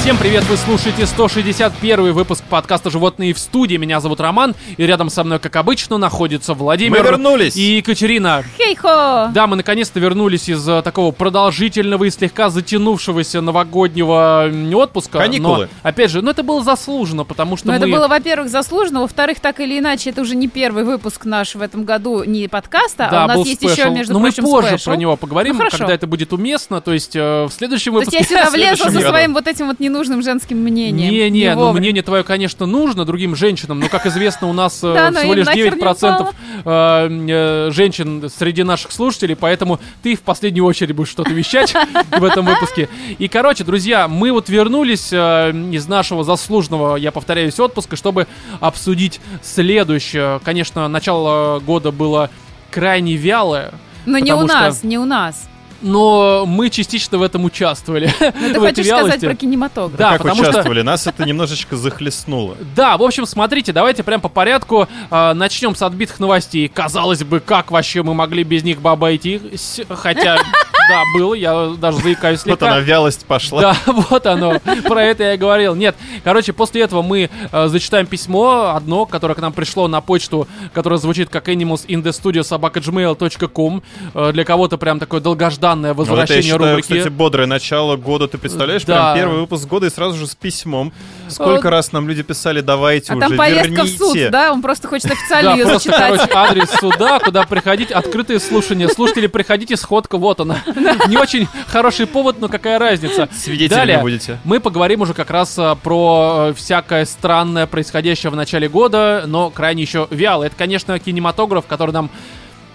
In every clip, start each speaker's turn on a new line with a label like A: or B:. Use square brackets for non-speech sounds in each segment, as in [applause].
A: Всем привет, вы слушаете 161 выпуск подкаста «Животные в студии». Меня зовут Роман, и рядом со мной, как обычно, находится Владимир.
B: Мы вернулись.
A: И Екатерина.
C: Хей-хо!
A: Да, мы наконец-то вернулись из э, такого продолжительного и слегка затянувшегося новогоднего м, отпуска.
B: Каникулы.
A: Но, опять же, ну это было заслуженно, потому что
C: Ну,
A: мы...
C: это было, во-первых, заслуженно, во-вторых, так или иначе, это уже не первый выпуск наш в этом году не подкаста,
A: Да,
C: а у нас
A: был
C: есть
A: спешл.
C: еще, между
A: Но
C: прочим,
A: мы позже
C: спешл.
A: про него поговорим,
C: Ну, хорошо.
A: когда это будет уместно. То есть э, в следующем
C: То есть
A: выпуске...
C: я [laughs]
A: [laughs]
C: сюда
A: в
C: влезла
A: следующем
C: со
A: году.
C: своим вот этим вот ненужным женским мнением.
A: Не, не, ну
C: вовремя.
A: мнение твое, конечно, нужно другим женщинам, но, как известно, у
C: [laughs]
A: нас э,
C: Да, но
A: всего
C: им
A: лишь
C: нахер не
A: 9% э, э, женщин среди наших слушателей, поэтому ты в последнюю очередь будешь что-то вещать [laughs] в этом выпуске. И, короче, друзья, мы вот вернулись э, из нашего заслуженного, я повторяюсь, отпуска, чтобы обсудить следующее. Конечно, начало года было крайне вялое,
C: Но Ну, не у
A: потому что-
C: нас, не у нас.
A: но мы частично в этом участвовали. [laughs] в
C: Ну, ты
A: этой
C: хочешь сказать
A: вялости.
C: про кинематограф.
A: Да,
B: как
A: потому что-
B: участвовали? Нас это немножечко захлестнуло.
A: Да, в общем, смотрите, давайте прям по порядку э, начнем с отбитых новостей. Казалось бы, как вообще мы могли без них обойтись,
B: [laughs]
A: хотя, да, было, я даже заикаюсь
B: Вот она,
A: слегка.
B: вялость пошла. Ну,
A: Да, [laughs] вот оно, про это я и говорил. Нет, короче, после этого мы э, зачитаем письмо, одно, которое к нам пришло на почту, которое звучит как animals in the studio собакаgmail.com. Э, для кого-то прям такое долгожданное
B: Ну, вот это, я
A: возвращение
B: считаю,
A: рубрики.
B: кстати, бодрое начало года, ты представляешь?
A: Да. А.
B: Прям первый выпуск года и сразу же с письмом. Сколько
A: Вот.
B: раз нам люди писали, давайте
C: А
B: уже,
C: там повестка в
B: верните.
C: суд, да? Он
A: [laughs]
C: просто хочет официально
A: Да,
C: ее
A: просто,
C: зачитать.
A: короче, адрес суда, куда приходить, открытые слушания. Слушатели, приходите, сходка, вот она. Не очень хороший повод, но какая разница.
B: Свидетелями
A: Далее.
B: будете.
A: Мы поговорим уже как раз а, про э, всякое странное, происходящее в начале года, но крайне еще вяло. Это, конечно, кинематограф, который нам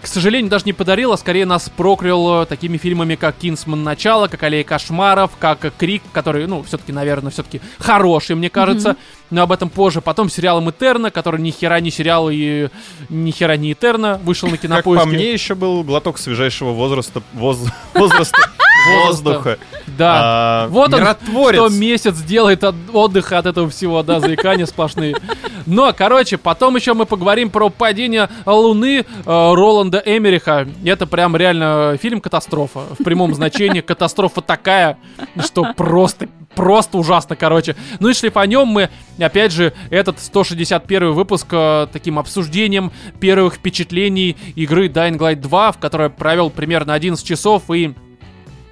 A: к сожалению, даже не подарил, а скорее нас проклял э, такими фильмами, как «Кинсман. Начало», как «Аллея кошмаров», как э, «Крик», который, ну, все-таки, наверное, все-таки хороший, мне кажется, но об этом позже. Потом сериалом «Этерна», который ни хера не сериал и ни хера не «Этерна», вышел на
B: Как
A: кинопоиске.
B: по мне, еще был глоток свежайшего возраста, воз- [laughs] возраста, воздуха.
A: Да.
B: А,
A: Вот он,
B: миротворец.
A: что месяц делает от отдыха от этого всего, да, заикания сплошные. Но, короче, потом еще мы поговорим про падение Луны э, Роланда Эмериха. Это прям реально фильм-катастрофа. В прямом значении катастрофа такая, что просто, просто ужасно, короче. Ну и шлифанем мы, опять же, этот 161 выпуск э, таким обсуждением первых впечатлений игры Dying Light 2, в которой провел примерно 11 часов и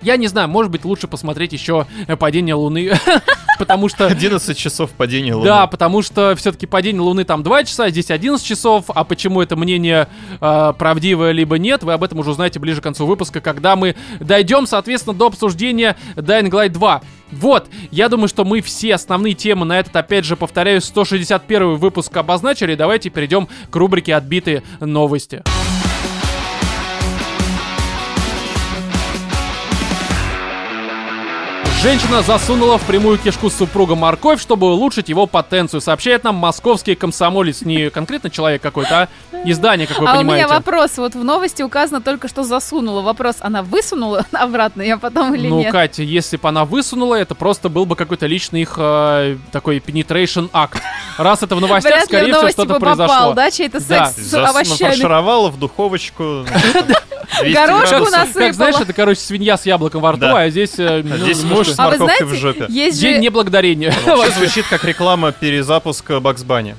A: я не знаю, может быть, лучше посмотреть еще э, падение Луны, [laughs] потому что...
B: 11 часов падения луны.
A: Да, потому что все-таки падение Луны там 2 часа, а здесь 11 часов, а почему это мнение э, правдивое либо нет, вы об этом уже узнаете ближе к концу выпуска, когда мы дойдем, соответственно, до обсуждения Dying Light 2. Вот, я думаю, что мы все основные темы на этот, опять же, повторяю, 161 выпуск обозначили. Давайте перейдем к рубрике «Отбитые новости». Женщина засунула в прямую кишку супруга морковь, чтобы улучшить его потенцию, сообщает нам московский комсомолец. Не конкретно человек какой-то, а издание, как вы
C: а
A: понимаете.
C: у меня вопрос. Вот в новости указано только что засунула. Вопрос, она высунула [laughs] обратно я потом или
A: ну,
C: нет?
A: Катя, если бы она высунула, это просто был бы какой-то личный их э, такой penetration акт. Раз это в новостях, а
C: Вряд ли в
A: скорее всего,
C: новости
A: что-то
C: бы
A: произошло.
C: попал, да, чей-то
A: Да.
C: секс с
B: Зас-
C: овощами.
B: нафаршировала
A: [laughs]
B: в духовочку. 200
C: Горошку
B: градусов.
C: на-
A: Как,
C: насыпала.
A: знаешь, это, короче, свинья с яблоком во рту,
B: Да.
A: а здесь... э,
B: А
A: ну,
B: Здесь
A: ну
B: муж
A: что,
B: с
C: А вы
B: морковкой в
C: знаете,
B: жопе.
C: Есть
A: День
C: же...
A: неблагодарения.
B: [laughs] Вообще звучит как реклама перезапуска Баксбани.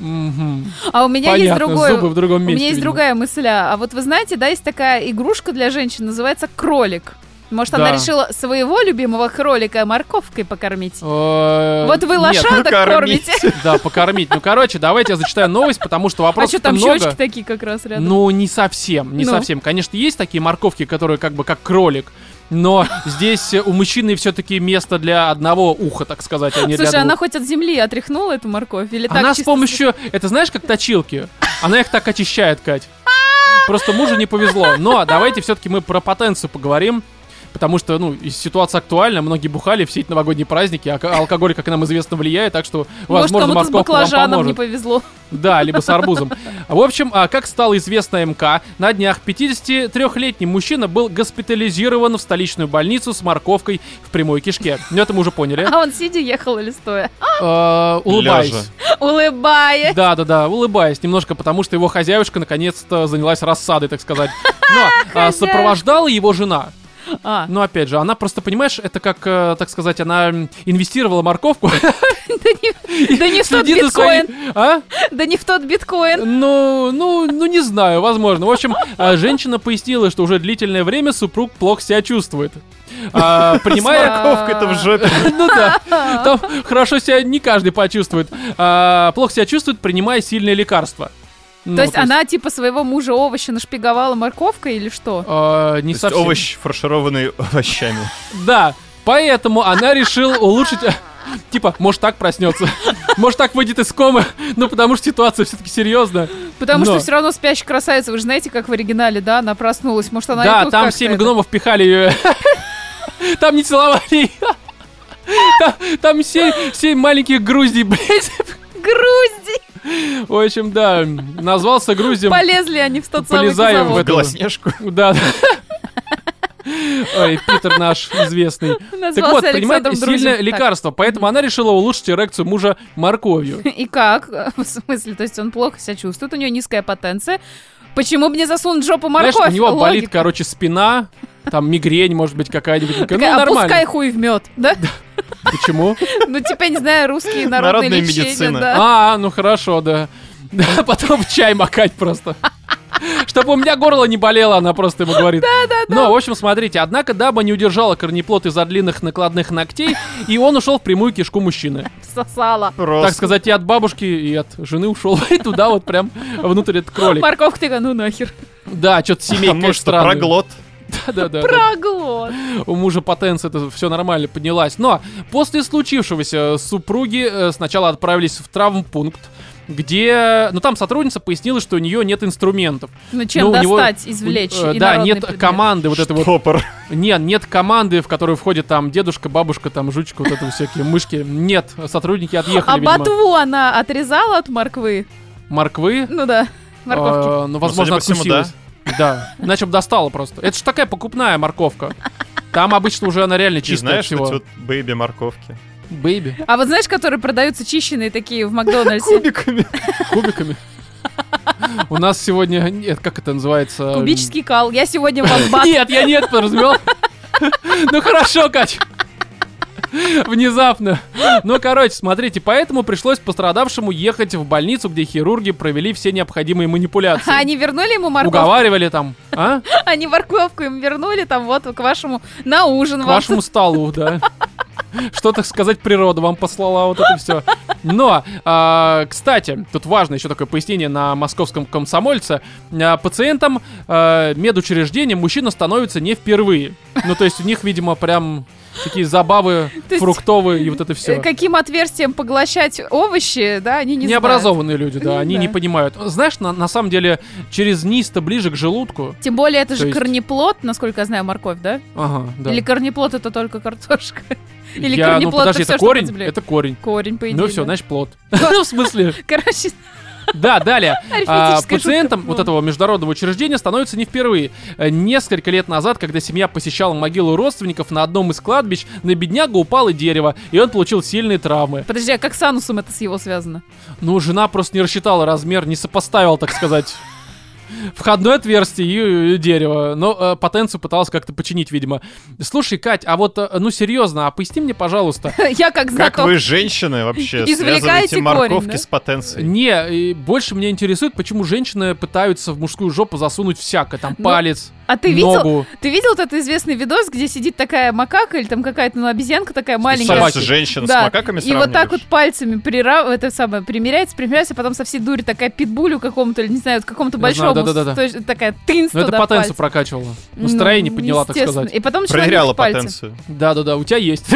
A: Мгм.
C: А у меня есть
A: Понятно,
C: другое.
A: зубы в другом
C: У
A: месте.
C: меня есть
A: видимо.
C: другая мысль. А а вот вы знаете, да, есть такая игрушка для женщин, называется кролик. Может, она
A: Да.
C: решила своего любимого кролика морковкой покормить?
A: Э,
C: Вот вы
A: нет,
C: лошадок
B: покормить.
C: кормите.
A: [laughs] Да, покормить. Ну, короче, давайте я зачитаю новость, потому что
C: А
A: вопросов
C: что там
A: много.
C: щечки такие как раз рядом?
A: Ну, не совсем, не
C: Ну.
A: совсем. Конечно, есть такие морковки, которые как бы как кролик. Но здесь э, у мужчины все-таки место для одного уха, так сказать, а не
C: Слушай,
A: для
C: она
A: двух.
C: хоть от земли отряхнула эту морковь? Или так
A: Она с
C: чисто
A: помощью... Это знаешь, как точилки? Она их так очищает, Кать. Просто мужу не повезло. Но давайте все-таки мы про потенцию поговорим. Потому что, ну, и ситуация актуальна, многие бухали все эти новогодние праздники, а к- алкоголь, как нам известно, влияет, так что,
C: Может,
A: возможно,
C: кому-то с
A: морковка вам
C: баклажаном
A: поможет.
C: не повезло.
A: Да, либо с арбузом. В общем, а, как стало известно МК, на днях 53-летний мужчина был госпитализирован в столичную больницу с морковкой в прямой кишке. Ну, это мы уже поняли.
C: А он сидя ехал или стоя?
A: Э, Улыбаясь.
C: Улыбаясь.
A: Да-да-да, улыбаясь немножко, потому что его хозяюшка наконец-то занялась рассадой, так сказать. Но а,
C: Хозяюшка.
A: сопровождала его жена.
C: А,
A: Но опять же, она просто, понимаешь, это как, э, так сказать, она м, инвестировала морковку.
C: да не, да не в тот
A: следит за своей-
C: биткоин,
A: А?
C: да не в тот биткоин.
A: Ну, ну, ну, не знаю, возможно. В общем, а, женщина пояснила, что уже длительное время супруг плохо себя чувствует. А, Принимая...
B: Морковка-то в жопе.
A: Ну да, [laughs]
C: А.
A: там хорошо себя не каждый почувствует. А, Плохо себя чувствует, принимая сильные лекарства. Ну,
C: То есть она типа своего мужа овоща нашпиговала морковкой или что?
A: а, Не
B: То есть
A: совсем.
B: овощ, фаршированный овощами.
A: Да, поэтому она решила улучшить... [laughs] э, Типа, может так проснется, [laughs] может так выйдет из комы, [laughs] ну потому что ситуация все-таки серьезная.
C: Потому
A: но-
C: что все равно спящая красавица, вы же знаете, как в оригинале, да, она проснулась. Может, она и
A: Да,
C: тут
A: там
C: как-то
A: семь
C: «Ну, это-
A: гномов пихали ее. [laughs] Там не целовали ее. Там- Там семь, семь маленьких Грузий, блядь.
C: Грузди!
A: В общем, да, назвался Грузием.
C: Полезли они в тот самый
A: Полезаем в
C: завод.
A: Это-
B: Белоснежку.
A: Да. да. Ой, Питер наш известный. Так вот,
C: Назвался
A: понимаете,
C: Александром Друзин.
A: сильное
C: Так.
A: лекарство, поэтому она решила улучшить эрекцию мужа морковью.
C: И как? [laughs] В смысле, то есть он плохо себя чувствует, у нее низкая потенция. Почему бы не засунуть в жопу морковь?
A: Знаешь, у него болит,
C: Логика.
A: короче, спина, там мигрень, может быть, какая-нибудь. Ну,
C: Такая, а пускай
A: нормально.
C: хуй в мед, да?
A: Почему?
C: [laughs] Ну, теперь, не
B: [laughs]
C: знаю, русские народные
B: Народная
C: лечения,
B: медицина.
C: [laughs] да.
A: А, ну хорошо, да. Да, [laughs] потом в чай макать просто. Чтобы у меня горло не болело, она просто ему говорит. Да, да, да. Но, в общем, смотрите, однако даба не удержала корнеплод из-за длинных накладных ногтей, и он ушел в прямую кишку мужчины.
C: Сосала.
B: Просто.
A: Так сказать, и от бабушки, и от жены ушел, [laughs] и туда вот прям внутрь этот кролик.
C: Морковка такая, ну нахер.
A: Да, что-то семейка
B: Потому что
A: странная.
B: проглот.
A: Да, да, да.
C: Проглот.
A: у мужа потенция, это все нормально поднялась. Но после случившегося супруги э, сначала отправились в травмпункт, где... Ну, там сотрудница пояснила, что у нее нет инструментов.
C: Ну, чем
A: Ну, у него-
C: достать, извлечь
A: Э, Да,
C: инородный
A: нет
C: предмет?
A: команды вот этой вот...
B: Штопор.
A: Нет, нет команды, в которую входит там дедушка, бабушка, там жучка, вот это всякие мышки. Нет, сотрудники отъехали,
C: А
A: видимо.
C: ботву она отрезала от морквы?
A: Морквы.
C: Ну да, морковки.
A: Э, ну, возможно,
B: судя по всему,
A: откусилась. Да, иначе бы достала просто. Это же такая покупная морковка. Там обычно уже она реально
B: Ты
A: чистая
B: знаешь,
A: всего.
B: эти вот бэйби морковки.
A: Бэйби.
C: А вот знаешь, которые продаются чищенные такие в Макдональдсе?
A: [laughs]
B: [laughs] Кубиками.
A: кубиками. У нас сегодня... Нет, как это называется?
C: Кубический кал. Я
A: [laughs]
C: сегодня вам бат.
A: Нет, я нет подразумевал. Ну хорошо, Кать. Внезапно. Ну, короче, смотрите, поэтому пришлось пострадавшему ехать в больницу, где хирурги провели все необходимые манипуляции.
C: А Они вернули ему морковку?
A: Уговаривали там, а?
C: [laughs] Они морковку им вернули там вот к вашему на ужин
A: К
C: вам.
A: вашему столу,
C: [laughs]
A: да. Что, так сказать, природа вам послала вот это все. Но, а, кстати, тут важно еще такое пояснение на московском комсомольце. А, Пациентам а, медучреждения мужчина становится не впервые. Ну, то есть у них, видимо, прям такие забавы
C: [laughs] То есть,
A: фруктовые и вот это
C: Э,
A: все.
C: Каким отверстием поглощать овощи, да, они не знают.
A: Необразованные люди, да,
C: Ну,
A: они
C: да.
A: не понимают. Знаешь, на, на самом деле, через низ-то ближе к желудку.
C: Тем более это
A: То
C: же
A: есть-
C: корнеплод, насколько я знаю, морковь, да?
A: Ага, да.
C: Или корнеплод это только картошка? [laughs] Или
A: Я- ну,
C: корнеплод
A: подожди, это
C: это все, что
A: корень?
C: под землей?
A: Это корень.
C: Корень, по идее.
A: Ну все,
C: да.
A: значит, плод.
C: [laughs]
A: Ну, в смысле,
C: Короче,
A: Да, далее.
C: Арифметическая
A: А, Пациентам
C: шутка.
A: вот этого международного учреждения становится не впервые. Э, Несколько лет назад, когда семья посещала могилу родственников на одном из кладбищ, на беднягу упало дерево, и он получил сильные травмы.
C: подожди, а как с анусом это с его связано?
A: Ну, жена просто не рассчитала размер, не сопоставила, так сказать. [laughs] Входное отверстие и, э, дерево. Но э, потенцию пыталась как-то починить, видимо. Слушай, Кать, а вот, э, ну серьезно, а поясни мне, пожалуйста.
C: [laughs] Я как
B: Как
C: знаток.
B: вы, женщины, вообще
C: Извлекаете
B: связываете
C: корень,
B: морковки
C: да?
B: с потенцией?
A: Не, и больше меня интересует, почему женщины пытаются в мужскую жопу засунуть всякое. Там
C: Ну,
A: палец,
C: А ты видел,
A: ногу.
C: ты видел вот этот известный видос, где сидит такая макака или там какая-то ну, обезьянка такая маленькая?
A: собаки.
B: Собаки. Женщин с
C: Да.
B: макаками
C: И вот так вот
B: сравниваешь?
C: пальцами прирав... это самое, примеряется, примеряется, а потом со всей дури такая питбулю какому-то, или не знаю, вот какому-то
A: Я
C: большому,
A: знаю, да-да-да.
C: то есть такая тынц
A: Ну, это
C: туда
A: потенцию
C: пальцем.
A: прокачивала.
C: Ну,
A: Настроение подняла, так
C: естественно.
A: сказать.
C: И потом начала
B: Проверяла
C: нюхать пальцем.
B: потенцию.
A: Да-да-да, у тебя есть. [laughs]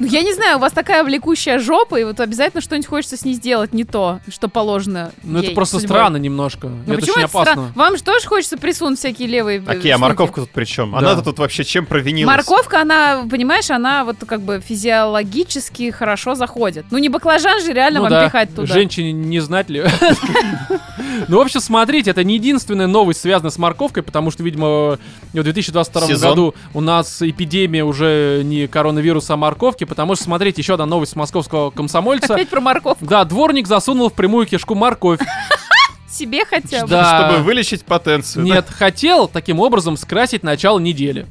C: Ну, я не знаю, у вас такая влекущая жопа, и вот обязательно что-нибудь хочется с ней сделать не то, что положено
A: Ну, это
C: ей
A: просто
C: судьбой.
A: странно немножко.
C: Ну,
A: Это
C: почему
A: очень
C: это странно?
A: опасно.
C: Вам же тоже хочется присунуть всякие левые э,
B: Окей, а
C: штуки.
B: морковка тут при чем?
A: Да.
B: Она-то тут вообще чем провинилась?
C: Морковка, она, понимаешь, она вот как бы физиологически хорошо заходит. Ну, не баклажан же реально
A: Ну
C: вам
A: да,
C: пихать туда.
A: женщине не знать ли. [laughs] Ну, в общем, смотрите, это не единственная новость, связанная с морковкой, потому что, видимо, в 2022
B: Сезон.
A: году у нас эпидемия уже не коронавируса, а морковки, потому что, смотрите, еще одна новость с московского комсомольца.
C: Опять про морковку.
A: Да, дворник засунул в прямую кишку морковь.
C: Себе хотя бы.
A: Да.
B: Чтобы вылечить потенцию.
A: Нет, хотел таким образом скрасить начало недели.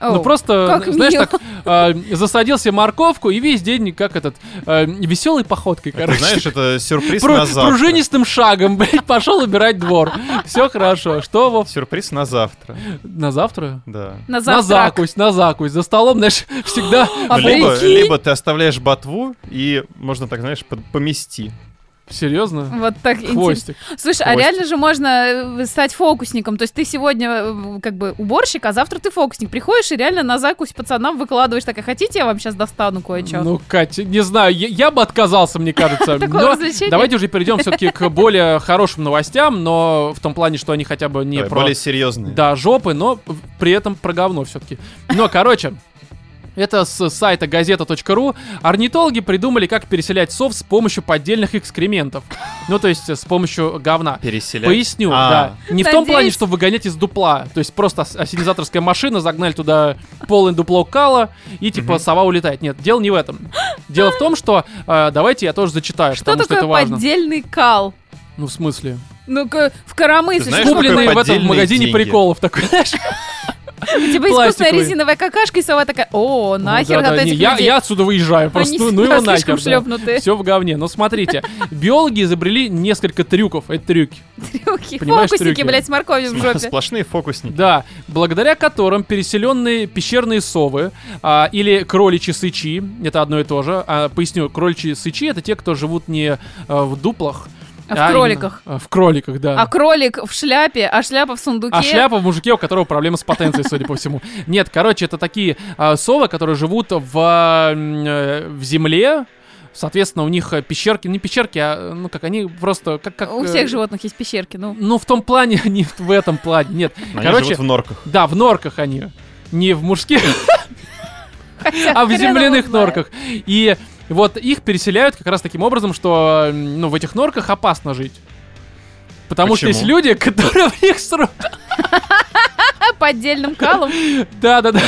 A: Ну
C: Оу,
A: просто,
C: как
A: знаешь,
C: мило.
A: так э, засадил себе морковку и весь день как этот а, веселой походкой,
B: [laughs] Это,
A: короче. [laughs]
B: знаешь, это сюрприз
A: Пру-
B: на завтра.
A: пружинистым шагом, [laughs] блядь, пошел убирать двор. Все хорошо. Что, Вов,
B: Сюрприз на завтра,
A: на завтра?
B: да.
C: На
A: На
C: завтрак.
A: закусь, на закусь. За столом, знаешь, [laughs] всегда...
C: А
B: либо,
C: прикинь?
B: либо ты оставляешь ботву и можно так, знаешь, под- помести.
A: Серьезно?
C: Вот так интересно.
A: Хвостик.
C: Слушай, а
B: Хвостик.
C: реально же можно э, стать фокусником. То есть ты сегодня э, как бы уборщик, а завтра ты фокусник. Приходишь и реально на закусь пацанам выкладываешь. Так, а хотите, я вам сейчас достану кое-что?
A: Ну, Катя, не знаю, я, я бы отказался, мне кажется.
C: [laughs] Такое
A: Но
C: развлечение.
A: давайте уже перейдем все-таки к более хорошим новостям, но в том плане, что они хотя бы не
B: Давай,
A: про
B: Э, Более серьезные.
A: Да, жопы, но в- при этом про говно все-таки. Но, короче, это с сайта газета.ру. Орнитологи придумали, как переселять сов с помощью поддельных экскрементов. Ну, то есть э, с помощью говна.
B: Переселять.
A: Поясню,
B: А.
A: да. Не в том
C: Надеюсь.
A: плане, что выгонять из дупла. То есть просто ос- ассенизаторская машина, загнали туда полный дупло кала, и типа
B: Мгм.
A: сова улетает. Нет, дело не в этом. Дело в том, что... э, давайте я тоже зачитаю,
C: что
A: потому что
C: такое
A: это важно.
C: поддельный кал?
A: Ну, в смысле?
C: Ну-ка, в коромысле.
B: Ты знаешь,
C: что
B: такое
A: Купленные в этом
B: поддельные
A: магазине
B: деньги?
A: приколов такой, [laughs] знаешь,
C: У тебя Типа искусственная
A: пластиковые?
C: резиновая какашка, и сова такая, о, нахер
A: Ну, да,
C: от
A: да, не,
C: этих
A: я,
C: людей.
A: я отсюда выезжаю просто,
C: Они
A: ну, ну его
C: всегда слишком
A: нахер.
C: шлепнутые.
A: Все в говне. Но смотрите, [laughs] биологи изобрели несколько трюков. Это трюки.
C: Трюки.
A: Понимаешь,
C: Фокусники,
A: трюки?
C: блядь, с морковью в
B: Сма-
C: жопе.
B: Сплошные фокусники.
A: Да, благодаря которым переселенные пещерные совы а, или кроличьи сычи, это одно и то же, а, поясню, кроличьи сычи это те, кто живут не а, в дуплах,
C: А в кроликах.
A: именно, а, в кроликах, да.
C: А кролик в шляпе, а шляпа в сундуке.
A: А шляпа в мужике, у которого проблемы с потенцией, судя по всему. Нет, короче, это такие а, совы, которые живут в, м, э, в земле. Соответственно, у них э, пещерки, не пещерки, а э, ну как они просто как как
C: У
A: э,
C: всех животных есть пещерки, ну.
A: Ну в том плане, [laughs] не в в этом плане, нет.
B: Но они
A: Короче,
B: живут в норках.
A: да, в норках они, не в мужских, [laughs]
C: Хотя
A: а в
C: хрен его
A: земляных
C: знает.
A: норках. И вот их переселяют как раз таким образом, что э, ну в этих норках опасно жить. Потому что
B: Почему?
A: есть люди, [laughs] которые в них срут.
C: А поддельным калом.
A: Да, да, да.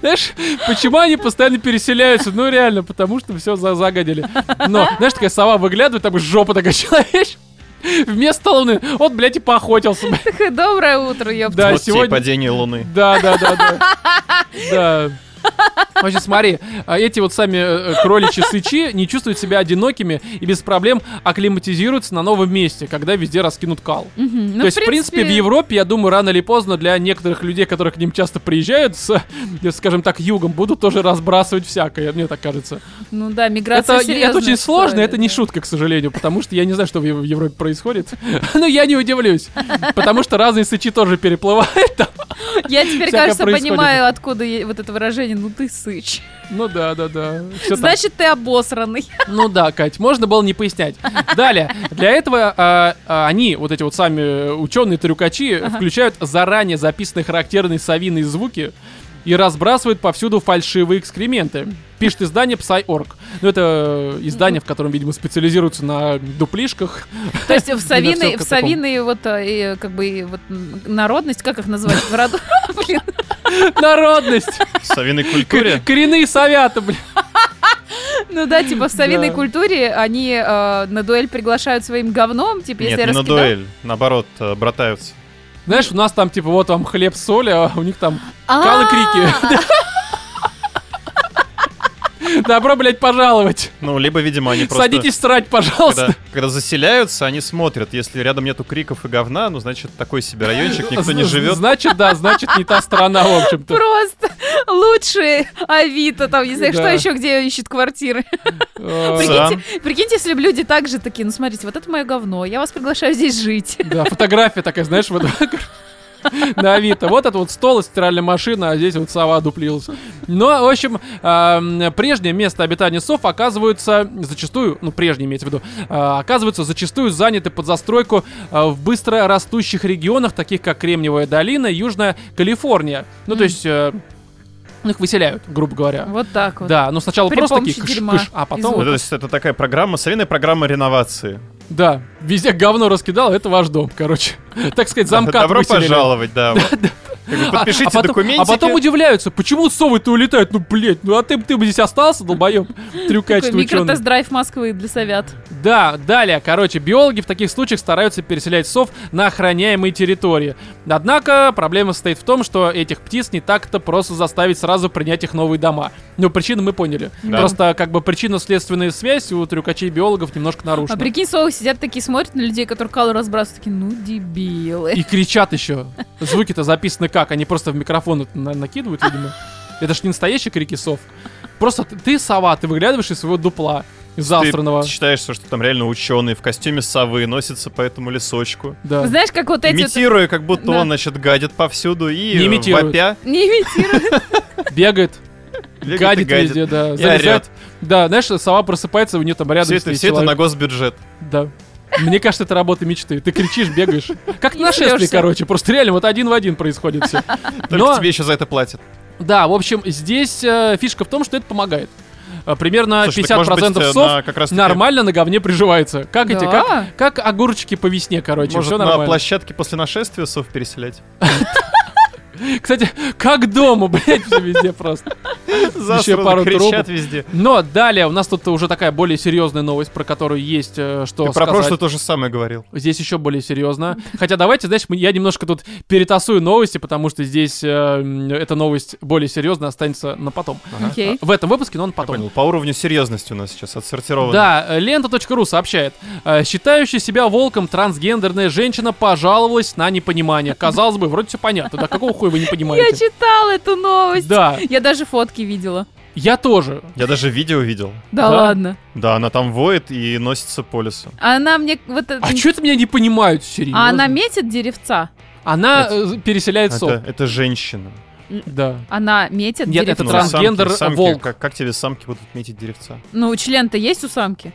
A: Знаешь, почему они постоянно переселяются? Ну, реально, потому что все за загадили. Но, знаешь, такая сова выглядывает, там жопа такая [laughs] человечь. Вместо луны. Вот, блядь, и поохотился.
C: Такое доброе утро, ёпта.
A: Да,
B: вот тебе и
A: сегодня-
B: падение луны.
A: Да, да, да, да. Да. Вообще, смотри, а эти вот сами э, кроличьи сычи не чувствуют себя одинокими и без проблем акклиматизируются на новом месте, когда везде раскинут кал.
C: Мгм. Ну,
A: То есть, в принципе, в Европе, я думаю, рано или поздно для некоторых людей, которые к ним часто приезжают, с, э, скажем так, югом, будут тоже разбрасывать всякое, мне так кажется.
C: Ну да,
A: Это,
C: миграция
A: это
C: серьёзная
A: очень сложно,
C: история,
A: это не
C: да.
A: шутка, к сожалению, потому что я не знаю, что в Ев- в Европе происходит. [laughs] Но я не удивлюсь, потому что разные сычи тоже переплывают [laughs] там.
C: Я теперь,
A: Всякое
C: кажется,
A: происходит.
C: понимаю, откуда е- вот это выражение «ну ты сыч».
A: Ну да, да, да.
C: [laughs]
A: Всё так.
C: Значит, ты обосранный.
A: Ну да, Кать, можно было не пояснять. Далее, для этого а, а, они, вот эти вот сами ученые-трюкачи, включают заранее записанные характерные совиные звуки и разбрасывают повсюду фальшивые экскременты. Пишет издание Psy.org. Ну, это э, издание, в котором, видимо, специализируются на дуплишках. [laughs]
C: То есть в
A: всем
C: совиной, в
A: таком.
C: совиной вот э, как бы и вот м, народность, как их назвать? В роду? [laughs] Блин,
A: Народность!
B: В совиной
A: Кор-
B: культуре.
A: Коренные совята, блин.
C: Ну да, типа в совиной
A: Да.
C: культуре они э, на дуэль приглашают своим говном, типа
B: Нет,
C: если
B: не
C: я
B: на
C: раскидал-
B: дуэль. Наоборот, э, братаются.
A: Знаешь, у нас там, типа, вот вам хлеб, соль, а у них там
C: А,
A: калы крики. Добро, блядь, пожаловать.
B: Ну, либо, видимо, они просто...
A: Садитесь срать, пожалуйста.
B: Когда, когда заселяются, они смотрят. Если рядом нету криков и говна, ну, значит, такой себе райончик, никто не
A: З-
B: живет.
A: Значит, да, значит, не та страна, в общем-то.
C: Просто лучшие Авито, там, не знаю, что
A: Да.
C: еще, где ищут квартиры.
A: Э,
B: Сам.
C: Прикиньте, прикиньте, если бы люди так же такие, ну смотрите, вот это мое говно, я вас приглашаю здесь жить. [laughs]
A: Да, фотография такая, знаешь, вот [laughs] на Авито. Вот это вот стол и стиральная машина, а здесь вот сова дуплилась. Но, в общем, эм, прежнее место обитания сов оказываются зачастую, ну, прежнее имеется в виду, э, оказываются зачастую заняты под застройку э, в быстро растущих регионах, таких как Кремниевая долина, и Южная Калифорния. Ну, то
C: Мгм.
A: есть, э, ну, их выселяют, грубо говоря.
C: Вот так вот.
A: Да, ну сначала
C: При
A: просто такие
C: помощи дерьма
A: кыш-кыш, а
C: из
A: потом
B: Ну, то есть это такая программа, совиная программа реновации.
A: Да, везде говно раскидал, это ваш дом, короче. [laughs] Так сказать, замка
B: Добро пожаловать, да. вот. Как бы
A: [laughs]
B: Подпишите
A: а потом,
B: документики.
A: а потом удивляются, почему совы-то улетают? Ну, блядь, ну а ты, ты бы здесь остался,
C: [laughs]
A: долбоем, трюкач ты
C: Такой
A: ученый.
C: микротест-драйв Москвы для совят. А
A: Да, далее, короче, биологи в таких случаях стараются переселять сов на охраняемые территории. Однако проблема состоит в том, что этих птиц не так-то просто заставить сразу принять их новые дома. Ну, причины мы поняли.
B: Да.
A: Просто как бы причинно-следственная связь у трюкачей-биологов немножко нарушена.
C: А прикинь, совы сидят такие, смотрят на людей, которые калу разбрасывают, такие, ну, дебилы.
A: [laughs] И кричат еще. Звуки-то записаны как? Они просто в микрофон это на- накидывают, видимо. Это ж не настоящие крики сов. Просто ты, ты сова, ты выглядываешь из своего дупла. Из застранного.
B: Ты считаешь, что там реально ученые в костюме совы носятся по этому лесочку.
A: Да.
C: Знаешь, как вот эти... вот-
B: Имитируя, как будто
C: Да.
B: он, значит, гадит повсюду и
A: Не
B: э,
A: имитирует.
B: вопя.
C: Не имитируют.
A: [laughs] Бегает,
B: легает и
A: гадит,
B: гадит.
A: везде, да.
B: И
A: Залезает. Да, знаешь, сова просыпается, у нее там рядом
B: Все это,
A: стоит
B: все это
A: человек.
B: на госбюджет.
A: Да. Мне кажется, это работа мечты. Ты кричишь, бегаешь. Как
C: Не
A: на шествии,
C: срёшься.
A: короче. Просто реально вот один в один происходит все.
B: Только
A: Но-
B: тебе еще за это платят.
A: Да, в общем, здесь э, фишка в том, что это помогает. Э, Примерно
B: Слушай,
A: 50%
B: так, может быть, э,
A: сов
B: на как раз-таки-
A: нормально на говне приживается. Как эти,
C: Да.
A: как, как огурчики по весне, короче,
B: Может,
A: все
B: на
A: нормально.
B: площадке после нашествия сов
A: [laughs]
B: переселять?
A: Кстати, [laughs] как дома, блядь, все везде просто.
B: Засраны,
A: пару
B: кричат
A: трупов.
B: везде.
A: Но далее у нас тут уже такая более серьезная новость, про которую есть э, что
B: Ты про
A: сказать.
B: прошлое то же самое говорил.
A: Здесь еще более серьезно. Хотя давайте, знаешь, мы- я немножко тут перетасую новости, потому что здесь э, м, эта новость более серьезная останется на потом.
C: Окей.
A: А, В этом выпуске, но он потом.
B: Понял, по уровню серьезности у нас сейчас отсортировано.
A: Да, э, лента.ру сообщает. э, Считающая себя волком трансгендерная женщина пожаловалась на непонимание. Казалось бы, вроде все понятно. Да какого хуя вы не
C: [laughs] Я
A: понимаете?
C: читала эту новость.
A: Да,
C: Я даже фотки видела.
A: я тоже.
B: Я даже видео видел.
C: Да
A: Да?
C: ладно.
B: Да, она там воет и носится по лесу.
C: Она мне вот это-
A: А что это меня не понимают, серьезно?
C: А она метит деревца.
A: Она э, переселяет
B: Это,
A: сов.
B: это женщина.
A: Да.
C: Она метит
A: Нет,
C: деревца.
A: это транс- трансгендер
B: самки,
A: волк.
B: Как, как тебе самки будут метить деревца?
C: Ну, член-то есть у самки.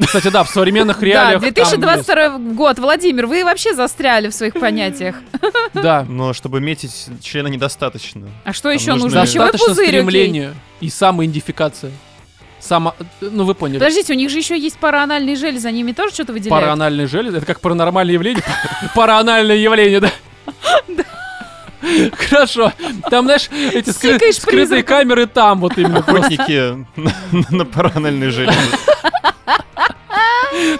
A: Кстати, да, в современных реалиях...
C: [laughs] Да,
A: там
C: 2022 год. Владимир, вы вообще застряли в своих понятиях.
A: есть. Да.
B: Но чтобы метить члена недостаточно.
C: А что
B: Там
C: еще
B: нужно-
C: нужно? Еще
A: Достаточно
C: пузырь, окей.
A: стремление и самоидентификация. Само... Ну, вы поняли.
C: Подождите, у них же еще есть параанальные железы, за ними тоже что-то выделяют?
A: Параанальные железы. Это как паранормальное [laughs] явление. Параанальное явление,
C: [laughs]
A: да? Хорошо. Там, знаешь, эти скры-
C: Сикаешь
A: скрытые
C: призраком.
A: камеры там вот именно.
B: Охотники на- на паранальные железы.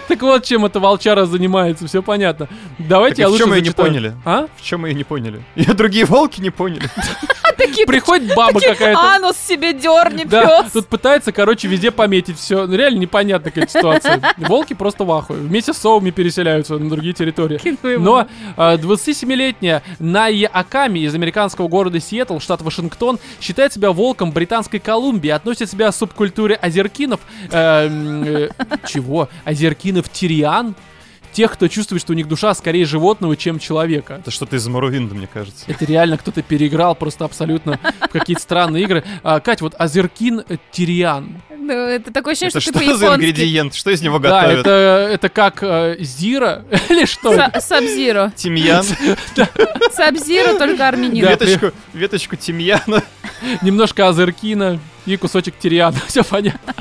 A: Так вот, чем эта волчара занимается, все понятно. Давайте
B: Так и
A: я
B: в
A: лучше
B: чем её не
A: зачитаю.
B: поняли?
A: А?
B: В чем мы ее не поняли? И другие волки не поняли. [laughs]
C: Такие «А,
A: Приходит баба какая-то.
C: анус себе дерни,
A: Да,
C: пес.
A: тут пытается, короче, везде пометить все. Реально непонятно какая ситуация. Волки просто в ахуе. Вместе с совами переселяются на другие территории.
C: ну,
A: Но э, 27-летняя Найя Аками из американского города Сиэтл, штат Вашингтон, считает себя волком Британской Колумбии, относит себя к субкультуре озеркинов. э, м, э, чего? Озеркинов тириан? Тех, кто чувствует, что у них душа скорее животного, чем человека.
B: Это что-то из Морувинда, мне кажется.
A: Это реально кто-то переиграл просто абсолютно в какие-то странные игры. А, Кать, вот Озеркин э, Тириан.
C: Ну, это такое ощущение,
B: Это
C: что ты
B: что за
C: по-японски.
B: ингредиент? Что из него
A: Да, это,
B: готовят?
A: это как э, Зира [laughs] или что?
C: Са- Сабзиро.
B: Тимьян?
C: Сабзиро, только армянин.
A: Да.
B: Веточку, веточку тимьяна.
A: Немножко Озеркина и кусочек Тириана. [laughs] Все понятно.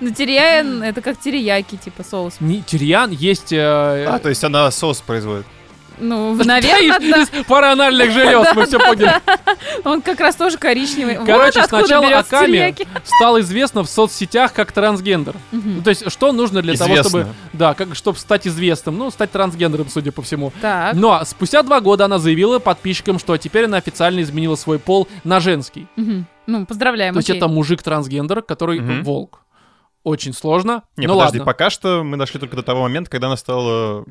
C: Но териян, это как терияки, типа соус.
A: Не, тирьян есть... э,
B: А, то есть она соус производит.
C: Ну,
A: [laughs] из-
C: наверное, да.
A: из параанальных желез, мы все поняли.
C: Он как раз тоже коричневый. Вот
A: Короче,
C: откуда
A: сначала
C: берется
A: Аками
C: терияки.
A: стало известно в соцсетях как трансгендер. Ну, То есть, что нужно для того, чтобы...
B: Известно.
A: Да, как, чтобы стать известным. Ну, стать трансгендером, судя по всему.
C: Так.
A: Но спустя два года она заявила подписчикам, что теперь она официально изменила свой пол на женский.
C: Мгм. Ну, поздравляем,
A: То есть
C: окей.
A: это мужик-трансгендер, который
B: Мгм.
A: волк. Очень сложно.
B: Не,
A: ну
B: подожди,
A: ладно.
B: пока что мы дошли только до того момента, когда она стала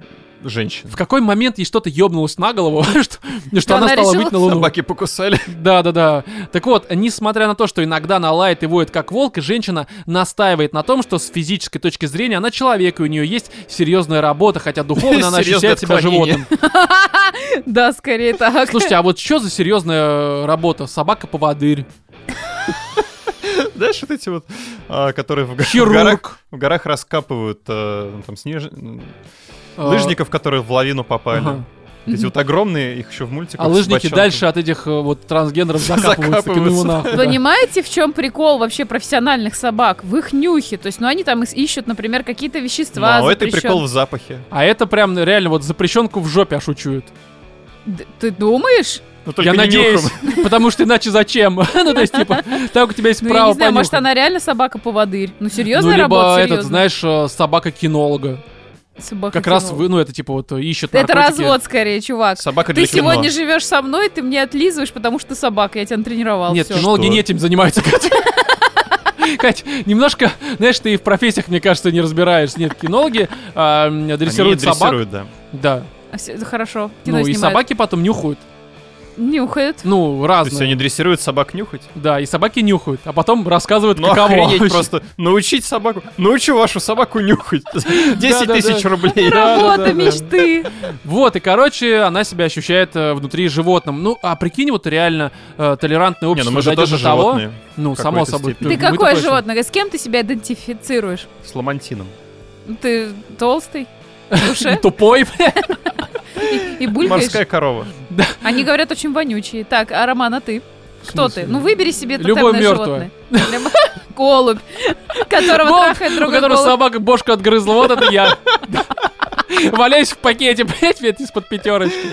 B: женщиной.
A: В какой момент ей что-то ёбнулось на голову, [laughs] что, что она,
C: она
A: стала
C: решила-
A: выть на Луну?
B: Собаки покусали.
A: Да-да-да. Так вот, несмотря на то, что иногда она лает и воет как волк, женщина настаивает на том, что с физической точки зрения она человек, и у нее есть серьезная работа, хотя
B: [laughs]
A: духовно она
B: Серьезное
A: ощущает себя
B: отклонение.
A: животным.
C: Да, скорее так.
A: Слушайте, а вот что за серьезная работа? Собака-поводырь,
B: Знаешь, вот эти вот, а, которые в, го- в горах,
A: хирург,
B: в горах раскапывают э, ну, там снеж... м,
A: э,
B: лыжников, которые в лавину попали.
A: ага.
B: Вот Эти вот огромные, их еще в мультиках.
A: А
B: с
A: лыжники
B: бочонком.
A: дальше от этих э, вот трансгендеров закапываются. такие, ну его
B: Закапываются, да.
A: нахуй, да. [laughs]
C: Понимаете, в чем прикол вообще профессиональных собак? В их нюхе. То есть, ну, они там их ищут, например, какие-то
B: Ну,
C: вещества.
B: а у этой
C: запрещен-
B: прикол в запахе.
A: ну, А это прям реально вот запрещенку в жопе ошучуют.
C: Д- Ты думаешь?
B: Ну, только
A: Я
B: не
A: надеюсь, [laughs]
B: нюхом.
A: потому что иначе зачем? [laughs] Ну, то есть, типа, так у тебя есть
C: Ну, я
A: право
C: не знаю, может,
A: понюхать.
C: она реально собака-поводырь. Ну,
A: ну,
C: серьезная
A: либо
C: работа,
A: этот,
C: серьезная.
A: знаешь, э, собака-кинолога. Как раз, вы- ну, это типа вот э, ищет
C: Это
A: наркотики.
C: развод скорее, чувак.
B: Собака для
C: Ты
B: кино.
C: сегодня живешь со мной, ты мне отлизываешь, потому что ты собака, я тебя натренировал.
A: Нет,
C: всё.
A: кинологи
B: Что?
A: не этим занимаются, [laughs] Катя. Кать, немножко, знаешь, ты и в профессиях, мне кажется, не разбираешься. Нет, кинологи а, м,
B: Они
A: дрессируют собак.
B: дрессируют, да.
A: Да.
C: А всё- да Хорошо, кино
A: Ну и
C: снимают.
A: собаки потом нюхают.
C: Нюхают.
A: Ну,
B: То есть они
A: разные.
B: дрессируют собак нюхать?
A: Да, и собаки нюхают, а потом рассказывают,
B: Ну
A: каково.
B: охренеть просто. Научить собаку. Научу вашу
A: [laughs]
B: собаку нюхать. 10
A: Да-да-да.
B: тысяч
A: [laughs] Да,
B: рублей.
A: да, да,
C: Работа
A: да.
C: мечты.
A: Вот, и, короче, она себя ощущает э, внутри животным. Ну, а прикинь, вот реально э, толерантное
B: Не,
A: общество
B: ну мы же
A: дойдет
B: тоже
A: до того,
B: животные.
A: Ну,
B: в
A: само
B: какой-то
A: собой.
B: степени.
C: Ты
A: мы-то
C: какое
A: точно.
C: животное? С кем ты себя идентифицируешь?
B: С ламантином.
C: Ну, Ты толстый? В душе?
A: [laughs] Тупой, бля. [laughs]
C: И булькаешь?
B: Морская корова.
C: Они говорят, очень вонючие. Так, а Роман, а ты? Кто ты? Ну, выбери себе
A: Любое
C: тотемное
A: мёртвое.
C: животное. Любо- [laughs] Голубь, которого
A: Вот,
C: трахает
A: у
C: другой
A: которого
C: голубь.
A: собака бошку отгрызла, вот это я. [laughs] Валяюсь в пакете, [laughs] блядь, ведь из-под пятерочки.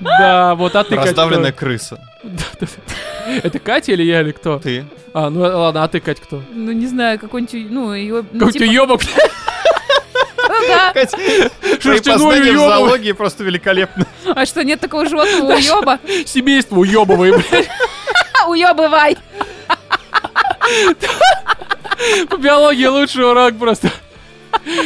A: Да, вот, а ты, Катя,
B: Раздавленная крыса.
A: кто? Да, да, да. Это Катя или я, или кто?
B: Ты.
A: А, ну ладно, а ты, Кать, кто?
C: Ну, не знаю, какой-нибудь, ну, его... ну,
A: Какой-то
C: типа-
A: ёбок, [laughs]
C: Ну, да.
B: Кать, твои
A: Шерстяную
B: познания в
A: ёбу.
B: зоологии просто великолепны.
C: А что, нет такого
A: [laughs]
C: животного уёба?
A: семейство уёбовое, блядь.
C: А, Уёбывай!
A: По биологии лучший урок просто.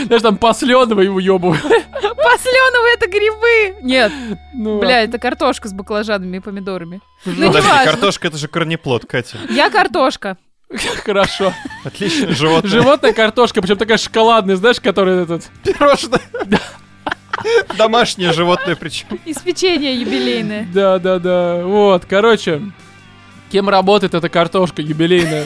A: Знаешь, там посленовый уёбовый.
C: Посленовые это грибы! Нет,
A: Ну,
C: бля, это картошка с баклажанами и помидорами. Ну, не
B: Подожди,
C: важно.
B: картошка это же корнеплод, Катя.
C: Я картошка.
A: Хорошо.
B: Отличное животное.
A: Животная картошка, причем такая шоколадная, знаешь, которая этот...
B: Пирожное. Домашнее животное причем.
C: Из печенья юбилейное.
A: Да, да, да. Вот, короче. Кем работает эта картошка юбилейная?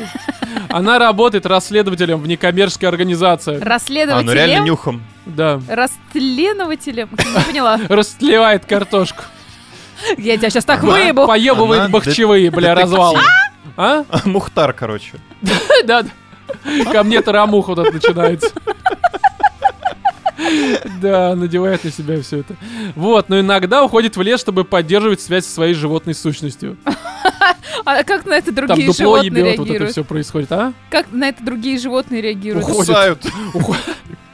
A: Она работает расследователем в некоммерческой организации.
B: А, ну
C: Расследователем.
B: реально нюхом.
A: Да.
C: Расленователем. Не поняла.
A: Растлевает картошку.
C: Я тебя сейчас так
B: Она
C: выебу.
A: Поебывает
B: Она
A: бахчевые, бля,
B: детектив.
A: развалы. А?
B: А, Мухтар, короче.
A: Да, да. Ко мне тарамуха тут начинается. Да, надевает на себя все это. Вот, но иногда уходит в лес, чтобы поддерживать связь со своей животной сущностью.
C: А как на это
A: Там
C: другие
A: дупло
C: животные
A: ебет, вот это
C: реагируют?
A: все происходит, а?
C: Как на это другие животные реагируют?
A: Уходит.
B: Кусают.
C: [laughs]
A: Уходит.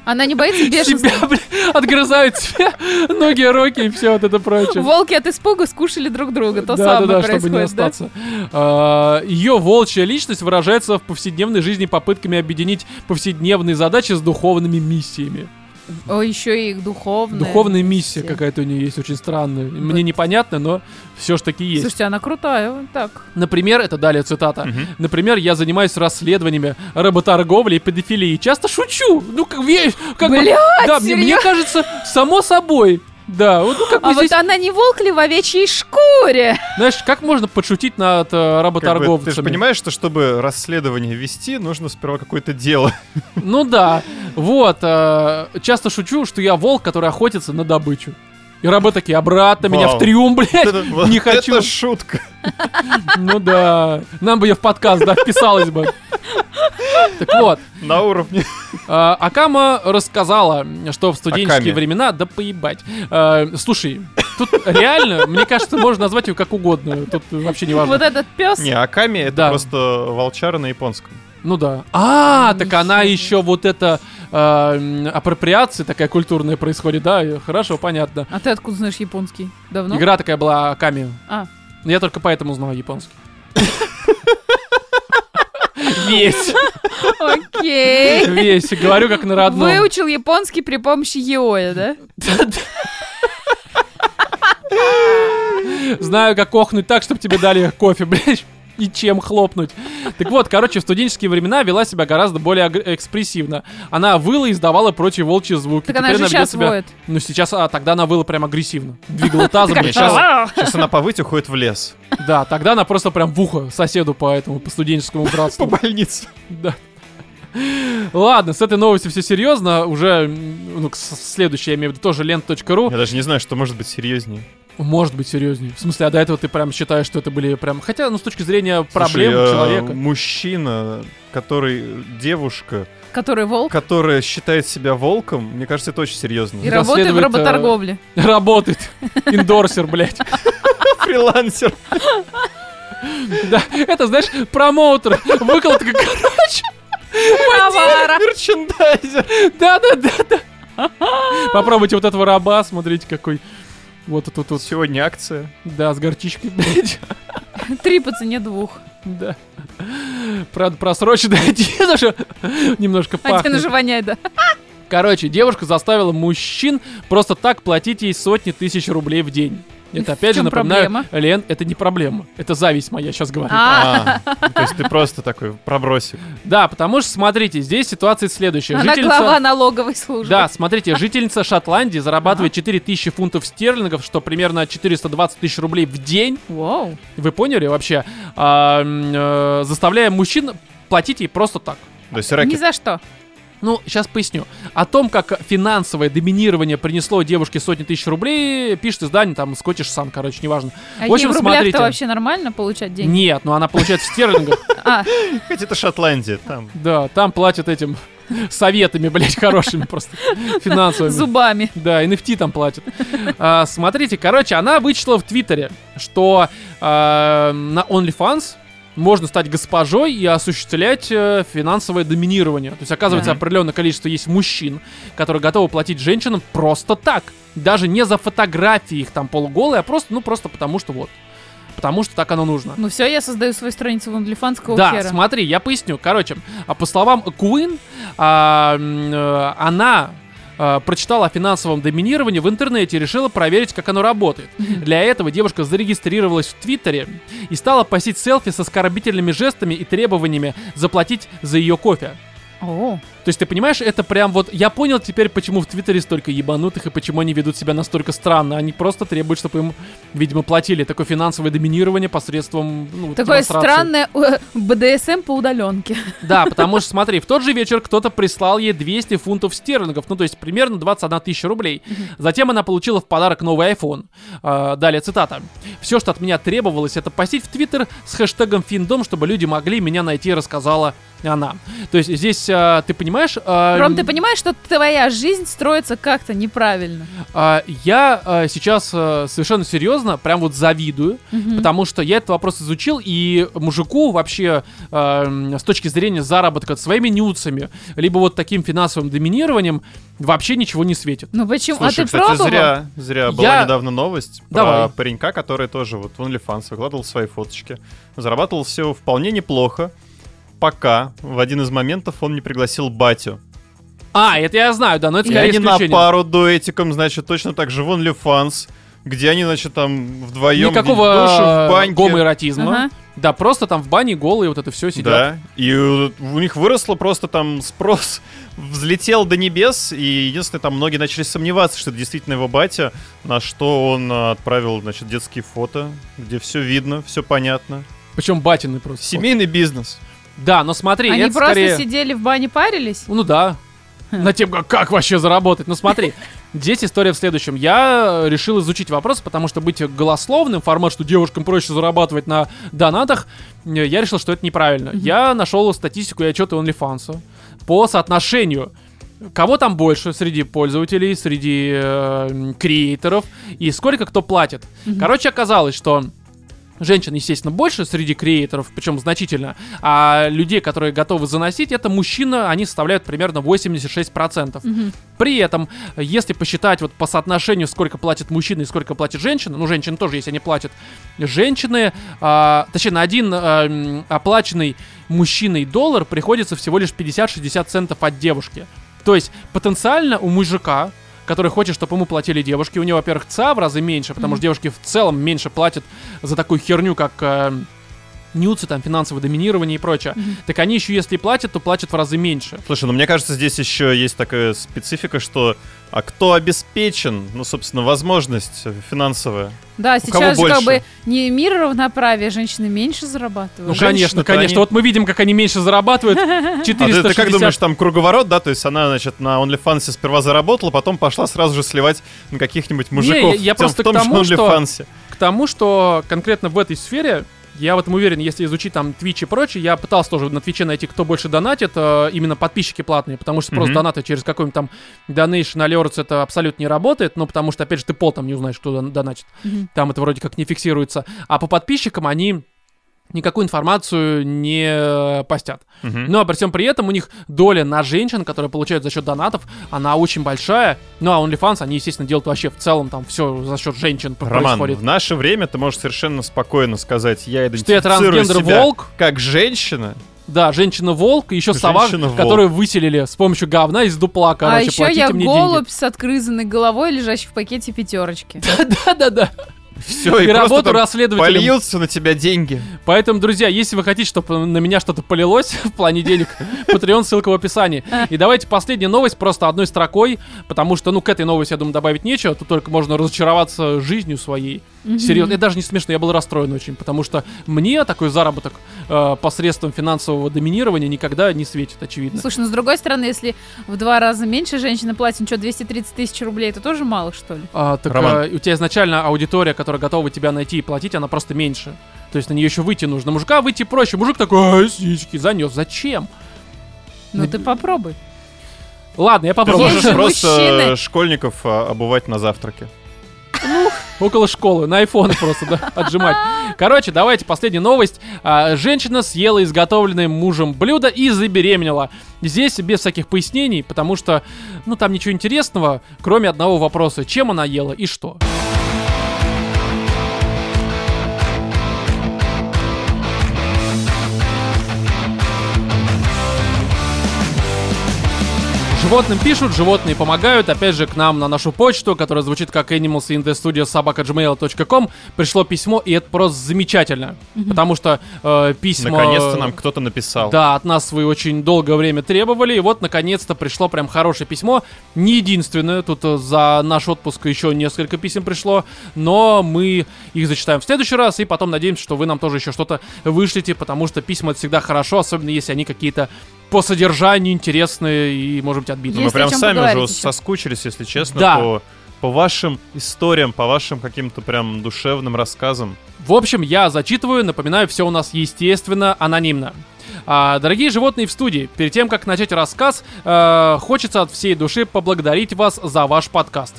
C: Она не боится бешенства?
A: себя, бля, отгрызают себе ноги, руки и все вот это прочее.
C: Волки от испуга скушали друг друга.
A: да,
C: То
A: да,
C: самое
A: да, чтобы не
C: происходит, да?
A: остаться. Ее волчья личность выражается в повседневной жизни попытками объединить повседневные задачи с духовными миссиями.
C: О, еще и их духовные.
A: Духовная миссия
C: миссия.
A: какая-то у нее есть, очень странная. Мне непонятно, но все ж таки есть.
C: Слушайте, она крутая. вот Так.
A: Например, это далее цитата.
B: Мгм.
A: Например, я занимаюсь расследованиями работорговли и педофилии. Часто шучу. Ну, как, ве- как бы-
C: Блядь,
A: Да, мне, мне
C: серьёзно?
A: кажется, само собой. Да, вот ну, как бы
C: А
A: здесь...
C: вот она не волк ли в овечьей шкуре?
A: Знаешь, как можно подшутить над э,
B: Как бы, Ты же
A: работорговцами?
B: понимаешь, что чтобы расследование вести, нужно сперва какое-то [laughs] дело.
A: ну да. Вот. э, часто шучу, что я волк, который охотится на добычу. И рабы такие, обратно меня в
B: Вау.
A: трюм, блядь.
B: Это- вот
A: не хочу.
B: Это шутка.
A: Ну да. Нам бы ее в подкаст, да, вписалась бы. Так вот,
B: На уровне.
A: э, Акама рассказала, что в студенческие
B: Акаме.
A: времена, да поебать. Э, Слушай, тут реально, мне кажется, можно назвать ее как угодно. Тут вообще не важно.
C: Вот этот пес.
B: Не, Аками это
A: Да.
B: просто волчара на японском.
A: Ну да. А, так
C: Ничего.
A: она еще вот эта э, м, апроприация такая культурная происходит, да? и Хорошо, понятно.
C: А ты откуда знаешь японский? Давно?
A: Игра такая была Аками.
C: Ну. А.
A: Но Я только поэтому знал японский. Весь, [laughs]
C: Окей.
A: весь. Говорю как на родном.
C: Выучил японский при помощи Йоя, да?
A: Знаю, как охнуть так, чтобы тебе дали кофе, [laughs] блядь. И чем хлопнуть. Так вот, короче, в студенческие времена вела себя гораздо более агр- экспрессивно. Она выла и издавала прочие волчьи звуки.
C: Так она
A: Теперь
C: же
A: ведет
C: сейчас
A: себя-
C: воет.
A: Ну сейчас, а тогда она выла прям агрессивно. Двигала тазом.
B: Такая,
A: блядь, щас-
B: Сейчас она повыть уходит в лес.
A: Да, тогда она просто прям в ухо соседу по этому, по студенческому
B: По
A: братству.
B: больнице.
A: Да. Ладно, с этой новостью все серьезно. Уже, м, ну, к с- следующей, я имею в виду, тоже лент.ру.
B: Я даже не знаю, что может быть серьезнее.
A: Может быть серьезнее. В смысле, а до этого ты прям считаешь, что это были прям... Хотя, ну, с точки зрения проблем
B: Слушай, э,
A: человека.
B: Мужчина, который девушка,
C: Который волк.
B: которая считает себя волком, мне кажется, это очень серьезно.
C: И
A: Да,
C: работает в
A: [laughs] следует, э,
C: работорговле.
A: Работает. Индорсер, блядь.
B: [laughs] Фрилансер.
A: Да, это, знаешь, промоутер, выкладка, [laughs] короче.
C: Авара.
B: Мерчендайзер.
A: Да, да, да, да. [laughs] Попробуйте вот этого раба, смотрите, какой. Вот тут вот,
B: Сегодня акция.
A: да, с горчичкой, [laughs] блядь.
C: Три по цене двух.
A: Да. Правда, [laughs] просроченная одежда же а немножко
C: Один
A: пахнет.
C: уже воняет, да.
A: Короче, девушка заставила мужчин просто так платить ей сотни тысяч рублей в
C: [laughs]
A: день. Это опять же,
C: чем
A: напоминаю,
C: проблема?
A: Лен, это не проблема. Это зависть моя сейчас говорю.
C: А,
B: А, То есть ты просто такой пробросик.
A: Да, потому что, смотрите, здесь ситуация следующая.
C: она глава налоговой службы.
A: Да, смотрите, жительница Шотландии зарабатывает 4000 фунтов стерлингов, что примерно 420 тысяч рублей в день.
C: Вау.
A: Вы поняли вообще? А, м, э, заставляя мужчин платить ей просто так.
B: То есть
C: Ни
B: рэкет.
C: за что.
A: Ну, сейчас поясню. О том, как финансовое доминирование принесло девушке сотни тысяч рублей, пишет издание, там, Скотиш Сан, короче, неважно.
C: А
A: В общем,
C: ей в рублях-то
A: смотрите.
C: вообще нормально получать деньги?
A: Нет, ну она получает в стерлингах.
C: [laughs] А,
B: Хоть это Шотландия, там.
A: Да, там платят этим советами, блядь, хорошими
C: [laughs]
A: просто, финансовыми.
C: зубами.
A: [laughs] Да, NFT там платят. А, Смотрите, короче, она вычитала в Твиттере, что а, на OnlyFans можно стать госпожой и осуществлять э, финансовое доминирование. То есть, оказывается,
B: Мгм.
A: определенное количество есть мужчин, которые готовы платить женщинам просто так. Даже не за фотографии их там полуголые, а просто, ну, просто потому что вот. Потому что так оно нужно.
C: Ну все, я создаю свою страницу в OnlyFans, какого
A: Да,
C: хера?
A: смотри, я поясню. Короче, а по словам Куин, а, м, э, она а, прочитала о финансовом доминировании в интернете и решила проверить, как оно работает. Для этого девушка зарегистрировалась в Твиттере и стала постить селфи с оскорбительными жестами и требованиями заплатить за ее кофе.
C: О,
A: То есть ты понимаешь, это прям вот... Я понял теперь, почему в Твиттере столько ебанутых и почему они ведут себя настолько странно. Они просто требуют, чтобы им, видимо, платили. Такое финансовое доминирование посредством... ну, вот
C: такое
A: демонстрации.
C: странное э, БДСМ по удаленке.
A: Да, потому что, смотри, в тот же вечер кто-то прислал ей 200 фунтов стерлингов, ну, то есть примерно 21 тысяча рублей. Затем она получила в подарок новый iPhone. А, далее цитата. «Все, что от меня требовалось, это постить в Твиттер с хэштегом «Финдом», чтобы люди могли меня найти», рассказала она. То есть здесь, а, ты понимаешь... а,
C: Ром, ты понимаешь, что твоя жизнь строится как-то неправильно?
A: а, я а, сейчас а, совершенно серьезно прям вот завидую, потому что я этот вопрос изучил, и мужику вообще а, м, с точки зрения заработка своими нюцами, либо вот таким финансовым доминированием вообще ничего не светит.
C: Ну почему?
B: Слушай,
C: а ты
B: кстати,
C: пробовал?
B: зря, зря. Была
A: Я-
B: недавно новость
A: Давай.
B: про паренька, который тоже вот в OnlyFans выкладывал свои фоточки. Зарабатывал все вполне неплохо, пока в один из моментов он не пригласил батю.
A: А, это я знаю, да, но это
B: И
A: скорее
B: они на
A: исключение.
B: пару дуэтиком, значит, точно так же в OnlyFans, где они, значит, там вдвоем в душе,
A: Никакого
B: в баньке.
A: гомоэротизма.
C: Ага.
A: Да, просто там в бане голые вот это все сидят.
B: Да, и у у них выросло просто там спрос, взлетел до небес, и единственное, там многие начали сомневаться, что это действительно его батя, на что он а, отправил, значит, детские фото, где все видно, все понятно.
A: Причем батины просто.
B: Семейный бизнес.
A: Да, но смотри,
C: Они
A: это
C: просто
A: скорее...
C: сидели в бане, парились?
A: Ну да. На тем, как, как вообще заработать. Ну смотри, здесь история в следующем. Я э, решил изучить вопрос, потому что быть голословным, формат, что девушкам проще зарабатывать на донатах, э, я решил, что это неправильно. Я нашел статистику и отчеты OnlyFans по соотношению Кого там больше среди пользователей, среди э, м, креаторов и сколько кто платит? Короче, оказалось, что женщин, естественно, больше среди креаторов, причем значительно, а людей, которые готовы заносить, это мужчина, они составляют примерно 86%. При этом, если посчитать вот по соотношению, сколько платит мужчина и сколько платит женщина, ну, женщины тоже, если они платят, женщины, а, точнее, на один а, м, оплаченный мужчиной доллар приходится всего лишь 50-60 центов от девушки. То есть, потенциально у мужика который хочет, чтобы ему платили девушки. У него, во-первых, ЦА в разы меньше, потому что девушки в целом меньше платят за такую херню, как э, нюцы, там, финансовое доминирование и прочее. Так они еще, если и платят, то платят в разы меньше.
B: Слушай, ну мне кажется, здесь еще есть такая специфика, что а кто обеспечен, ну, собственно, возможность э, финансовая?
C: Да, сейчас же
B: кого
C: как бы
B: больше?
C: не мир равноправия, женщины меньше
A: Ну,
C: зарабатывают.
B: Женщины-то
A: конечно, конечно.
B: они-
A: Вот мы видим, как они меньше
B: [laughs]
A: зарабатывают.
B: А ты,
A: 460...
B: ты как думаешь, там круговорот, да? То есть она, значит, на OnlyFans сперва заработала, потом пошла сразу же сливать на каких-нибудь мужиков.
A: я
B: Тем
A: просто
B: в том
A: к тому,
B: же
A: что-
B: OnlyFans.
A: К тому, что конкретно в этой сфере Я в этом уверен, если изучить там Twitch и прочее, я пытался тоже на Твиче найти, кто больше донатит, э, именно подписчики платные, потому что просто
B: Мгм.
A: донаты через какой-нибудь там Donation Alerts это абсолютно не работает, ну, потому что, опять же, ты пол там не узнаешь, кто дон- донатит.
C: Мгм. А
A: Там это вроде как не фиксируется. А по подписчикам они никакую информацию не э, постят.
B: Мгм.
A: Но при всем при этом у них доля на женщин, которые получают за счет донатов, она очень большая. Ну а OnlyFans, они, естественно, делают вообще в целом там все за счет женщин
B: Роман, ну,
A: происходит.
B: в наше время ты можешь совершенно спокойно сказать, я
A: Что я
B: идентифицирую себя
A: трансгендер-волк, [laughs]
B: как женщина.
A: да, женщина-волк, и еще сова,
B: Женщина-волк.
A: которую выселили с помощью говна из дупла, короче,
C: а еще
A: платите
C: я
A: мне
C: голубь с открызанной головой, лежащий в пакете пятерочки.
A: деньги. [laughs] Да-да-да.
B: Все, и,
A: И
B: просто
A: работу
B: там
A: расследователем.
B: польются на тебя деньги.
A: Поэтому, друзья, если вы хотите, чтобы на меня что-то полилось [laughs] в плане денег, Patreon, ссылка в описании. И давайте последняя новость просто одной строкой, потому что, ну, к этой новости, я думаю, добавить нечего, тут только можно разочароваться жизнью своей. Серьезно, это даже не смешно, я был расстроен очень, потому что мне такой заработок э, посредством финансового доминирования никогда не светит, очевидно.
C: Слушай, ну с другой стороны, если в два раза меньше женщина платит, ну что, 230 тысяч рублей, это тоже мало, что ли?
A: А, так
B: Роман.
A: э, у тебя изначально аудитория, которая готова тебя найти и платить, она просто меньше. То есть на нее еще выйти нужно. Мужика выйти проще. Мужик такой, «Ай, сиськи, занес. Зачем?
C: Ну
A: Ну,
C: ты попробуй.
A: Ладно, я
B: Ты
A: попробую.
B: можешь
C: Есть
B: просто
C: мужчины.
B: школьников а, обувать на завтраке.
A: Около школы, на iPhone просто, да, [laughs] отжимать. Короче, давайте последняя новость. А, Женщина съела изготовленное мужем блюдо и забеременела. Здесь без всяких пояснений, потому что, ну, там ничего интересного, кроме одного вопроса. Чем она ела и что? Животным пишут, животные помогают. Опять же, к нам на нашу почту, которая звучит как animalsinthestudio.sobaka.gmail.com пришло письмо, и это просто замечательно. Потому что э, письма...
B: Наконец-то нам кто-то написал.
A: Да, от нас вы очень долгое время требовали, и вот наконец-то пришло прям хорошее письмо. Не единственное, тут э, за наш отпуск еще несколько писем пришло, но мы их зачитаем в следующий раз, и потом надеемся, что вы нам тоже еще что-то вышлите, потому что письма это всегда хорошо, особенно если они какие-то по содержанию интересные и, может быть,
B: Ну,
A: отбитые.
B: мы
C: Есть о
B: прям
C: чем
B: сами уже
C: поговорить еще.
B: соскучились, если честно,
A: Да.
B: по, по вашим историям, по вашим каким-то прям душевным рассказам.
A: В общем, я зачитываю, напоминаю, все у нас, естественно, анонимно. А, дорогие животные в студии, перед тем, как начать рассказ, э, хочется от всей души поблагодарить вас за ваш подкаст,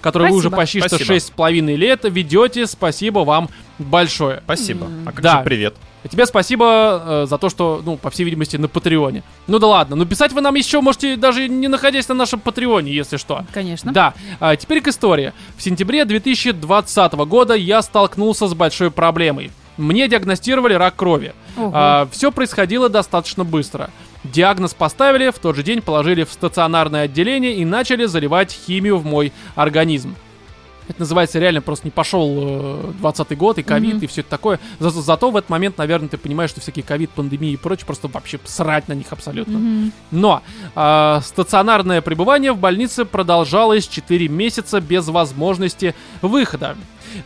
A: который вы уже
C: Спасибо.
A: почти что
B: Спасибо.
A: шесть с половиной лет ведете. Спасибо вам большое.
B: Спасибо. А как
A: Да.
B: же привет?
A: И Тебе спасибо э, за то, что, ну, по всей видимости, на Патреоне. Ну да ладно, но писать вы нам еще можете, даже не находясь на нашем Патреоне, если что.
C: Конечно.
A: Да, а теперь к истории. В сентябре 2020 года я столкнулся с большой проблемой. Мне диагностировали рак крови.
C: Ого.
A: все происходило достаточно быстро. Диагноз поставили, в тот же день положили в стационарное отделение и начали заливать химию в мой организм. Это называется реально просто не пошел двадцатый год и ковид
C: Мгм.
A: и все это такое. За- зато в этот момент, наверное, ты понимаешь, что всякие ковид, пандемии и прочее просто вообще срать на них абсолютно.
C: Мгм.
A: Но а, стационарное пребывание в больнице продолжалось 4 месяца без возможности выхода.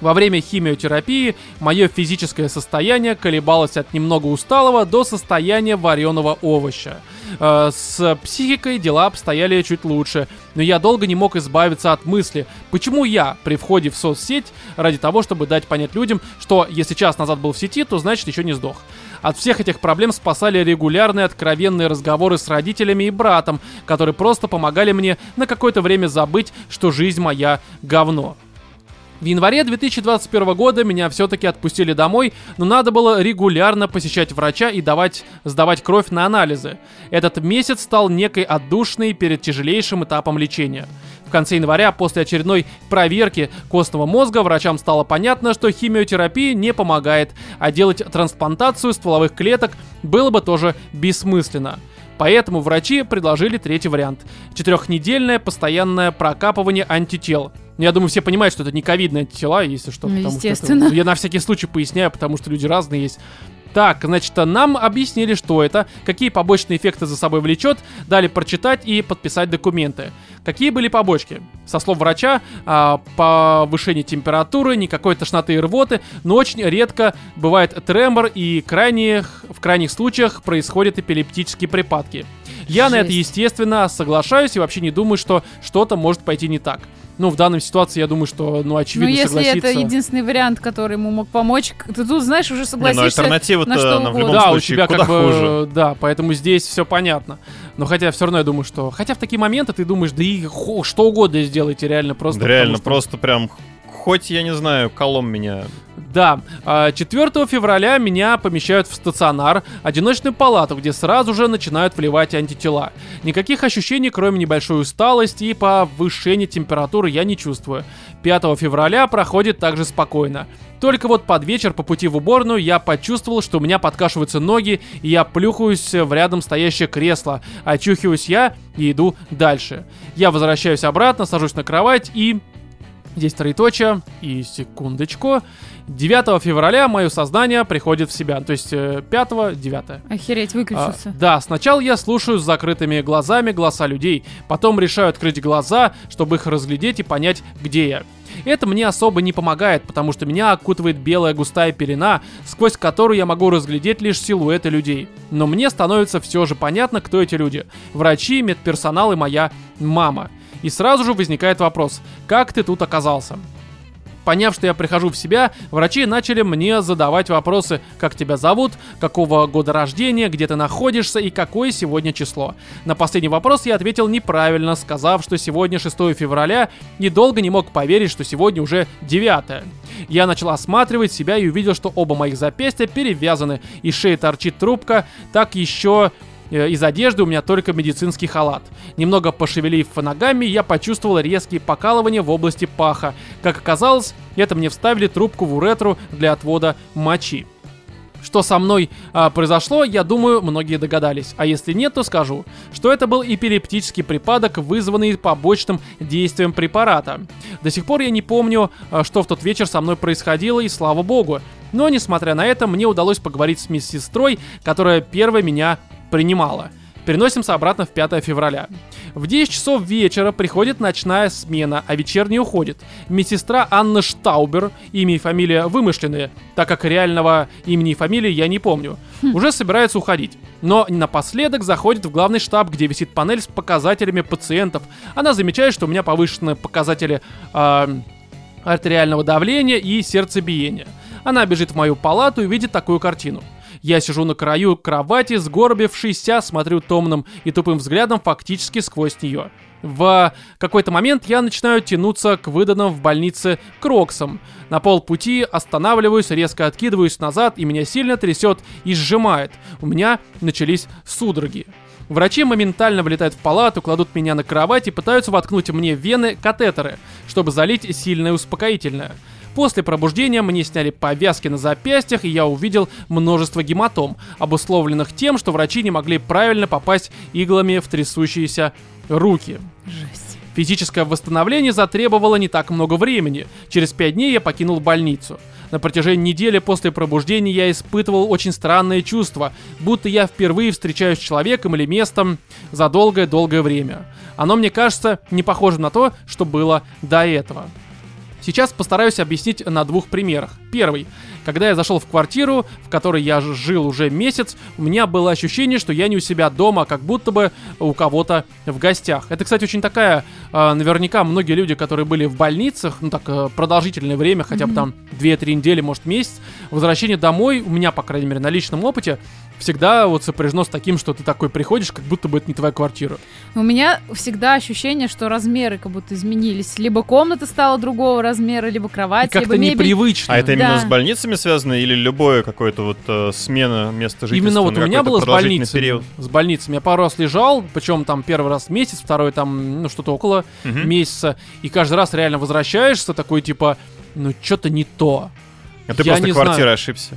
A: Во время химиотерапии мое физическое состояние колебалось от немного усталого до состояния вареного овоща. Э, С психикой дела обстояли чуть лучше, но я долго не мог избавиться от мысли, почему я при входе в соцсеть ради того, чтобы дать понять людям, что если час назад был в сети, то значит еще не сдох. От всех этих проблем спасали регулярные откровенные разговоры с родителями и братом, которые просто помогали мне на какое-то время забыть, что жизнь моя говно. В январе 2021 года меня все-таки отпустили домой, но надо было регулярно посещать врача и давать, сдавать кровь на анализы. Этот месяц стал некой отдушной перед тяжелейшим этапом лечения. В конце января, после очередной проверки костного мозга, врачам стало понятно, что химиотерапия не помогает, а делать трансплантацию стволовых клеток было бы тоже бессмысленно. Поэтому врачи предложили третий вариант. Четырехнедельное постоянное прокапывание антител. Ну, Я думаю, все понимают, что это не ковидные антитела, если что.
C: Ну,
A: потому что это-
C: естественно.
A: я на всякий случай поясняю, потому что люди разные есть. Так, значит, а нам объяснили, что это, какие побочные эффекты за собой влечет, дали прочитать и подписать документы. Какие были побочки? Со слов врача, а, повышение температуры, никакой тошноты и рвоты, но очень редко бывает тремор и крайних, в крайних случаях происходят эпилептические припадки. Я на это,
C: Жесть.
A: естественно, соглашаюсь и вообще не думаю, что что-то может пойти не так. ну, в данной ситуации, я думаю, что, ну,
C: Ну,
A: очевидно,
C: если
A: согласится.
C: это единственный вариант, который ему мог помочь, к- ты тут, знаешь,
B: Не,
C: уже
B: ну
C: согласишься. на что
B: альтернатива-то нам в
C: угодно.
B: любом
A: да,
B: случае
A: у тебя
B: куда
A: как бы,
B: хуже.
A: да, поэтому здесь все понятно. Но хотя все равно я думаю, что, хотя в такие моменты ты думаешь, да и хо- что угодно сделайте реально просто.
B: Да реально,
A: потому
B: просто прям х- хоть, я не знаю, колом меня.
A: что- Да. А, 4 февраля меня помещают в стационар, одиночную палату, где сразу же начинают вливать антитела. Никаких ощущений, кроме небольшой усталости и повышения температуры, я не чувствую. 5 февраля проходит также спокойно. Только вот под вечер по пути в уборную я почувствовал, что у меня подкашиваются ноги, и я плюхаюсь в рядом стоящее кресло. Очухиваюсь я и иду дальше. Я возвращаюсь обратно, сажусь на кровать и... Здесь троеточие, и секундочку. 9 февраля мое сознание приходит в себя, то есть 5-9.
C: Охереть, выключился.
A: А, да, сначала я слушаю с закрытыми глазами голоса людей, потом решаю открыть глаза, чтобы их разглядеть и понять, где я. Это мне особо не помогает, потому что меня окутывает белая густая пелена, сквозь которую я могу разглядеть лишь силуэты людей. Но мне становится все же понятно, кто эти люди. Врачи, медперсонал и моя мама. И сразу же возникает вопрос, как ты тут оказался? Поняв, что я прихожу в себя, врачи начали мне задавать вопросы, как тебя зовут, какого года рождения, где ты находишься и какое сегодня число. На последний вопрос я ответил неправильно, сказав, что сегодня 6 февраля, и долго не мог поверить, что сегодня уже 9. Я начал осматривать себя и увидел, что оба моих запястья перевязаны, и шеи торчит трубка, так еще Э, Из одежды у меня только медицинский халат. Немного пошевелив ногами, я почувствовал резкие покалывания в области паха. Как оказалось, это мне вставили трубку в уретру для отвода мочи. Что со мной а, произошло, я думаю, многие догадались. А если нет, то скажу, что это был эпилептический припадок, вызванный побочным действием препарата. До сих пор я не помню, а, что в тот вечер со мной происходило, и слава богу. Но, несмотря на это, мне удалось поговорить с медсестрой, которая первой меня принимала. Переносимся обратно в 5 февраля. В 10 часов вечера приходит ночная смена, а вечерняя уходит. Медсестра Анна Штаубер, имя и фамилия вымышленные, так как реального имени и фамилии я не помню, уже собирается уходить. Но напоследок заходит в главный штаб, где висит панель с показателями пациентов. Она замечает, что у меня повышенные показатели эм, артериального давления и сердцебиения. Она бежит в мою палату и видит такую картину. Я сижу на краю кровати, сгорбившийся, смотрю томным и тупым взглядом фактически сквозь нее. В какой-то момент я начинаю тянуться к выданным в больнице кроксам. На полпути останавливаюсь, резко откидываюсь назад, и меня сильно трясет и сжимает. У меня начались судороги. Врачи моментально влетают в палату, кладут меня на кровать и пытаются воткнуть мне в вены катетеры, чтобы залить сильное успокоительное. После пробуждения мне сняли повязки на запястьях, и я увидел множество гематом, обусловленных тем, что врачи не могли правильно попасть иглами в трясущиеся руки.
C: Жесть.
A: Физическое восстановление затребовало не так много времени. Через пять дней я покинул больницу. На протяжении недели после пробуждения я испытывал очень странное чувство, будто я впервые встречаюсь с человеком или местом за долгое-долгое время. Оно мне кажется не похожим на то, что было до этого. Сейчас постараюсь объяснить на двух примерах. Первый. Когда я зашел в квартиру, в которой я ж- жил уже месяц, у меня было ощущение, что я не у себя дома, а как будто бы у кого-то в гостях. Это, кстати, очень такая, э, наверняка, многие люди, которые были в больницах, ну так, э, продолжительное время, хотя бы там 2-3 недели, может, месяц, возвращение домой, у меня, по крайней мере, на личном опыте, всегда вот сопряжено с таким, что ты такой приходишь, как будто бы это не твоя квартира.
C: У меня всегда ощущение, что размеры как будто изменились. Либо комната стала другого размера, либо
A: И
C: кровать, либо
A: как-то
C: мебель.
A: непривычно.
B: А это именно
C: Да.
B: с больницами связано или любое какое-то вот э, смена места жительства?
A: Именно вот
B: на
A: у меня
B: какой-то
A: было с
B: продолжительный
A: больницей.
B: период?
A: С больницей. Я пару раз лежал, причем там первый раз месяц, второй там, ну, что-то около
B: Мгм.
A: месяца. И каждый раз реально возвращаешься, такой типа, ну, что-то не то.
B: А ты
A: Я
B: просто
A: не
B: квартирой
A: знаю.
B: ошибся.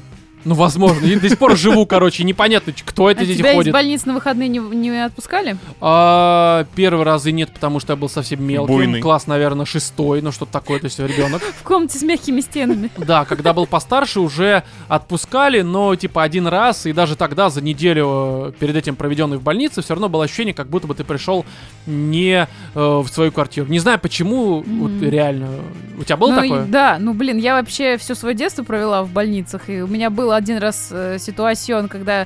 A: Ну, возможно. Я до сих пор живу, короче, непонятно, ч- кто это
C: А
A: здесь
C: тебя из
A: ходит.
C: больниц на выходные не, не отпускали?
A: А, первый раз и нет, потому что я был совсем мелким.
B: Буйный.
A: Класс, наверное, шестой, ну, что-то такое, то есть ребенок.
C: В комнате с мягкими стенами.
A: Да, когда был постарше, уже отпускали, но типа один раз, и даже тогда за неделю э, перед этим проведенной в больнице, все равно было ощущение, как будто бы ты пришел не э, в свою квартиру. Не знаю почему,
C: Мгм.
A: вот реально. У тебя было
C: Ну,
A: такое?
C: и- Да, ну блин, я вообще все свое детство провела в больницах, и у меня был один раз э, ситуацион, когда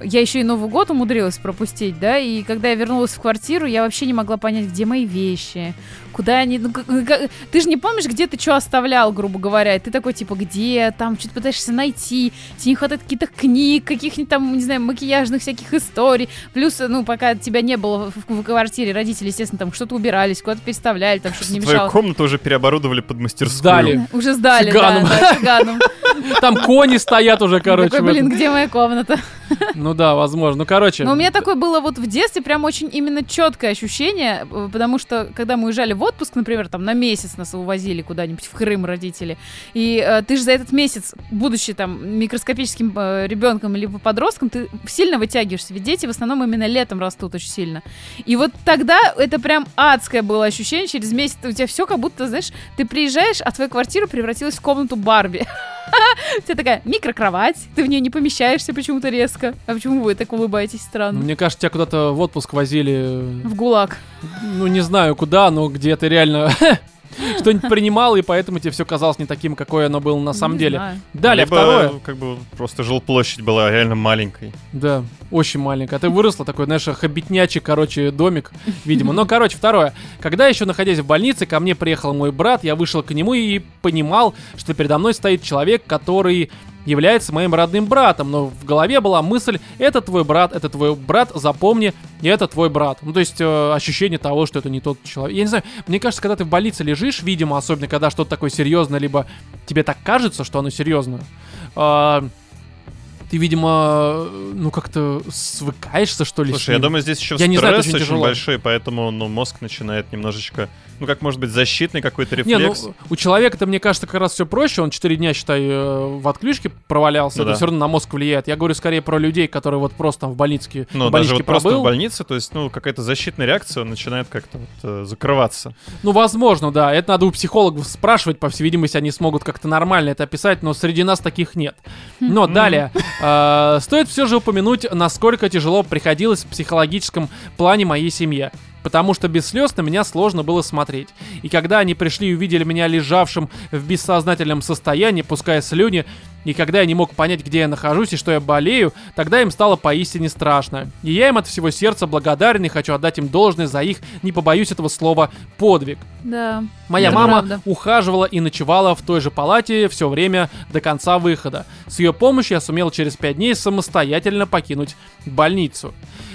C: я еще и Новый год умудрилась пропустить, да, и когда я вернулась в квартиру, я вообще не могла понять, где мои вещи, куда они... ну, как- как- Ты же не помнишь, где ты что оставлял, грубо говоря, и ты такой, типа, где, там, что-то пытаешься найти, тебе не хватает каких-то книг, каких-нибудь там, не знаю, макияжных всяких историй, плюс, ну, пока тебя не было в, в квартире, родители, естественно, там что-то убирались, куда-то переставляли, там, чтобы не
B: Твою
C: мешало.
B: комнату уже переоборудовали под мастерскую.
A: Сдали.
C: Уже сдали,
A: Цыганом.
C: да, да, цыганом.
A: Там кони стоят уже, [laughs] короче. в
C: Ну, Такой, блин,
A: этом.
C: где моя комната?
A: Ну да, возможно. Ну, короче.
C: Но у меня такое было вот в детстве прям очень именно четкое ощущение, э, потому что когда мы уезжали в отпуск, например, там на месяц нас увозили куда-нибудь в Крым родители, и э, ты же за этот месяц, будучи там микроскопическим э, ребенком либо подростком, ты сильно вытягиваешься, ведь дети в основном именно летом растут очень сильно. И вот тогда это прям адское было ощущение, через месяц у тебя все как будто, знаешь, ты приезжаешь, а твоя квартира превратилась в комнату Барби. [laughs] У тебя такая микрокровать, ты в нее не помещаешься почему-то резко. А почему вы так улыбаетесь странно?
A: ну, Мне кажется, тебя куда-то в отпуск возили. э,
C: В ГУЛАГ.
A: Ну, не знаю куда, но где ты реально [laughs] что-нибудь принимал, и поэтому тебе все казалось не таким, какое оно было на самом
C: Не
A: деле.
C: знаю.
A: Далее,
B: Либо,
A: второе.
B: как бы просто жилплощадь была реально маленькой.
A: Да, очень маленькая. А Ты выросла такой, знаешь, хобитнячий, короче, домик, видимо. Но, короче, второе. Когда еще находясь в больнице, ко мне приехал мой брат, я вышел к нему и понимал, что передо мной стоит человек, который является моим родным братом, но в голове была мысль «это твой брат, это твой брат, запомни, и это твой брат». Ну, то есть э, ощущение того, что это не тот человек. Я не знаю, мне кажется, когда ты в больнице лежишь, видимо, особенно когда что-то такое серьезное, либо тебе так кажется, что оно серьезное, а, ты, видимо, э, ну как-то свыкаешься, что ли. с
B: Слушай, я
A: ним.
B: думаю, здесь еще
A: Я
B: стресс
A: не знаю, это очень
B: очень,
A: тяжело.
B: большой, поэтому ну, мозг начинает немножечко, ну как может быть, защитный какой-то
A: Не, ну,
B: рефлекс.
A: у человека-то, мне кажется, как раз все проще. Он 4 дня, считай, э, в отключке провалялся.
B: Ну
A: это
B: да.
A: все равно на мозг влияет. Я говорю скорее про людей, которые вот просто там в больничке,
B: Ну,
A: в
B: даже
A: больничке
B: вот просто
A: пробыл.
B: в больнице, то есть, ну, какая-то защитная реакция, он начинает как-то вот, э, закрываться.
A: Ну, возможно, да. Это надо у психологов спрашивать. По всей видимости, они смогут как-то нормально это описать, но среди нас таких нет. Но далее. э, Стоит все же упомянуть, насколько тяжело приходилось в психологическом плане моей семье. Потому что без слез на меня сложно было смотреть. И когда они пришли и увидели меня лежавшим в бессознательном состоянии, пуская слюни, и когда я не мог понять, где я нахожусь и что я болею, тогда им стало поистине страшно. И я им от всего сердца благодарен и хочу отдать им должное за их, не побоюсь этого слова, подвиг.
C: Да.
A: Моя
C: Это
A: мама
C: правда.
A: ухаживала и ночевала в той же палате все время до конца выхода. С ее помощью я сумел через пять дней самостоятельно покинуть больницу.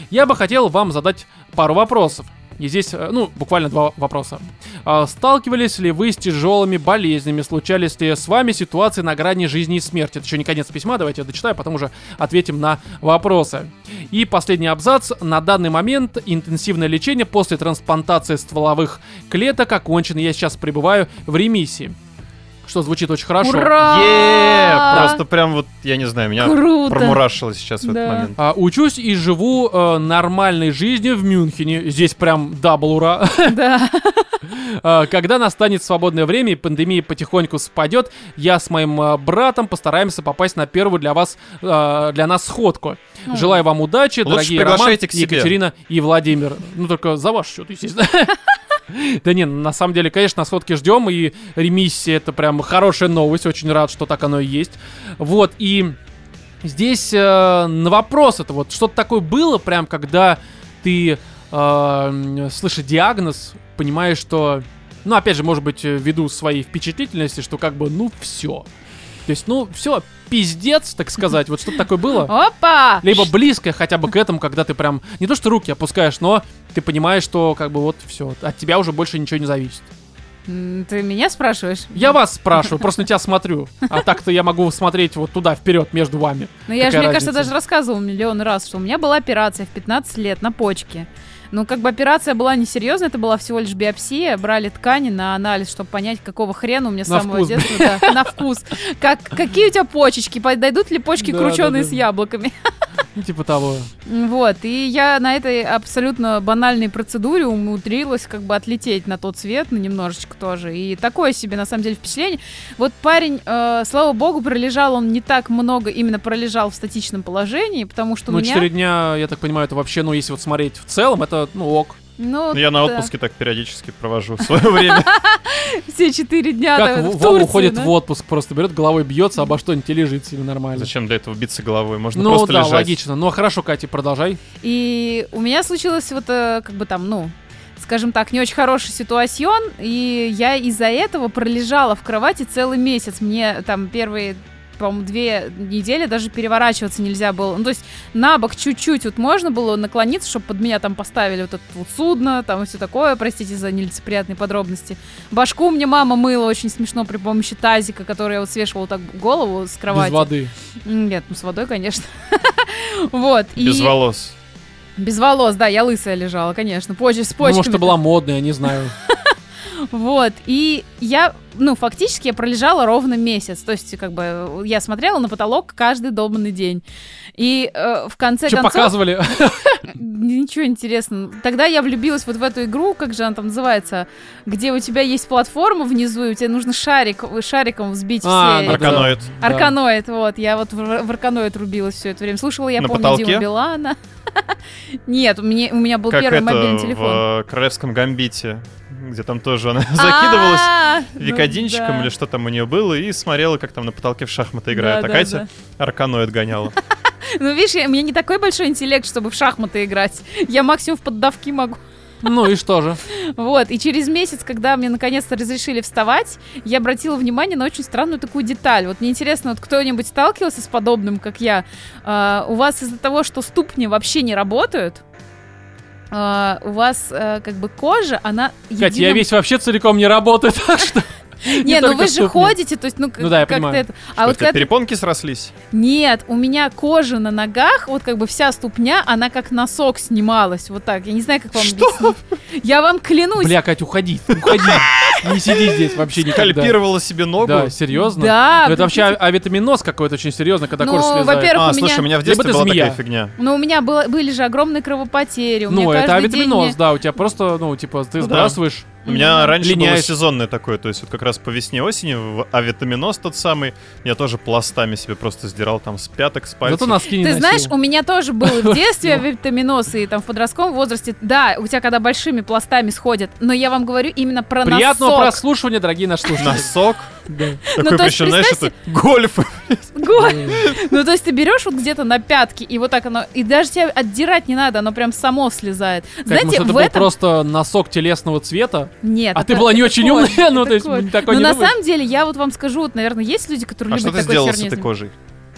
A: Я бы хотел вам задать пару вопросов. И здесь, э, ну, буквально два вопроса. А, Сталкивались ли вы с тяжелыми болезнями? Случались ли с вами ситуации на грани жизни и смерти? Это еще не конец письма, давайте я дочитаю, а потом уже ответим на вопросы. И последний абзац. На данный момент интенсивное лечение после трансплантации стволовых клеток окончено. Я сейчас пребываю в ремиссии. Что звучит очень хорошо.
C: Ура!
B: Е, Просто прям вот, я не знаю, меня
C: Круто.
B: промурашило сейчас в этот
C: Да.
B: момент.
A: А, учусь и живу э, нормальной жизнью в Мюнхене. Здесь прям дабл ура.
C: [laughs] Да.
A: А, Когда настанет свободное время и пандемия потихоньку спадет, я с моим а, братом постараемся попасть на первую для вас, а, для нас сходку. Желаю вам удачи, дорогие Роман,
B: приглашайте к себе.
A: Екатерина и Владимир. Ну только за ваш счет, естественно. Да не, на самом деле, конечно, на сходке ждем, и ремиссия это прям хорошая новость, очень рад, что так оно и есть. Вот, и здесь э, на вопрос это вот, что-то такое было, прям, когда ты э, м, слышишь диагноз, понимаешь, что, ну, опять же, может быть, э, ввиду своей впечатлительности, что как бы, ну, все. То есть, ну, все, пиздец, так сказать, вот что-то такое
C: [laughs]
A: было.
C: А, Опа!
A: Либо близкое хотя бы к этому, когда ты прям не то что руки опускаешь, но ты понимаешь, что как бы вот все, от тебя уже больше ничего не зависит.
C: М, Ты меня спрашиваешь?
A: Я вас спрашиваю, просто на тебя смотрю. А так-то я могу смотреть вот туда, вперед, между вами.
C: Ну, я же,
A: Какая
C: мне кажется,
A: разница?
C: даже рассказывал миллион раз, что у меня была операция в 15 лет на почке. Ну, как бы операция была несерьезная, это была всего лишь биопсия. Брали ткани на анализ, чтобы понять, какого хрена у меня с
A: На
C: самого
A: вкус,
C: детства. да, на вкус. Как, какие у тебя почечки, подойдут ли почки
A: Да,
C: крученые
A: да, да.
C: с яблоками?
A: Ну, типа того.
C: Вот, и я на этой абсолютно банальной процедуре умудрилась как бы отлететь на тот свет, ну, немножечко тоже. И такое себе, на самом деле, впечатление. Вот парень, э, слава богу, пролежал он не так много, именно пролежал в статичном положении, потому что у
A: Ну,
C: меня...
A: четыре дня, я так понимаю, это вообще, ну, если вот смотреть в целом, это, ну, ок.
C: Ну,
B: Ну, Я на
C: да.
B: отпуске так периодически провожу свое [laughs] время.
C: все четыре дня
A: Как
C: там,
A: В-
C: в
A: Вова
C: Турции, ну,
A: уходит
C: А, да?
A: в отпуск, просто берет головой бьется, обо что-нибудь и лежит себе нормально.
B: Зачем для этого биться головой? Можно
A: Ну
B: просто
A: да,
B: лежать.
A: логично. Ну хорошо, Катя, продолжай.
C: И у меня случилось вот э, как бы там, ну, скажем так, не очень хороший ситуацион, и я из-за этого пролежала в кровати целый месяц. Мне там первые по-моему, две недели даже переворачиваться нельзя было. Ну, то есть на бок чуть-чуть вот можно было наклониться, чтобы под меня там поставили вот это вот судно, там и все такое, простите за нелицеприятные подробности. Башку мне мама мыла очень смешно при помощи тазика, который я вот свешивала так голову с
A: Без
C: кровати.
A: воды.
C: М, Нет, ну с водой, конечно. [laughs] Вот. и-
B: Без волос.
C: без волос, да, я лысая лежала, конечно. Позже с
A: Ну,
C: почками.
A: может, ты была модная, не знаю.
C: Вот, и я, ну, фактически я пролежала ровно месяц. То есть, как бы, я смотрела на потолок каждый долбанный день. И э, в конце
A: Что
C: концов...
A: показывали? [laughs]
C: Ничего интересного. Тогда я влюбилась вот в эту игру, как же она там называется, где у тебя есть платформа внизу, и у тебя нужно шарик, э, шариком взбить
A: А,
C: все...
A: да.
C: эти-
B: Арканоид.
A: Да.
C: Арканоид, вот. Я вот в, в Арканоид рубилась все это время. Слушала я,
B: На
C: помню,
B: потолке?
C: Диму Билана. [laughs] Нет, у меня, у меня был
B: Как
C: первый мобильный
B: это
C: телефон.
B: в э, Королевском Гамбите, где там тоже она [laughs] закидывалась
C: А, ну
B: викодинчиком
C: да.
B: или что там у нее было, и смотрела, как там на потолке в шахматы играет.
C: Да,
B: А
C: да,
B: Катя арканоид гоняла.
C: да. Ну, видишь, я- у меня не такой большой интеллект, чтобы в шахматы играть. Я максимум в поддавки могу. [laughs]
A: Ну и что же?
C: Вот, и через месяц, когда мне наконец-то разрешили вставать, я обратила внимание на очень странную такую деталь. Вот мне интересно, вот кто-нибудь сталкивался с подобным, как я? А, у вас из-за того, что ступни вообще не работают, а, у вас э, как бы кожа, она...
A: Катя, я
C: единым-
A: весь вообще целиком не
C: [laughs]
A: работаю, так что...
C: Не, ну
A: только
C: вы же
A: ступни.
C: ходите, то есть, ну, как-
A: Ну да, я
C: как-то
A: понимаю.
C: это... [laughs]
B: Что, у
C: А вот
B: тебя
C: когда ты
B: перепонки срослись?
C: Нет, у меня кожа на ногах, вот как бы вся ступня, она как носок снималась, вот так. Я не знаю, как вам объяснить. Я вам клянусь.
A: Бля, Катя, уходи, уходи. Не сиди здесь вообще никогда.
B: Кальпировала себе ногу?
A: Да, серьезно?
C: Да.
A: Ну, Это вообще
C: прикиньте.
A: а- авитаминоз какой-то очень серьезно, когда
C: Ну,
A: кожа слезает.
C: во-первых,
B: А,
C: у меня-
B: слушай, у меня в
A: Либо
B: детстве
A: ты
B: была
A: змея.
B: такая фигня.
C: Но ну, у меня было, были же огромные кровопотери. У
A: ну,
C: меня
A: это
C: каждый день
A: авитаминоз,
C: мне-
A: да, у тебя просто, ну, типа, ты
B: Ну да.
A: сбрасываешь.
B: У меня
C: Мгм.
B: раньше было
A: Линяешь.
B: сезонное такое, то есть вот как раз по весне-осени, в- а витаминоз тот самый, я тоже пластами себе просто сдирал там с пяток, с пальцев.
A: Зато носки не
C: Ты
A: носил.
C: знаешь, у меня тоже был и в
A: [laughs]
C: детстве витаминоз, и там в подростковом возрасте. Да, у тебя когда большими пластами сходят, но я вам говорю именно про
A: Приятного
C: носок.
A: прослушивания, дорогие наши слушатели.
C: [laughs]
B: Носок.
A: Да.
B: Такой,
C: Ну, то есть
B: причем, знаешь, это
C: представьте-
B: гольф.
C: [laughs] Го- Ну, то есть ты берешь вот где-то на пятки, и вот так оно... И даже тебя отдирать не надо, оно прям само слезает.
A: Кать,
C: Знаете,
A: может, это
C: в
A: был
C: этом...
A: просто носок телесного цвета?
C: Нет.
A: а ты
C: это-
A: была не
C: это
A: очень
C: кожа,
A: умная, ну,
C: это
A: то есть,
C: кожа.
A: такой
C: Ну,
A: не
C: на
A: думаешь.
C: самом деле, я вот вам скажу, вот, наверное, есть люди, которые
B: А что
C: любят
B: ты
C: такой
B: сделала с
C: херню
B: этой
C: заниматься.
B: кожей?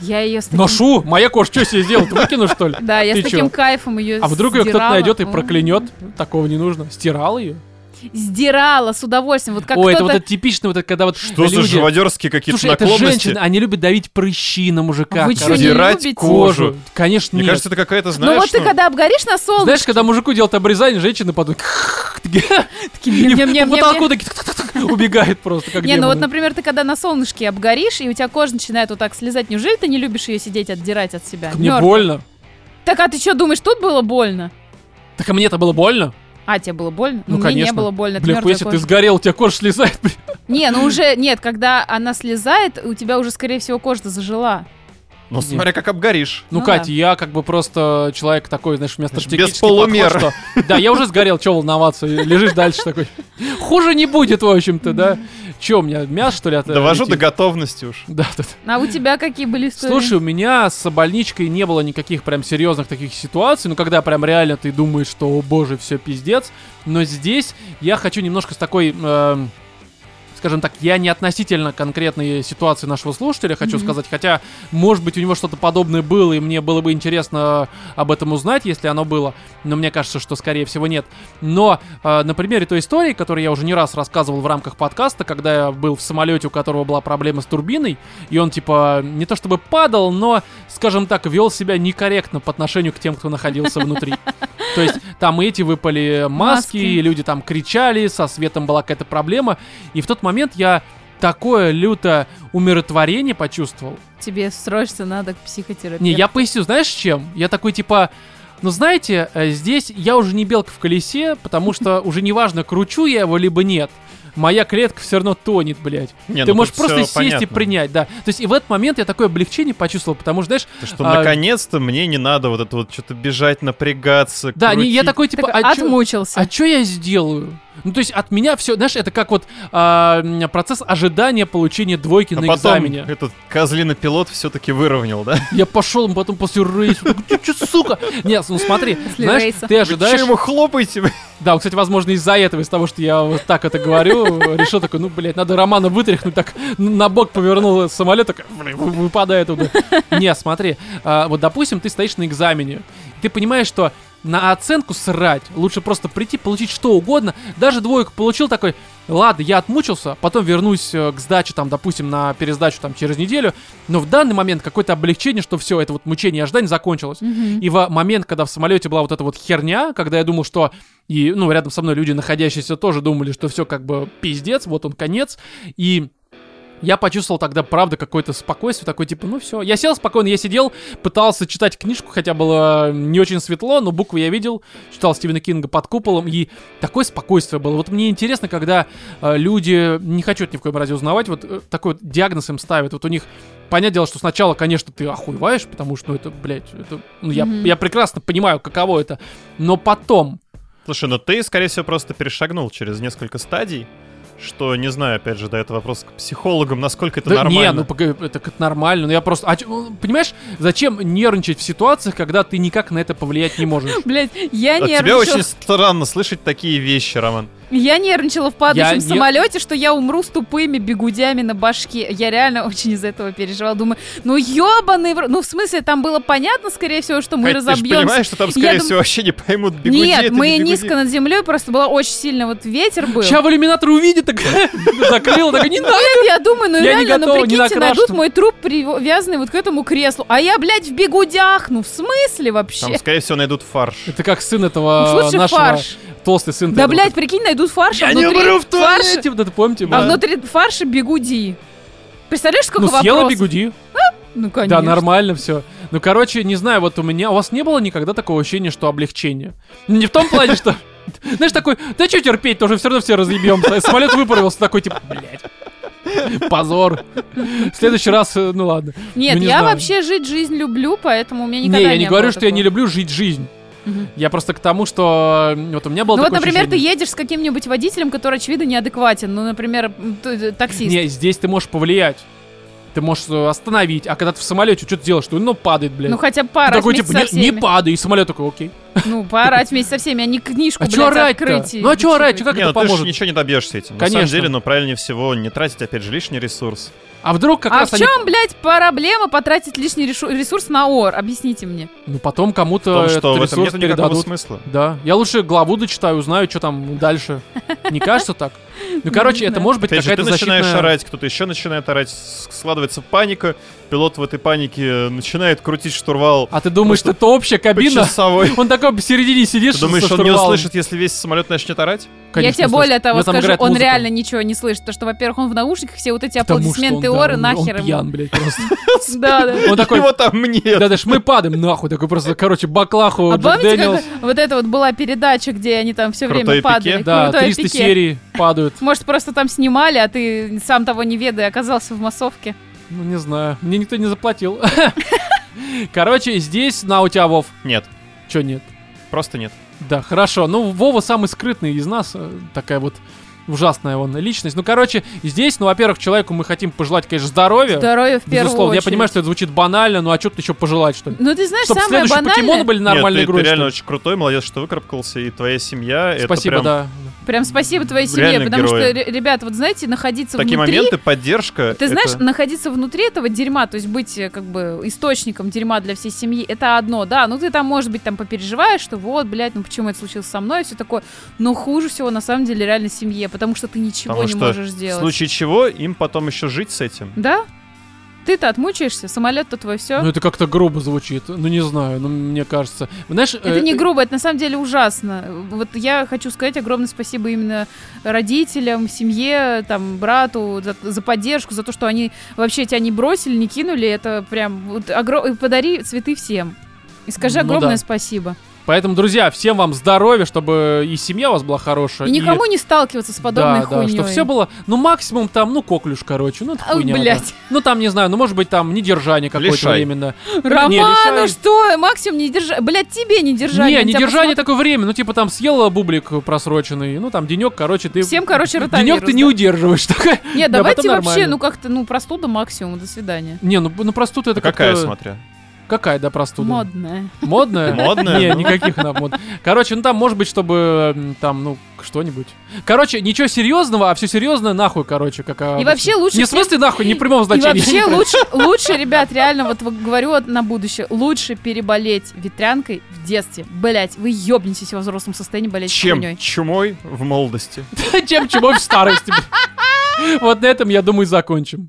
C: Я ее с таким...
A: Ношу? Моя кожа что себе сделала? Ты выкинул, что ли?
C: Да, я
A: Ну, Ты
C: с таким
A: чё?
C: кайфом ее
A: А вдруг ее кто-то найдет и проклянет? Такого не нужно. Стирал ее?
C: Сдирала с удовольствием. Вот как
A: Ой, это
C: кто-то-
A: вот это типично, вот это когда вот
B: Что за
A: люди-
B: живодерские какие-то
A: Слушай, это а женщины,
B: наклонности?
A: они любят давить прыщи на мужика.
C: А Вы чё,
A: короче.
C: не
B: Сдирать
C: любите?
B: кожу.
A: Конечно,
B: Мне
A: нет.
B: кажется, это какая-то,
C: Ну вот
B: знаешь,
C: ты
B: ну,
C: когда обгоришь на солнце,
A: Знаешь, когда мужику делают обрезание, женщины потом такие
C: [laughs]
A: [laughs]
C: такие,
A: и
C: «Ням-ням-ням-ням».
A: по потолку такие тк-тк-тк, убегает просто, как
C: Не, ну вот,
A: демоны.
C: например, ты когда на солнышке обгоришь, и у тебя кожа начинает вот так слезать, неужели ты не любишь ее сидеть, отдирать от себя?
A: Так Мне
C: Мёртв.
A: больно.
C: Так а ты что думаешь, тут было больно?
A: Так а мне-то было больно.
C: А, тебе было больно?
A: Ну,
C: мне не
A: конечно.
C: было больно, это
A: Бля,
C: мёртвая
A: если ты
C: кожа.
A: сгорел, у тебя кожа слезает. блин.
C: Не,
A: [clears throat]
C: ну уже, нет, когда она слезает, у тебя уже, скорее всего, кожа зажила.
B: ну смотря как обгоришь.
A: Ну,
C: Ну
A: Катя,
C: да.
A: я как бы просто человек такой, знаешь, у меня
B: Знаешь,
A: стратегический
B: без полумер.
A: подход, что- Да, я уже сгорел, чё волноваться, И лежишь дальше такой. Хуже не будет, в общем-то, да. Чё, у меня мясо, что ли, от-
B: Довожу до
A: летит?
B: готовности уж.
A: Да, да, да. [clears throat]
C: А у тебя какие были истории?
A: Слушай, у меня с больничкой не было никаких прям серьезных таких ситуаций, ну когда прям реально ты думаешь, что, о боже, все пиздец. Но здесь я хочу немножко с такой, эм, скажем так, я не относительно конкретной ситуации нашего слушателя хочу
C: Мгм.
A: сказать, хотя, может быть, у него что-то подобное было, и мне было бы интересно об этом узнать, если оно было, но мне кажется, что, скорее всего, нет. Но э, на примере той истории, которую я уже не раз рассказывал в рамках подкаста, когда я был в самолете, у которого была проблема с турбиной, и он, типа, не то чтобы падал, но, скажем так, вел себя некорректно по отношению к тем, кто находился внутри. То есть там эти выпали маски,
C: Маски.
A: и люди там кричали, со светом была какая-то проблема. И в тот момент я такое лютое умиротворение почувствовал.
C: тебе срочно надо к психотерапевту.
A: Не, я поясню, знаешь чем? Я такой типа, ну знаете, э, здесь я уже не белка в колесе, потому
C: [laughs]
A: что уже неважно, кручу я его либо нет. Моя клетка все равно тонет, блядь.
B: Не,
A: Ты
B: ну
A: можешь
B: тут всё
A: просто сесть и
B: понятно.
A: принять, да. То есть и в этот момент я такое облегчение почувствовал, потому что, знаешь,
B: Ты Что
A: А-
B: наконец-то мне не надо вот это вот что-то бежать, напрягаться,
A: да, не- я
B: крутить.
A: такой типа,
C: Так, [laughs]
A: а чё-
C: отмучился.
A: а чё я сделаю? Ну, то есть от меня все, знаешь, это как вот а, м, процесс ожидания получения двойки
B: А
A: на
B: потом [laughs]
A: экзамене.
B: этот козлина пилот все-таки выровнял, да?
A: Я пошел потом после рейса, такой, «Ты чё, сука? Нет, ну смотри,
C: После
A: знаешь,
C: рейса.
A: ты
B: Вы чё
A: ожидаешь...
B: ему хлопаете? [laughs] блин?
A: Да, кстати, возможно, из-за этого, из-за того, что я вот так это говорю, решил такой, ну, блядь, надо Романа вытряхнуть, так на бок повернул самолет, так блин, вы- выпадает туда. Не, смотри, а, вот, допустим, ты стоишь на экзамене, ты понимаешь, что на оценку срать, лучше просто прийти, получить что угодно, даже двойку получил такой, ладно, я отмучился, потом вернусь э, к сдаче, там, допустим, на пересдачу, там, через неделю, но в данный момент какое-то облегчение, что все, это вот мучение и ожидание закончилось.
C: Мгм.
A: И в момент, когда в самолете была вот эта вот херня, когда я думал, что и, ну, рядом со мной люди, находящиеся, тоже думали, что все как бы пиздец, вот он конец. И я почувствовал тогда, правда, какое-то спокойствие, такой, типа, ну все. Я сел спокойно, я сидел, пытался читать книжку, хотя было не очень светло, но буквы я видел, читал Стивена Кинга под куполом, и такое спокойствие было. Вот мне интересно, когда э, люди, не хочу это ни в коем разе узнавать, вот э, такой вот диагноз им ставят, вот у них Понятное дело, что сначала, конечно, ты охуеваешь, потому что, ну, это, блядь, это, ну, я,
C: Мгм.
A: я прекрасно понимаю, каково это. Но потом,
B: Слушай, ну ты, скорее всего, просто перешагнул через несколько стадий, что, не знаю, опять же, да, это вопрос к психологам, насколько это
A: Да
B: нормально.
A: Не, ну погоди, это как нормально. Но я просто. а чё, ну, понимаешь, зачем нервничать в ситуациях, когда ты никак на это повлиять не
C: [laughs]
A: можешь?
C: Блять,
A: А
C: я
B: От тебя
C: нервничала.
B: А очень странно слышать такие вещи, Роман.
C: Я нервничала в падающем
A: Я не-
C: самолете, что я умру с тупыми бегудями на башке. Я реально [laughs] очень из этого переживала. Думаю, ну ёбаный в... р- Ну, в смысле, там было понятно, скорее всего, что мы
B: Хоть Ты же
C: разобьемся.
B: понимаешь, что там, скорее
C: дум-
B: всего, вообще не поймут бегуди.
C: Нет,
B: это
C: мы
B: не бегуди.
C: низко над землей, просто было очень сильно вот ветер был.
A: Сейчас в иллюминатор увидит, так [laughs] закрыл, так не надо.
C: Нет, я думаю, ну
A: Я не
C: реально, ну
A: готова, не
C: прикиньте,
A: накрашена.
C: найдут мой труп, привязанный вот к этому креслу. А я, блядь, в бегудях. Ну, в смысле вообще?
B: Там, скорее всего, найдут фарш.
A: Это как сын
C: [laughs] Ну,
A: этого
C: Лучше
A: а, нашего
C: фарш.
A: толстый сын.
C: Да,
A: этого,
C: блядь, прикинь, найдут фарш, а
A: Я не
C: внутри
A: умру в
C: фарш-
A: туалете, вот это помните?
C: а
A: да?
C: внутри фарша бегуди. Представляешь, сколько
A: Ну, съела
C: вопросов?
A: бигуди.
C: Ну, конечно.
A: Да, нормально все. Ну, короче, не знаю, вот у меня... У вас не было никогда такого ощущения, что облегчение? Ну, Не в том плане, что... [laughs] Знаешь, такой, да что терпеть, тоже все равно все разъебем. Самолет выпорвался, такой, типа, блядь. Позор. В следующий раз, э, ну ладно.
C: Нет,
A: Ну, не
C: я
A: знаю.
C: вообще жить жизнь люблю, поэтому у меня
A: Не,
C: никогда не
A: я не говорю, что я не
C: люблю.
A: люблю жить жизнь.
C: Мгм.
A: Я просто к тому, что э, вот у меня было
C: Ну вот,
A: такое
C: например, ты
A: ощущение.
C: едешь с каким-нибудь водителем, который, очевидно, неадекватен. Ну, например, м, т- таксист.
A: Не, здесь ты можешь повлиять. Ты можешь э, остановить, а когда ты в самолете что ты делаешь? Ты, ну, падает, блядь.
C: Ну, хотя бы
A: Ты
C: поорать
A: такой,
C: вместе
A: типа,
C: со
A: не, не
C: всеми.
A: падай, и самолет такой, окей.
C: Ну, поорать вместе со всеми, а не книжку,
A: А
C: блядь,
A: чё орать-то?
C: открыть. и
A: Ну а чё
C: вычитывать.
A: орать? Как
B: не,
A: это
B: ну ты же
A: поможет?
B: ничего не добьешься этим. На самом
A: Конечно.
B: деле, ну правильнее всего не тратить, опять же, лишний ресурс.
A: А вдруг как
C: А
A: раз
C: в
A: они...
C: чем, блядь, проблема потратить лишний решу- ресурс на ОР? Объясните мне.
A: Ну потом кому-то
B: Потому что в
A: этот
B: этом
A: ресурс
B: нет никакого
A: передадут.
B: смысла.
A: Да. Я лучше главу дочитаю, узнаю, что там
C: [laughs]
A: дальше. Не кажется так? Ну, короче, это
C: знаю.
A: может быть
B: Опять же, ты
A: какая-то
B: начинаешь
A: защитная...
B: орать, кто-то еще начинает орать, с- складывается паника, пилот в этой панике э, начинает крутить штурвал
A: А ты думаешь, что это общая кабина? [laughs]
B: почасовой.
A: Он такой посередине сидит,
B: Ты думаешь,
A: со
B: он не
A: штурвалом.
B: услышит, если весь самолет начнет орать?
A: Конечно,
C: я тебе
A: услышит.
C: более того
A: У меня там
C: скажу,
A: играет
C: он
A: музыка.
C: реально ничего не слышит, потому что, во-первых, он в наушниках, все вот эти
A: Потому что он,
C: аплодисменты
A: да,
C: Оры
A: он-
C: нахер
A: Он
C: ему.
A: пьян, блядь,
B: [laughs]
A: просто.
C: [laughs]
A: [laughs]
C: Да, да.
A: Он такой,
B: Его там нет.
A: да, даже мы падаем, нахуй. Такой просто, короче, баклаху
C: А
A: Джек
C: помните,
A: Дэниелс.
C: как вот это вот была передача, где они там все
B: Крутое
C: время
B: пике?
C: падали?
A: Да,
C: Крутое
A: 300
C: пике.
A: серий падают.
C: Может, просто там снимали, а ты сам того не ведая оказался в массовке?
A: Ну, не знаю. Мне никто не заплатил. [laughs] Короче, здесь на у тебя, Вов.
B: Нет,
A: Чё нет?
B: просто нет.
A: Да, хорошо. Ну, Вова самый скрытный из нас. э, Такая вот ужасная он личность. Ну, короче, здесь, ну, во-первых, человеку мы хотим пожелать, конечно, здоровья.
C: Здоровье в первую
A: Безусловно,
C: очередь.
A: я понимаю, что это звучит банально, ну а что тут еще пожелать, что ли?
C: Ну, ты знаешь,
A: Чтобы
C: самое
A: следующие покемоны
C: банальное...
A: были нормальной
B: Нет, ты- ты,
A: игрой. что
B: реально
A: ли?
B: очень крутой, молодец, что выкарабкался, и твоя семья...
A: Спасибо,
B: это прям...
A: да.
C: Прям спасибо твоей
B: Реально
C: семье, потому что,
B: герои.
C: ре- ребят, вот знаете, находиться
B: Такие
C: внутри...
B: моменты, поддержка.
C: Ты
B: это-
C: знаешь, находиться внутри этого дерьма, то есть быть э, как бы источником дерьма для всей семьи, это одно, да. Ну ты там, может быть, там попереживаешь, что вот, блядь, ну почему это случилось со мной, все такое. Но хуже всего на самом деле реально семье, потому что ты ничего
B: Потому
C: не
B: что
C: можешь
B: в
C: сделать.
B: случае чего им потом еще жить с этим.
C: Да? Ты-то отмучаешься, самолет-то твой все.
A: Ну это как-то грубо звучит. Ну не знаю, ну мне кажется. Знаешь,
C: Это
A: э,
C: не грубо, это на самом деле ужасно. Вот я хочу сказать огромное спасибо именно родителям, семье, там, брату за, за поддержку, за то, что они вообще тебя не бросили, не кинули. Это прям вот огро- и подари цветы всем. И скажи
A: Ну
C: огромное
A: да.
C: спасибо.
A: Поэтому, друзья, всем вам здоровья, чтобы и семья у вас была хорошая.
C: И никому не сталкиваться с подобной
A: да,
C: хуйней.
A: да, что все было, ну максимум там, ну коклюш, короче, ну это
C: А,
A: хуйня, да.
C: блядь.
A: Ну там, не знаю, ну может быть там недержание какое-то
B: Лишай.
A: временно. [laughs]
C: Роман,
A: Не,
C: ну
A: лишай.
C: что, Максим, не держа... Блядь, тебе не держание.
A: не,
C: он тебя
A: недержание
C: посмотрит.
A: такое время, ну типа там съела бублик просроченный, ну там денек, короче, ты...
C: Всем, короче, ротовирус.
A: Денек ты не
C: да.
A: удерживаешь [laughs] такая.
C: Нет,
A: Да,
C: давайте
A: потом
C: вообще,
A: нормально.
C: ну как-то, ну простуда максимум, до свидания.
A: Не, ну, ну простуда это
B: Какая,
A: как-то-
B: смотря?
A: Какая, да, простуда?
C: Модная.
A: Модная?
B: Модная?
A: Э, Не,
B: Ну.
A: никаких нам мод. Короче, ну там может быть, чтобы м, там, ну, что-нибудь. Короче, ничего серьезного, а все серьезное нахуй, короче, как а,
C: И
A: обычно.
C: вообще лучше
A: Не в
C: всем-
A: смысле нахуй, не в прямом
C: И
A: значении.
C: вообще лучше, лучше, ребят, реально, вот в- говорю вот на будущее, лучше переболеть ветрянкой в детстве. Блять, вы ёбнетесь во взрослом состоянии болеть
B: Чем?
C: хуйней.
B: Чумой в молодости.
A: [laughs] Чем чего в старости. Вот на этом, я думаю, закончим.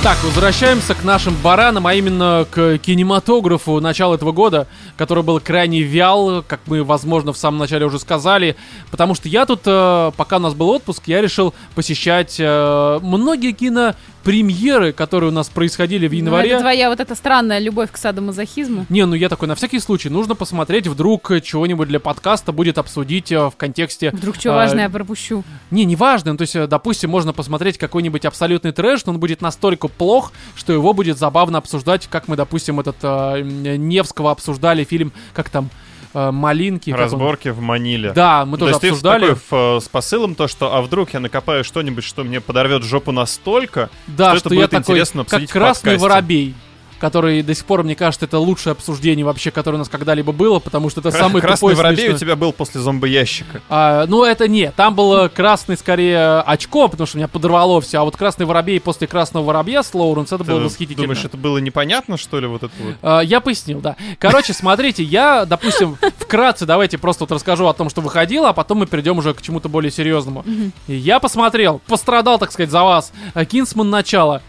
A: Так, возвращаемся к нашим баранам, а именно к кинематографу начала этого года, который был крайне вял, как мы, возможно, в самом начале уже сказали, потому что я тут, э, пока у нас был отпуск, я решил посещать э, многие кинопремьеры, которые у нас происходили в
C: Ну,
A: январе.
C: это твоя вот эта странная любовь к садомазохизму.
A: Не, ну я такой, на всякий случай, нужно посмотреть, вдруг э, чего-нибудь для подкаста будет обсудить э, в контексте...
C: Вдруг что
A: А,
C: важное я пропущу.
A: Не, не важно, ну, то есть, э, допустим, можно посмотреть какой-нибудь абсолютный трэш, но он будет настолько плох, что его будет забавно обсуждать, как мы, допустим, этот э, м, Невского обсуждали фильм, как там, э, «Малинки». как он-
B: Разборки в Маниле.
A: Да, мы
B: Ну, То
A: тоже
B: есть ты
A: обсуждали.
B: такой в, э, с посылом то, что а вдруг я накопаю что-нибудь, что мне подорвет жопу настолько,
A: Да,
B: что,
A: что,
B: это
A: я
B: будет
A: такой,
B: интересно
A: как
B: обсудить в
A: красный
B: подкасте.
A: воробей, который до сих пор, мне кажется, это лучшее обсуждение вообще, которое у нас когда-либо было, потому что это
B: Кра-
A: самый
B: Красный
A: тупой
B: воробей у тебя был после зомбоящика.
A: А, ну, это не. Там было красный, скорее, очко, потому что меня подорвало все. А вот красный воробей после красного воробья с Лоуренс, это было
B: Ты
A: восхитительно.
B: думаешь, это было непонятно, что ли, вот это вот?
A: А, Я пояснил, да. Короче, смотрите, я, допустим, вкратце давайте просто вот расскажу о том, что выходило, а потом мы перейдем уже к чему-то более серьезному. И Я посмотрел, пострадал, так сказать, за вас. А, Кингсман начало.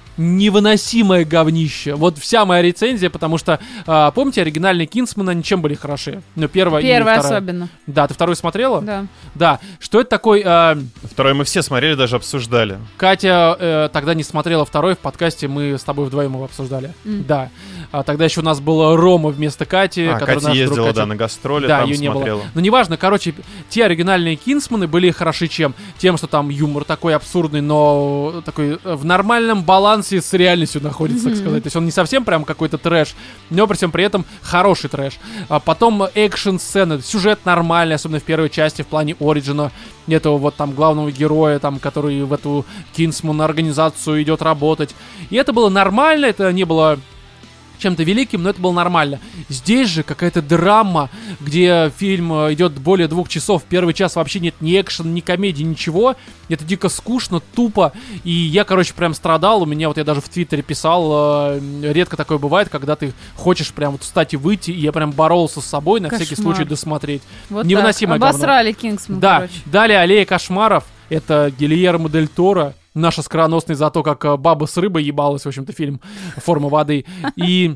A: Невыносимое говнище. Вот вся моя рецензия, потому что, а, помните, оригинальные Кинсмана ничем были хороши. Но первая
C: Первая
A: и вторая.
C: особенно.
A: Да, ты вторую смотрела?
C: Да.
A: Да. Что это такой... а,
B: Второе мы все смотрели, даже обсуждали.
A: Катя э, тогда не смотрела второй, в подкасте мы с тобой вдвоем его обсуждали.
C: М.
A: Да. А тогда еще у нас было Рома вместо Кати,
B: а,
A: который
B: Катя
A: наш друг
B: ездила,
A: Катя-
B: да, на гастроли,
A: Да,
B: там
A: ее не
B: смотрела.
A: было. Но неважно, короче, те оригинальные кинсманы были хороши чем? Тем, что там юмор такой абсурдный, но такой э, в нормальном балансе с реальностью находится, так
C: Мгм.
A: сказать. То есть он не совсем прям какой-то трэш, но при всем при этом хороший трэш. А потом экшн-сцены, сюжет нормальный, особенно в первой части в плане Ориджина, этого вот там главного героя, там, который в эту кинсман организацию идет работать. И это было нормально, это не было чем-то великим, но это было нормально. Здесь же какая-то драма, где фильм э, идет более двух часов, первый час вообще нет ни экшен, ни комедии, ничего. Это дико скучно, тупо. И я, короче, прям страдал. У меня, вот я даже в Твиттере писал, э, м, редко такое бывает, когда ты хочешь прям вот встать и выйти, и я прям боролся с собой на всякий
C: Кошмар.
A: случай досмотреть.
C: Вот
A: Невыносимое
C: так.
A: говно.
C: Обосрали Кингсман,
A: Да,
C: Ну, короче.
A: далее «Аллея кошмаров». Это Гильермо Дель Торо, наш оскароносный за то, как э, баба с рыбой ебалась, в общем-то, фильм «Форма воды». И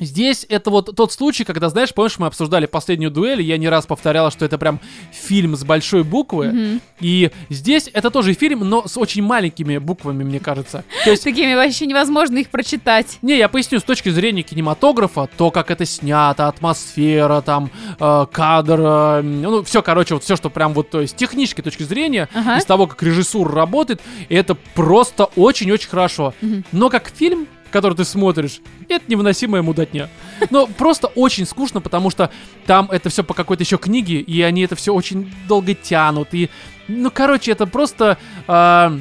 A: здесь это вот тот случай, когда, знаешь, помнишь, мы обсуждали последнюю дуэль, и я не раз повторяла, что это прям фильм с большой буквы. И здесь это тоже фильм, но с очень маленькими буквами, мне кажется. То есть
C: С такими вообще невозможно их прочитать.
A: не, я поясню, с точки зрения кинематографа, то, как это снято, атмосфера, там, э, кадр, э, ну, все, короче, вот все, что прям вот э, с технической точки зрения,
C: Ага.
A: из того, как режиссура работает, это просто очень-очень хорошо.
C: Мгм.
A: Но как фильм, который ты смотришь, это невыносимая мудотня. Но просто очень скучно, потому что там это все по какой-то еще книге, и они это все очень долго тянут. И, ну, короче, это просто... а,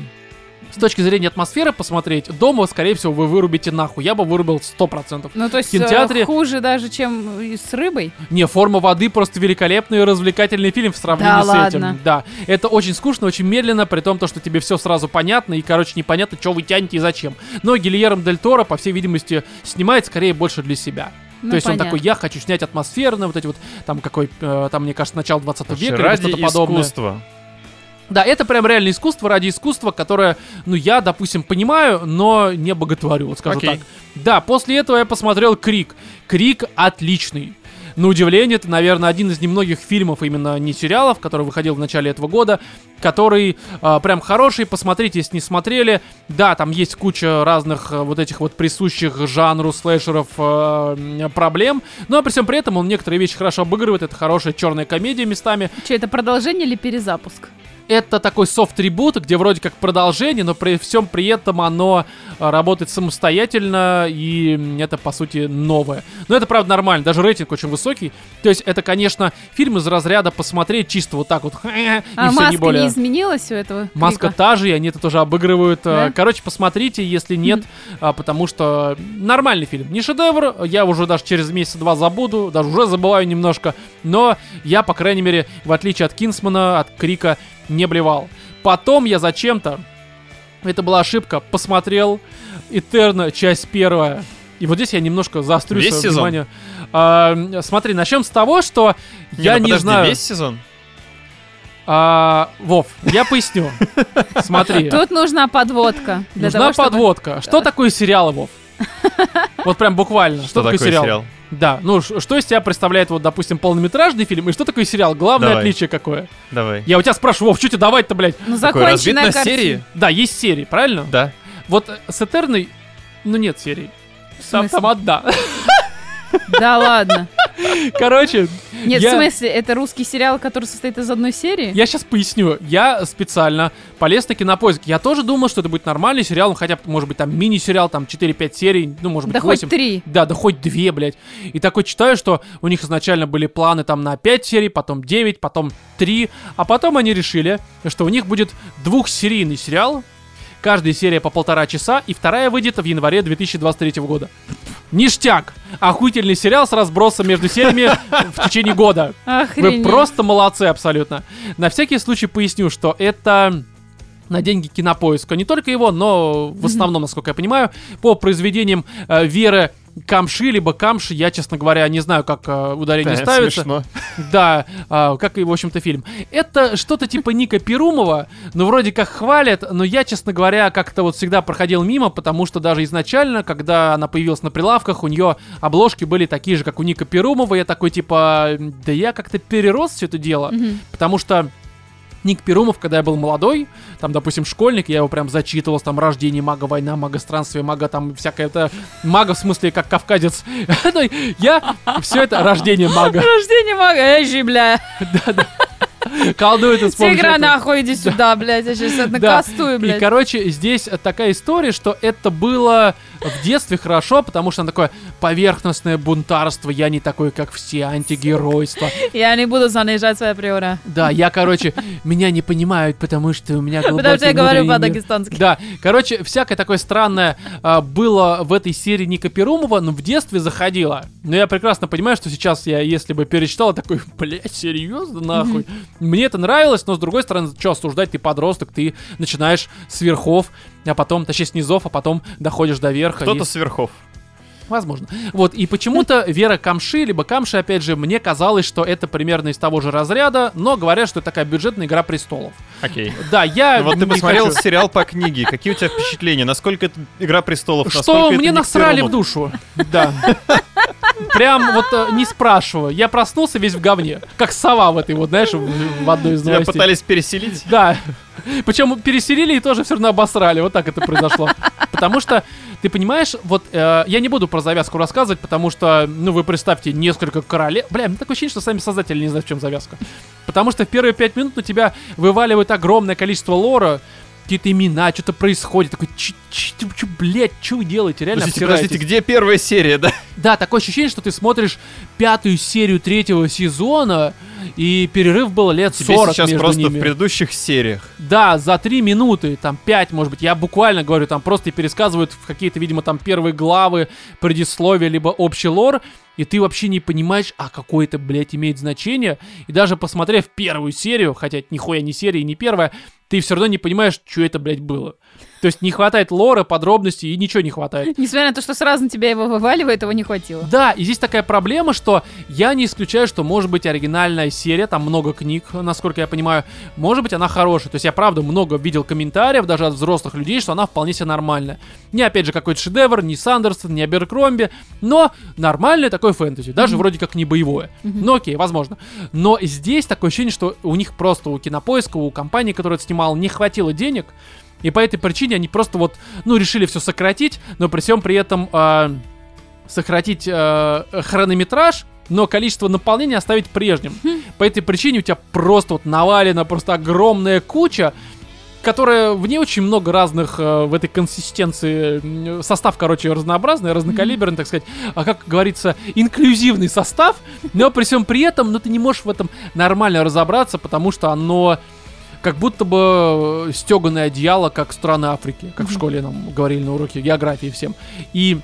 A: с точки зрения атмосферы посмотреть, дома, скорее всего, вы вырубите нахуй. Я бы вырубил 100%.
C: Ну, то есть
A: В кинотеатре-
C: э, хуже даже, чем и с рыбой.
A: Не, «Форма воды» просто великолепный и развлекательный фильм в сравнении
C: Да
A: с
C: ладно.
A: этим. Да, это очень скучно, очень медленно, при том, то, что тебе все сразу понятно и, короче, непонятно, что вы тянете и зачем. Но Гильером Дель Торо, по всей видимости, снимает скорее больше для себя.
C: Ну,
A: То есть
C: понятно.
A: он такой, я хочу снять атмосферно, вот эти вот, там какой, э, там, мне кажется, начало 20 века или
B: ради
A: что-то подобное.
B: искусства.
A: Да, это прям реально искусство ради искусства, которое, ну, я, допустим, понимаю, но не боготворю, вот скажу
B: Окей.
A: так. Да, после этого я посмотрел «Крик». «Крик» отличный. На удивление, это, наверное, один из немногих фильмов, именно не сериалов, который выходил в начале этого года, который э, прям хороший. Посмотрите, если не смотрели. Да, там есть куча разных э, вот этих вот присущих жанру слэшеров э, проблем. Но при всем при этом он некоторые вещи хорошо обыгрывает. Это хорошая черная комедия местами.
C: Че, это продолжение или перезапуск?
A: это такой софт-трибут, где вроде как продолжение, но при всем при этом оно э, работает самостоятельно, и это, по сути, новое. Но это, правда, нормально, даже рейтинг очень высокий. То есть это, конечно, фильм из разряда посмотреть чисто вот так вот, [laughs] и
C: А
A: все,
C: маска
A: не
C: не,
A: более.
C: изменилась у этого?
A: Маска
C: клипа?
A: та же, и они это тоже обыгрывают. Э,
C: Да?
A: Короче, посмотрите, если нет, а, потому что нормальный фильм. Не шедевр, я уже даже через месяц-два забуду, даже уже забываю немножко. Но я, по крайней мере, в отличие от Кинсмана, от Крика, не блевал. Потом я зачем-то, это была ошибка, посмотрел Этерна, часть первая. И вот здесь я немножко заострю
B: Весь
A: свое
B: сезон?
A: внимание. А, м, смотри, начнем с того, что я
B: ну
A: не
B: подожди,
A: знаю.
B: весь сезон?
A: А, Вов, я
B: [laughs]
A: поясню. Смотри.
C: Тут нужна подводка. для
A: Нужна
C: того, чтобы-
A: подводка. Что такое сериал,
C: [laughs]
A: Вов? Вот прям буквально. Что, такое сериал? Да, ну ш- что из себя представляет, вот, допустим, полнометражный фильм, и что такое сериал? Главное
B: Давай.
A: отличие какое?
B: Давай.
A: Я у тебя спрашиваю, Вов, что тебе давать-то, блядь?
C: Ну,
B: Такой разбит
C: законченная
B: на
C: картина.
B: серии?
A: Да, есть серии, правильно?
B: Да.
A: Вот э, с Этерной, ну нет серий. Там,
C: смысле?
A: там одна. [laughs]
C: Да ладно.
A: Короче,
C: Нет,
A: Я-
C: в смысле, это русский сериал, который состоит из одной серии?
A: Я сейчас поясню. Я специально полез на кинопоиск. Я тоже думал, что это будет нормальный сериал, ну, хотя бы, может быть, там мини-сериал, там 4-5 серий, ну, может быть,
C: Да
A: 8.
C: хоть три.
A: Да, да хоть две, блядь. И такой читаю, что у них изначально были планы там на 5 серий, потом 9, потом 3, а потом они решили, что у них будет двухсерийный сериал, каждая серия по полтора часа, и вторая выйдет в январе 2023 года. Ништяк! Охуительный сериал с разбросом между сериями в течение года. Вы
C: Охренеть.
A: просто молодцы абсолютно. На всякий случай поясню, что это на деньги кинопоиска. Не только его, но в основном, насколько я понимаю, по произведениям э, Веры Камши, либо Камши, я, честно говоря, не знаю, как э,
B: [laughs]
A: ударение
B: Да,
A: ставится.
B: смешно.
A: [laughs] Да, а, как и, в общем-то, фильм. Это что-то типа Ника Перумова, ну, вроде как хвалят, но я, честно говоря, как-то вот всегда проходил мимо, потому что даже изначально, когда она появилась на прилавках, у нее обложки были такие же, как у Ника Перумова, я такой, типа, да я как-то перерос все это дело,
C: Мгм.
A: потому что... Ник Перумов, когда я был молодой, там, допустим, школьник, я его прям зачитывал, там, рождение мага, война, мага, странствие мага, там, всякое это... Мага, в смысле, как кавказец. [laughs] Ну, Я все это рождение мага.
C: Рождение мага, эй, же, бля.
A: Колдует из
C: Тигра, нахуй, иди сюда, блядь. Я сейчас накастую,
A: И,
C: блядь.
A: короче, здесь такая история, что это было в детстве хорошо, потому что оно такое поверхностное бунтарство, я не такой, как все, антигеройство.
C: Я не буду занижать свои приора.
A: Да, я, короче, меня не понимают, потому что у меня глубокий
C: Потому что я говорю
A: внутренний мир.
C: по-дагестански.
A: Да, короче, всякое такое странное а, было в этой серии Ника Перумова, но в детстве заходило. Но я прекрасно понимаю, что сейчас я, если бы перечитал, я такой, [laughs] блядь, серьезно, нахуй. Мне это нравилось, но с другой стороны, что осуждать, ты подросток, ты начинаешь с верхов, а потом, точнее, с низов, а потом доходишь до верха. и-
B: Кто-то сверхов.
A: Возможно. Вот, и
B: [laughs]
A: почему-то Вера Камши, либо Камши, опять же, мне казалось, что это примерно из того же разряда, но говорят, что это такая бюджетная игра престолов.
B: Окей.
A: Да, я... [laughs]
B: Ну вот ты
A: не
B: посмотрел
A: хочу.
B: сериал по книге. Какие у тебя впечатления? Насколько это «Игра престолов»?
A: Что
B: Насколько это
A: мне
B: Ник
A: насрали в
B: Перумов?
A: душу. Да. Прям вот э, не спрашиваю. Я проснулся весь в говне. Как сова в этой вот, знаешь, в, в одной из
B: Тебя
A: новостей.
B: пытались переселить?
A: Да. Причем переселили и тоже все равно обосрали. Вот так это произошло. Потому что, ты понимаешь, вот э, я не буду про завязку рассказывать, потому что, ну, вы представьте, несколько королев. Бля, ну, такое ощущение, что сами создатели не знают, в чем завязка. Потому что в первые пять минут на тебя вываливают огромное количество лора, какие-то имена, что-то происходит. Такой, «Чё- чё- чё- чё, блядь, что вы делаете? Реально
B: Подождите,
A: обсираетесь.
B: подождите, где первая серия, да?
A: Да, такое ощущение, что ты смотришь пятую серию третьего сезона, и перерыв был лет
B: Тебе
A: 40
B: сейчас
A: между
B: просто
A: ними.
B: в предыдущих сериях.
A: Да, за три минуты, там пять, может быть, я буквально говорю, там просто пересказывают в какие-то, видимо, там первые главы, предисловие, либо общий лор, и ты вообще не понимаешь, а какое это, блядь, имеет значение. И даже посмотрев первую серию, хотя это нихуя не серия и не первая, ты все равно не понимаешь, что это, блядь, было. То есть не хватает лора, подробностей и ничего не хватает.
C: Несмотря на то, что сразу на тебя его вываливает, этого не хватило.
A: Да, и здесь такая проблема, что я не исключаю, что может быть оригинальная серия, там много книг, насколько я понимаю, может быть она хорошая. То есть я правда много видел комментариев даже от взрослых людей, что она вполне себе нормальная. Не опять же какой-то шедевр, не Сандерсон, не Аберкромби, но нормальное такое фэнтези, даже вроде как не боевое. Ну окей, возможно. Но здесь такое ощущение, что у них просто у кинопоиска, у компании, которая это снимала, не хватило денег. И по этой причине они просто вот, ну, решили все сократить, но при всем при этом а, сократить а, хронометраж, но количество наполнения оставить прежним. По этой причине у тебя просто вот навалена просто огромная куча, которая в ней очень много разных а, в этой консистенции м, состав, короче, разнообразный, разнокалиберный, так сказать, а как говорится, инклюзивный состав, но при всем при этом, но ты не можешь в этом нормально разобраться, потому что оно как будто бы стеганое одеяло, как страны Африки, как в школе нам говорили на уроке географии всем. И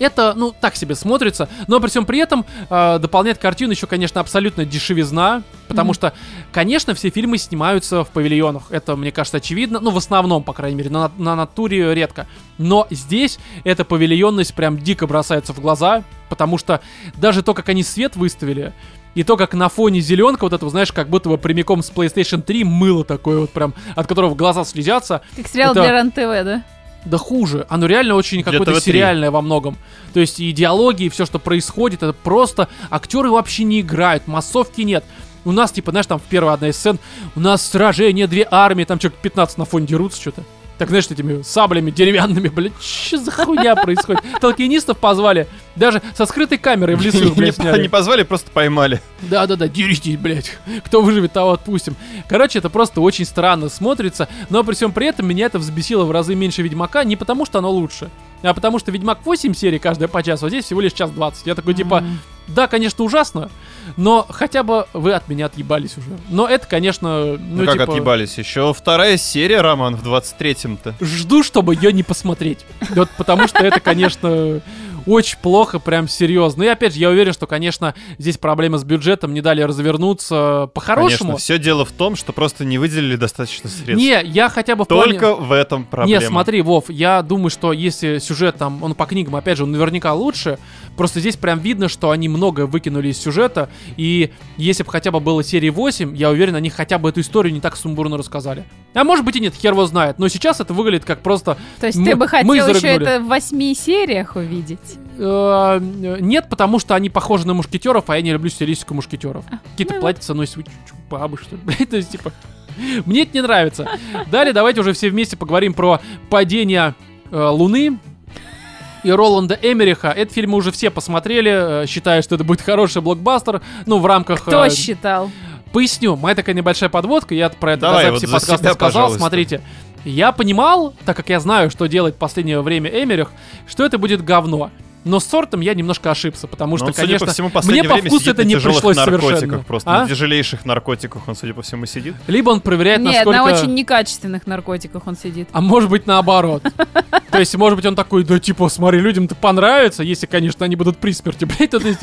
A: это, ну, так себе смотрится, но при всем при этом э, дополняет картину еще, конечно, абсолютно дешевизна, потому
C: Мгм.
A: что, конечно, все фильмы снимаются в павильонах, это, мне кажется, очевидно, ну, в основном, по крайней мере, на, на натуре редко, но здесь эта павильонность прям дико бросается в глаза, потому что даже то, как они свет выставили, и то, как на фоне зеленка вот этого, знаешь, как будто бы прямиком с PlayStation 3 мыло такое вот прям, от которого глаза слезятся,
C: Как сериал
A: Это-
C: для РЕН-ТВ, да?
A: да хуже. Оно реально очень
B: Для
A: какое-то
B: ТВ3.
A: сериальное во многом. То есть и диалоги, и все, что происходит, это просто актеры вообще не играют, массовки нет. У нас, типа, знаешь, там в первой одной из сцен, у нас сражение, две армии, там человек 15 на фоне дерутся что-то. Так, знаешь, этими саблями деревянными, блядь, [laughs] что за хуйня происходит? Толкинистов позвали, даже со скрытой камерой в
B: [laughs]
A: лесу, их,
B: Не
A: блядь,
B: по-
A: сняли.
B: не позвали, просто поймали.
A: Да-да-да, деритесь, блядь. [laughs] Кто выживет, того отпустим. Короче, это просто очень странно смотрится, но при всем при этом меня это взбесило в разы меньше Ведьмака не потому, что оно лучше, а потому что Ведьмак 8 серий каждая по часу, а здесь всего лишь час 20. Я такой, типа,
C: М.
A: да, конечно, ужасно, но хотя бы вы от меня отъебались уже. Но это, конечно, ну,
B: Ну, как
A: типа...
B: отъебались? Еще вторая серия, Роман, в 23-м-то.
A: Жду, чтобы ее не посмотреть. Вот потому что это, конечно, очень плохо, прям серьезно. И опять же, я уверен, что, конечно, здесь проблемы с бюджетом, не дали развернуться по-хорошему.
B: Конечно, все дело в том, что просто не выделили достаточно средств.
A: Не, я хотя бы в плане-
B: Только в этом проблема.
A: Не, смотри, Вов, я думаю, что если сюжет там, он по книгам, опять же, он наверняка лучше, просто здесь прям видно, что они многое выкинули из сюжета, и если бы хотя бы было серии 8, я уверен, они хотя бы эту историю не так сумбурно рассказали. А может быть и нет, хер его знает, но сейчас это выглядит как просто...
C: То есть
A: мы-
C: ты бы
A: мы
C: хотел еще
A: зарыгнули.
C: это в восьми сериях увидеть?
A: э, нет, потому что они похожи на мушкетеров, а я не люблю стилистику мушкетеров. Какие-то
C: ну
A: платьица носят бабы, что ли. [laughs] Блядь, то есть, типа, мне это не нравится. Далее давайте уже все вместе поговорим про падение э, Луны и Роланда Эмериха. Этот фильм мы уже все посмотрели, э, считая, что это будет хороший блокбастер. Ну, в рамках...
C: Кто
A: э,
C: считал?
A: Поясню, моя такая небольшая подводка, я про это
B: Давай,
A: на записи
B: вот за
A: подкаста
B: себя,
A: сказал.
B: пожалуйста.
A: Смотрите, я понимал, так как я знаю, что делает в последнее время Эмерих, что это будет говно. Но с сортом я немножко ошибся, потому
B: Ну,
A: что,
B: он, судя
A: конечно,
B: по всему,
A: мне
B: последнее
A: по
B: время
A: вкусу
B: сидит
A: это
B: на
A: не
B: тяжелых
A: пришлось
B: наркотиках
A: совершенно.
B: просто,
A: А?
B: на тяжелейших наркотиках он, судя по всему, сидит.
A: Либо он проверяет,
C: Нет,
A: насколько...
C: на очень некачественных наркотиках он сидит.
A: А может быть наоборот. То есть, может быть, он такой, да типа, смотри, людям-то понравится, если, конечно, они будут при смерти. [laughs] Блядь, то есть,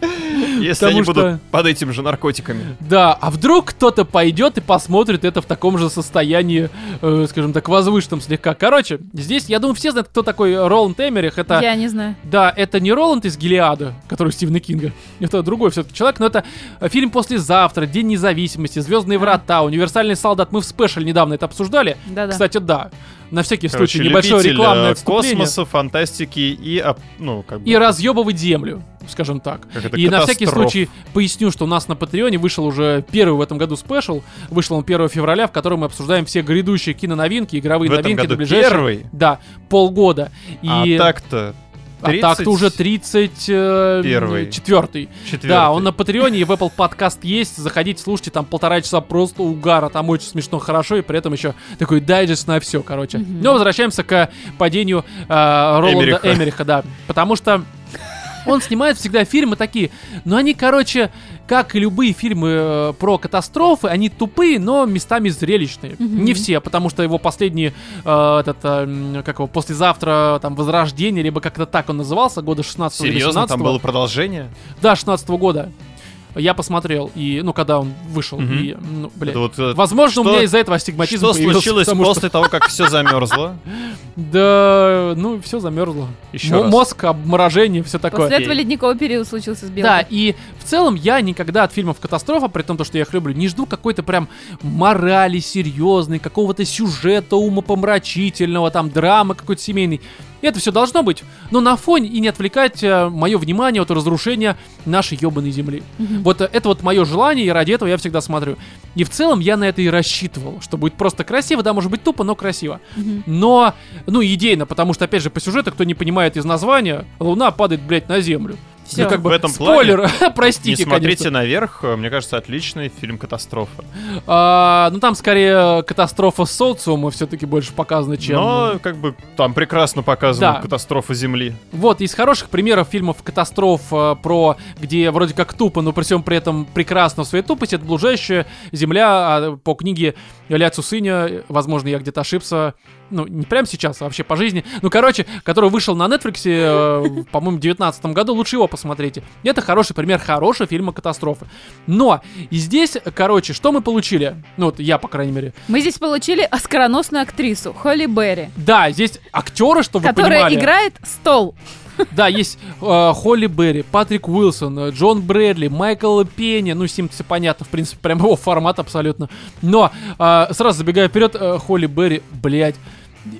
B: Если
A: Потому
B: они
A: что-
B: будут под этим же наркотиками.
A: Да, а вдруг кто-то пойдет и посмотрит это в таком же состоянии, э, скажем так, возвышенном слегка. Короче, здесь, я думаю, все знают, кто такой Роланд Эмерих. Это,
C: Я не знаю.
A: да, это не Роланд из Гелиада, который у Стивена Кинга. Это другой все-таки человек, но это э, фильм «Послезавтра», «День независимости», «Звездные врата», «Универсальный солдат». Мы в спешле недавно это обсуждали.
C: Да-да.
A: Кстати, да, на всякий
B: Короче,
A: случай, небольшое
B: любитель,
A: рекламное
B: э,
A: отступление.
B: космоса, фантастики и, а, ну, как бы...
A: И разъебывать землю, скажем так.
B: Как это,
A: И на всякий
B: катастроф.
A: случай поясню, что у нас на Патреоне вышел уже первый в этом году спешл. Вышел он 1 февраля, в котором мы обсуждаем все грядущие киноновинки, игровые
B: В этом
A: новинки
B: году
A: до ближайших-
B: первый?
A: Да, полгода. И
B: А так-то...
A: а так-то уже э,
B: 30 Первый.
A: 34
B: четвертый.
A: Да, он на Патреоне и в Apple Podcast есть. Заходите, слушайте, там полтора часа просто угара. Там очень смешно, хорошо, и при этом еще такой дайджест на все, короче.
C: Мгм.
A: Но возвращаемся к падению э, Роланда
B: Эмериха.
A: Эмериха, да. Потому что он снимает всегда фильмы такие, но они, короче, как и любые фильмы э, про катастрофы, они тупые, но местами зрелищные.
C: Мгм.
A: Не все, потому что его последний, э, этот, э, м, как его, послезавтра, там, Возрождение, либо как-то так он назывался, года 16 или
B: Серьезно,
A: 18
B: там было продолжение?
A: да, 16 года. я посмотрел, и, ну, когда он вышел,
B: Мгм.
A: и, ну, блин.
B: Это вот, э,
A: Возможно,
B: что-
A: у меня из-за этого астигматизм
B: Что
A: появился,
B: случилось
A: потому что-
B: после того, как все замерзло?
A: Да, ну, все замерзло.
B: Еще
A: Мо-
B: раз.
A: Мозг, обморожение, все такое.
C: После этого ледниковый период случился с
A: Да,
C: белкой.
A: и в целом я никогда от фильмов катастрофа, при том, то, что я их люблю, не жду какой-то прям морали серьезной, какого-то сюжета умопомрачительного, там драмы какой-то семейной. Это все должно быть, но на фоне и не отвлекать мое внимание от разрушения нашей ебаной земли.
C: Мгм.
A: Вот э, это вот мое желание, и ради этого я всегда смотрю. И в целом я на это и рассчитывал, что будет просто красиво, да, может быть тупо, но красиво.
C: Мгм.
A: Но, ну, идейно, потому что, опять же, по сюжету, кто не понимает из названия, луна падает, блядь, на землю.
C: Всё.
A: Ну, как бы,
B: В этом
A: спойлер, [laughs] простите,
B: Не смотрите
A: конечно.
B: наверх, э, мне кажется, отличный фильм «Катастрофа».
A: А, ну, там скорее э, катастрофа социума все-таки больше показана, чем...
B: Но, как бы, там прекрасно показана
A: Да.
B: катастрофа Земли.
A: Вот, из хороших примеров фильмов катастроф э, про, где вроде как тупо, но при всем при этом прекрасно в своей тупости, это «Блужающая земля» а, по книге Ля Цусыня, э, возможно, я где-то ошибся, ну, не прямо сейчас, а вообще по жизни, ну, короче, который вышел на Netflix, э, [laughs] по-моему, в 2019 году, лучше его посмотрите. Это хороший пример хорошего фильма катастрофы. Но и здесь, короче, что мы получили? Ну, вот я, по крайней мере.
C: Мы здесь получили оскароносную актрису Холли Берри,
A: Да, здесь актеры, чтобы вы
C: которая
A: понимали.
C: играет стол.
A: Да, есть э, Холли Берри, Патрик Уилсон, э, Джон Брэдли, Майкл Пенни. Ну, с ним все понятно, в принципе, прям [laughs] его формат абсолютно. Но э, сразу забегая вперед, э, Холли Берри, блядь.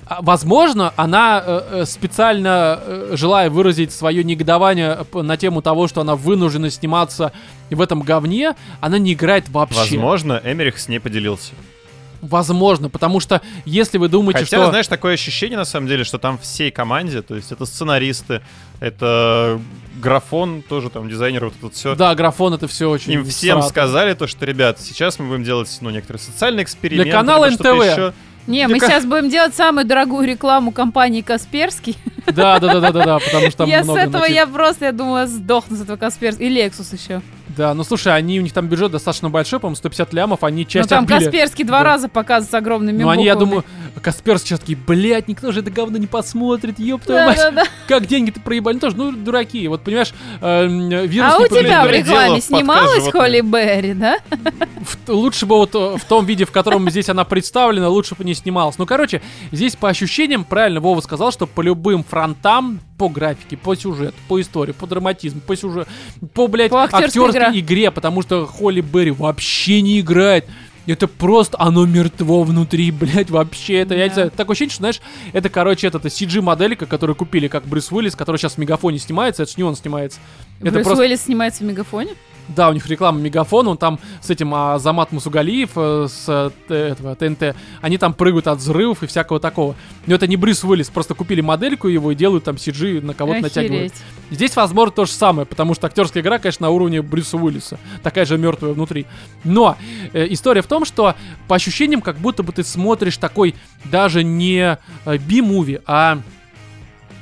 A: а, Возможно, она э, э, специально, э, желая выразить свое негодование э, п- на тему того, что она вынуждена сниматься в этом говне, она не играет вообще.
B: Возможно, Эмерих с ней поделился.
A: Возможно, потому что если вы думаете,
B: Хотя,
A: что...
B: знаешь, такое ощущение, на самом деле, что там всей команде, то есть это сценаристы, это графон, тоже там дизайнер, вот это все.
A: да, графон это все очень...
B: Им всем
A: срато.
B: сказали то, что, ребят, сейчас мы будем делать, ну, некоторые социальные эксперименты.
A: канала
B: либо что-то
A: НТВ.
B: еще.
C: Не,
B: Мне
C: мы
B: ка-
C: сейчас будем делать самую дорогую рекламу компании Касперский.
A: Да, да, да, да, да, да, потому что там
C: я с
A: много
C: этого,
A: натив-
C: я просто, я думала, сдохну с этого Касперского. И Лексус еще.
A: Да, ну слушай, они у них там бюджет достаточно большой, по-моему, 150 лямов, они
C: Ну
A: часть
C: там
A: отбили.
C: Касперский два
A: Да.
C: раза показывает с огромными
A: Ну они, я
C: буквами.
A: думаю, Каспер сейчас такие, блядь, никто же это говно не посмотрит, ёб твою мать,
C: Да-да-да.
A: как деньги-то проебали, Ну, тоже, ну, дураки, вот понимаешь, эм, вирус
C: А
A: не
C: у тебя в
A: повредил.
B: блядь,
C: рекламе
B: в подкаст
C: снималась
B: животных.
C: Холли Берри, да?
A: В- Лучше бы вот э, в том виде, в котором здесь она представлена, лучше бы не снималась. Ну, короче, здесь по ощущениям, правильно Вова сказал, что по любым фронтам, по графике, по сюжету, по истории, по драматизму, по сюжету, по, блядь,
C: По
A: актерской,
C: актерской игра.
A: игре, потому что Холли Берри вообще не играет. Это просто оно мертво внутри, [laughs] блядь, вообще. Это, я не
C: Да.
A: знаю, такое ощущение, что, знаешь, это, короче, э, это, это CG-моделька, которую купили, как Брюс Уиллис, который сейчас в Мегафоне снимается, это же не он снимается. Это
C: Брюс
A: просто-
C: Уиллис снимается в мегафоне.
A: да, у них реклама Мегафон, он там с этим а, Замат Мусугалиев э, с э, Т- этого, ТНТ, они там прыгают от взрывов и всякого такого. Но это не Брюс Уиллис, просто купили модельку его и делают там CG, на кого-то натягивают.
C: Охереть.
A: Здесь, возможно, то же самое, потому что актерская игра, конечно, на уровне Брюса Уиллиса. Такая же мертвая внутри. Но э, история в том, что по ощущениям, как будто бы ты смотришь такой даже не э, B-муви, а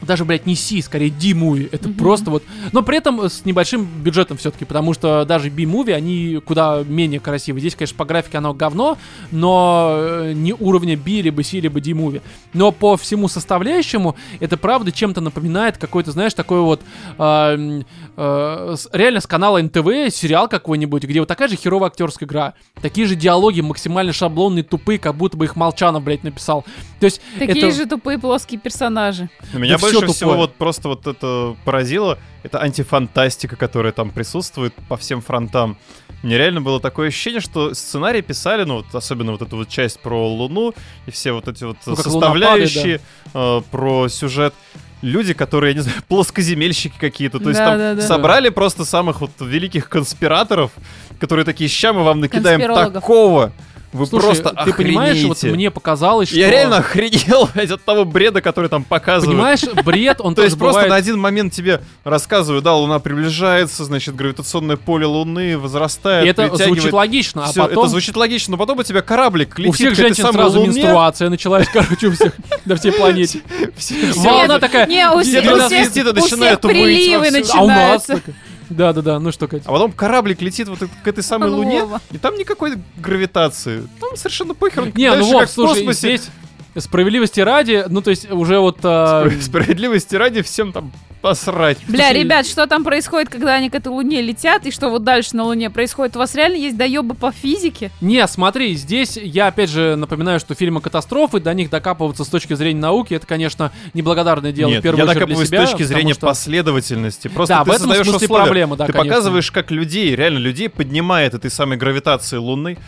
A: даже, блядь, не C, скорее D-муви. Это
C: Мгм.
A: просто вот... Но при этом с небольшим бюджетом все-таки, потому что даже B-муви, они куда менее красивы. Здесь, конечно, по графике оно говно, но э, не уровня B, либо C, либо D-муви. Но по всему составляющему это, правда, чем-то напоминает какой-то, знаешь, такой вот... а, м, э, с- реально с канала НТВ сериал какой-нибудь, где вот такая же херовая актерская игра. Такие же диалоги максимально шаблонные, тупые, как будто бы их Молчанов, блядь, написал. То есть
C: Такие
A: это...
C: же тупые плоские персонажи.
B: Но [laughs] меня
A: всё
B: больше
A: тупое.
B: всего вот просто вот это поразило. Это антифантастика, которая там присутствует по всем фронтам. Мне реально было такое ощущение, что сценарий писали, ну вот особенно вот эту вот часть про Луну и все вот эти вот
A: Ну, как Луна
B: составляющие э, про сюжет. Люди, которые, я не знаю, [laughs] плоскоземельщики какие-то. То есть
C: Да,
B: там
C: да, да.
B: собрали просто самых вот великих конспираторов, которые такие, ща мы вам накидаем
C: Конспирологов.
B: такого. Вы
A: Слушай,
B: просто
A: ты понимаешь, вот
B: охренеете».
A: мне показалось, что...
B: Я реально [laughs] охренел блядь, от того бреда, который там показывают.
A: Понимаешь, бред, он
B: [laughs] То есть просто на
A: бывает-
B: один момент тебе рассказывают, да, Луна приближается, значит, гравитационное поле Луны возрастает,
A: И это звучит
B: притягивает.
A: логично, а
B: Всё,
A: потом...
B: это звучит логично, но потом у тебя кораблик летит
A: У всех
B: к этой
A: женщин
B: самой
A: сразу
B: Луне. [laughs]
A: менструация началась, [laughs] короче, у всех на всей планете.
B: Все- все
A: Волна
B: вот-
A: такая.
C: Не, у,
A: «Где
C: все- у
A: 12
C: всех,
B: звезды-то
C: у всех
B: начинают уводить
C: приливы
B: вовсю?
A: А у нас
C: начинаются.
A: такая- Да-да-да, ну что, Катя?
B: А потом кораблик летит вот к этой самой
C: Алло.
B: Луне, и там никакой гравитации. Там совершенно похер. он
A: Не, ну
B: дальше
A: вот,
B: как в
A: слушай,
B: [laughs] космосе.
A: здесь справедливости ради, ну то есть уже вот... а,
B: Спра- Справедливости ради всем там Посрать.
C: Бля, ребят, что там происходит, когда они к этой луне летят, и что вот дальше на луне происходит? У вас реально есть доебы по физике?
A: Не, смотри, здесь я опять же напоминаю, что фильмы катастрофы, до них докапываться с точки зрения науки, это, конечно, неблагодарное дело в
B: Нет,
A: первую
B: я
A: очередь для
B: докапываюсь
A: себя.
B: с точки
A: потому
B: зрения
A: что-
B: последовательности. Просто
A: Да,
B: ты
A: в этом
B: создаешь
A: смысле
B: условия.
A: проблема, да,
B: Ты
A: конечно.
B: показываешь, как людей, реально людей поднимает этой самой гравитации лунной,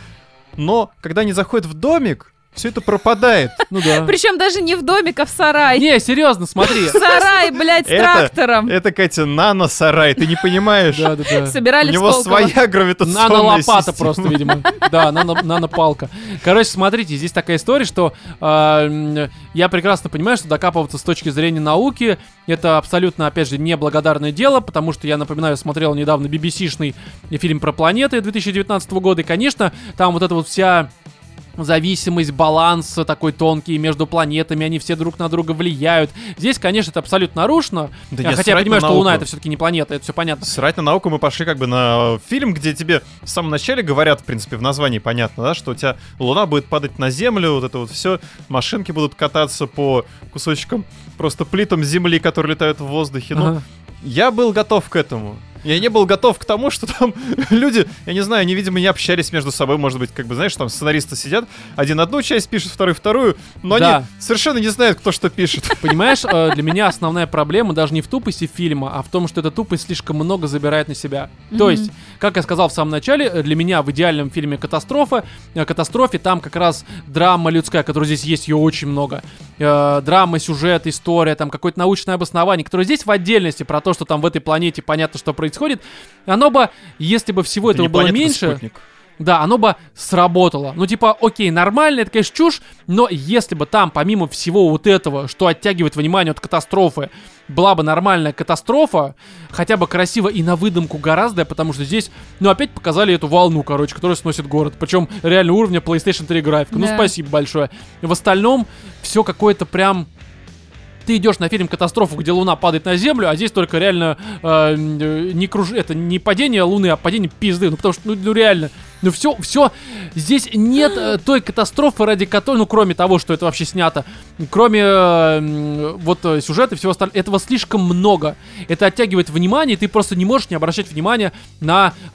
B: но когда они заходят в домик, все это пропадает.
A: [laughs] Ну
C: [laughs]
A: да.
C: Причем даже не в домик, а в сарай.
A: Не, серьезно,
B: [laughs]
A: смотри. [laughs]
C: Сарай, блядь, с
B: Это-
C: трактором.
B: Это, Катя, нано-сарай, ты не понимаешь.
A: Да, да, да.
B: У
C: Собирали в
B: него
C: Сколково.
B: своя гравитационная
A: Нано-лопата
B: система.
A: просто,
B: [laughs]
A: видимо. Да, нано- нано-палка. Короче, смотрите, здесь такая история, что э, м, я прекрасно понимаю, что докапываться с точки зрения науки это абсолютно, опять же, неблагодарное дело, потому что, я напоминаю, смотрел недавно BBC-шный фильм про планеты 2019 года, и, конечно, там вот эта вот вся зависимость, баланс такой тонкий между планетами, они все друг на друга влияют. Здесь, конечно, это абсолютно нарушено.
B: Да не,
A: хотя я
B: срать
A: понимаю,
B: на
A: что Луна
B: науку.
A: это все-таки не планета, это все понятно.
B: Срать на науку мы пошли как бы на фильм, где тебе в самом начале говорят, в принципе, в названии понятно, да, что у тебя луна будет падать на землю, вот это вот все, машинки будут кататься по кусочкам, просто плитам земли, которые летают в воздухе. Ну,
A: Ага.
B: я был готов к этому. Я не был готов к тому, что там [laughs] люди, я не знаю, они, видимо, не общались между собой, может быть, как бы, знаешь, там сценаристы сидят, один одну часть пишет, второй вторую, но
A: Да.
B: они совершенно не знают, кто что пишет.
A: Понимаешь, э, для меня основная проблема даже не в тупости фильма, а в том, что эта тупость слишком много забирает на себя. То
C: Мгм.
A: есть, как я сказал в самом начале, э, для меня в идеальном фильме «Катастрофа», э, «Катастрофе» там как раз драма людская, которую здесь есть, ее очень много. Э, Драма, сюжет, история, там какое-то научное обоснование, которое здесь в отдельности про то, что там в этой планете понятно, что происходит. Оно бы, если бы всего этого было
B: Непонятно,
A: меньше...
B: спутник.
A: Да, оно бы сработало. Ну, типа, окей, нормально, это, конечно, чушь, но если бы там, помимо всего вот этого, что оттягивает внимание от катастрофы, была бы нормальная катастрофа, хотя бы красиво и на выдумку гораздо, потому что здесь, ну, опять показали эту волну, короче, которая сносит город. Причем реально уровня PlayStation 3 графика. Ну,
C: Да.
A: спасибо большое. В остальном все какое-то прям... Ты идешь на фильм «Катастрофу», где луна падает на землю, а здесь только реально э, м, не круж... это не падение луны, а падение пизды. Ну, потому что, ну, ну, реально, ну все, все, здесь нет э, той катастрофы, ради которой, ну кроме того, что это вообще снято, кроме э, м, вот э, сюжета и всего остального, этого слишком много. Это оттягивает внимание, и ты просто не можешь не обращать внимания на э,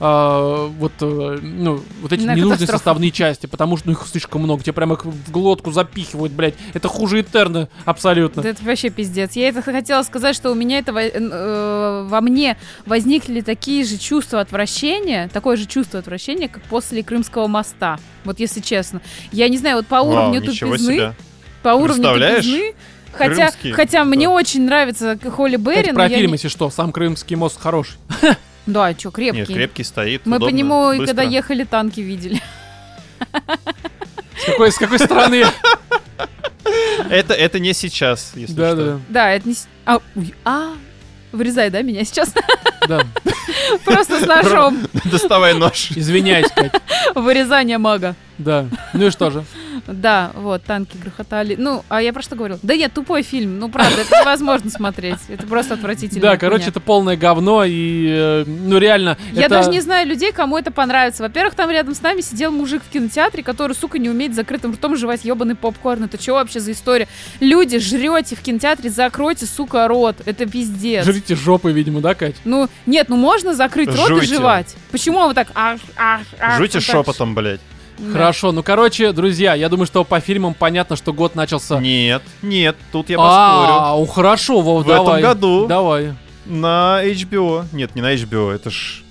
A: вот, э, ну, вот эти
C: На
A: ненужные
C: катастрофу.
A: составные части, потому что ну, их слишком много, тебе прям их в глотку запихивают, блядь. Это хуже Этерна, абсолютно.
C: Да это вообще пиздец. Я это хотела сказать, что у меня это во, э, во мне возникли такие же чувства отвращения, такое же чувство отвращения, как после Крымского моста. Вот если честно. Я не знаю, вот по
B: Вау,
C: уровню
B: ничего
C: тупизны,
B: себе.
C: по уровню
B: Представляешь?
C: тупизны, хотя,
B: Крымский,
C: хотя
B: да.
C: мне очень нравится Холли
A: Кстати,
C: Берри, но
A: про
C: я
A: фильм,
C: не-
A: если что, сам Крымский мост хороший.
C: Да, что, крепкий.
B: Нет, крепкий стоит.
C: Мы по
B: удобно,
C: нему и
B: быстро.
C: когда ехали, танки видели. [laughs]
A: С какой, с какой
C: [laughs]
A: стороны?
B: Это, это не сейчас, если
A: Да,
B: что.
A: да,
C: Да, это не... с- А, уй, а, вырезай, да, меня сейчас? [laughs]
A: да.
C: Просто с ножом.
B: [laughs] Доставай
C: [laughs]
B: нож.
A: Извиняюсь, Кать.
C: Вырезание мага.
A: Да. Ну и что же?
C: Да, вот, танки грохотали. Ну, а я про что говорила? Да нет, тупой фильм. Ну, правда, это невозможно смотреть. Это просто отвратительно.
A: Да, короче, это полное говно, и, э, ну, реально,
C: Я
A: это-
C: даже не знаю людей, кому это понравится. Во-первых, там рядом с нами сидел мужик в кинотеатре, который, сука, не умеет с закрытым ртом жевать ебаный попкорн. Это что вообще за история? Люди, жрете в кинотеатре, закройте, сука, рот. Это пиздец.
A: Жрите жопы, видимо, да, Кать?
C: Ну, нет, ну можно закрыть рот и
B: Жуйте.
C: жевать. Почему вы так... ах, ах, ах,
B: Жуйте
C: вот так?
B: шепотом, блядь.
C: Да.
A: Хорошо, ну, короче, друзья, я думаю, что по фильмам понятно, что год начался...
B: Нет, нет, тут я поспорю.
A: А, у хорошо, Вов,
B: В этом
A: давай.
B: году.
A: Давай,
B: На HBO. Нет, не на HBO, это ж...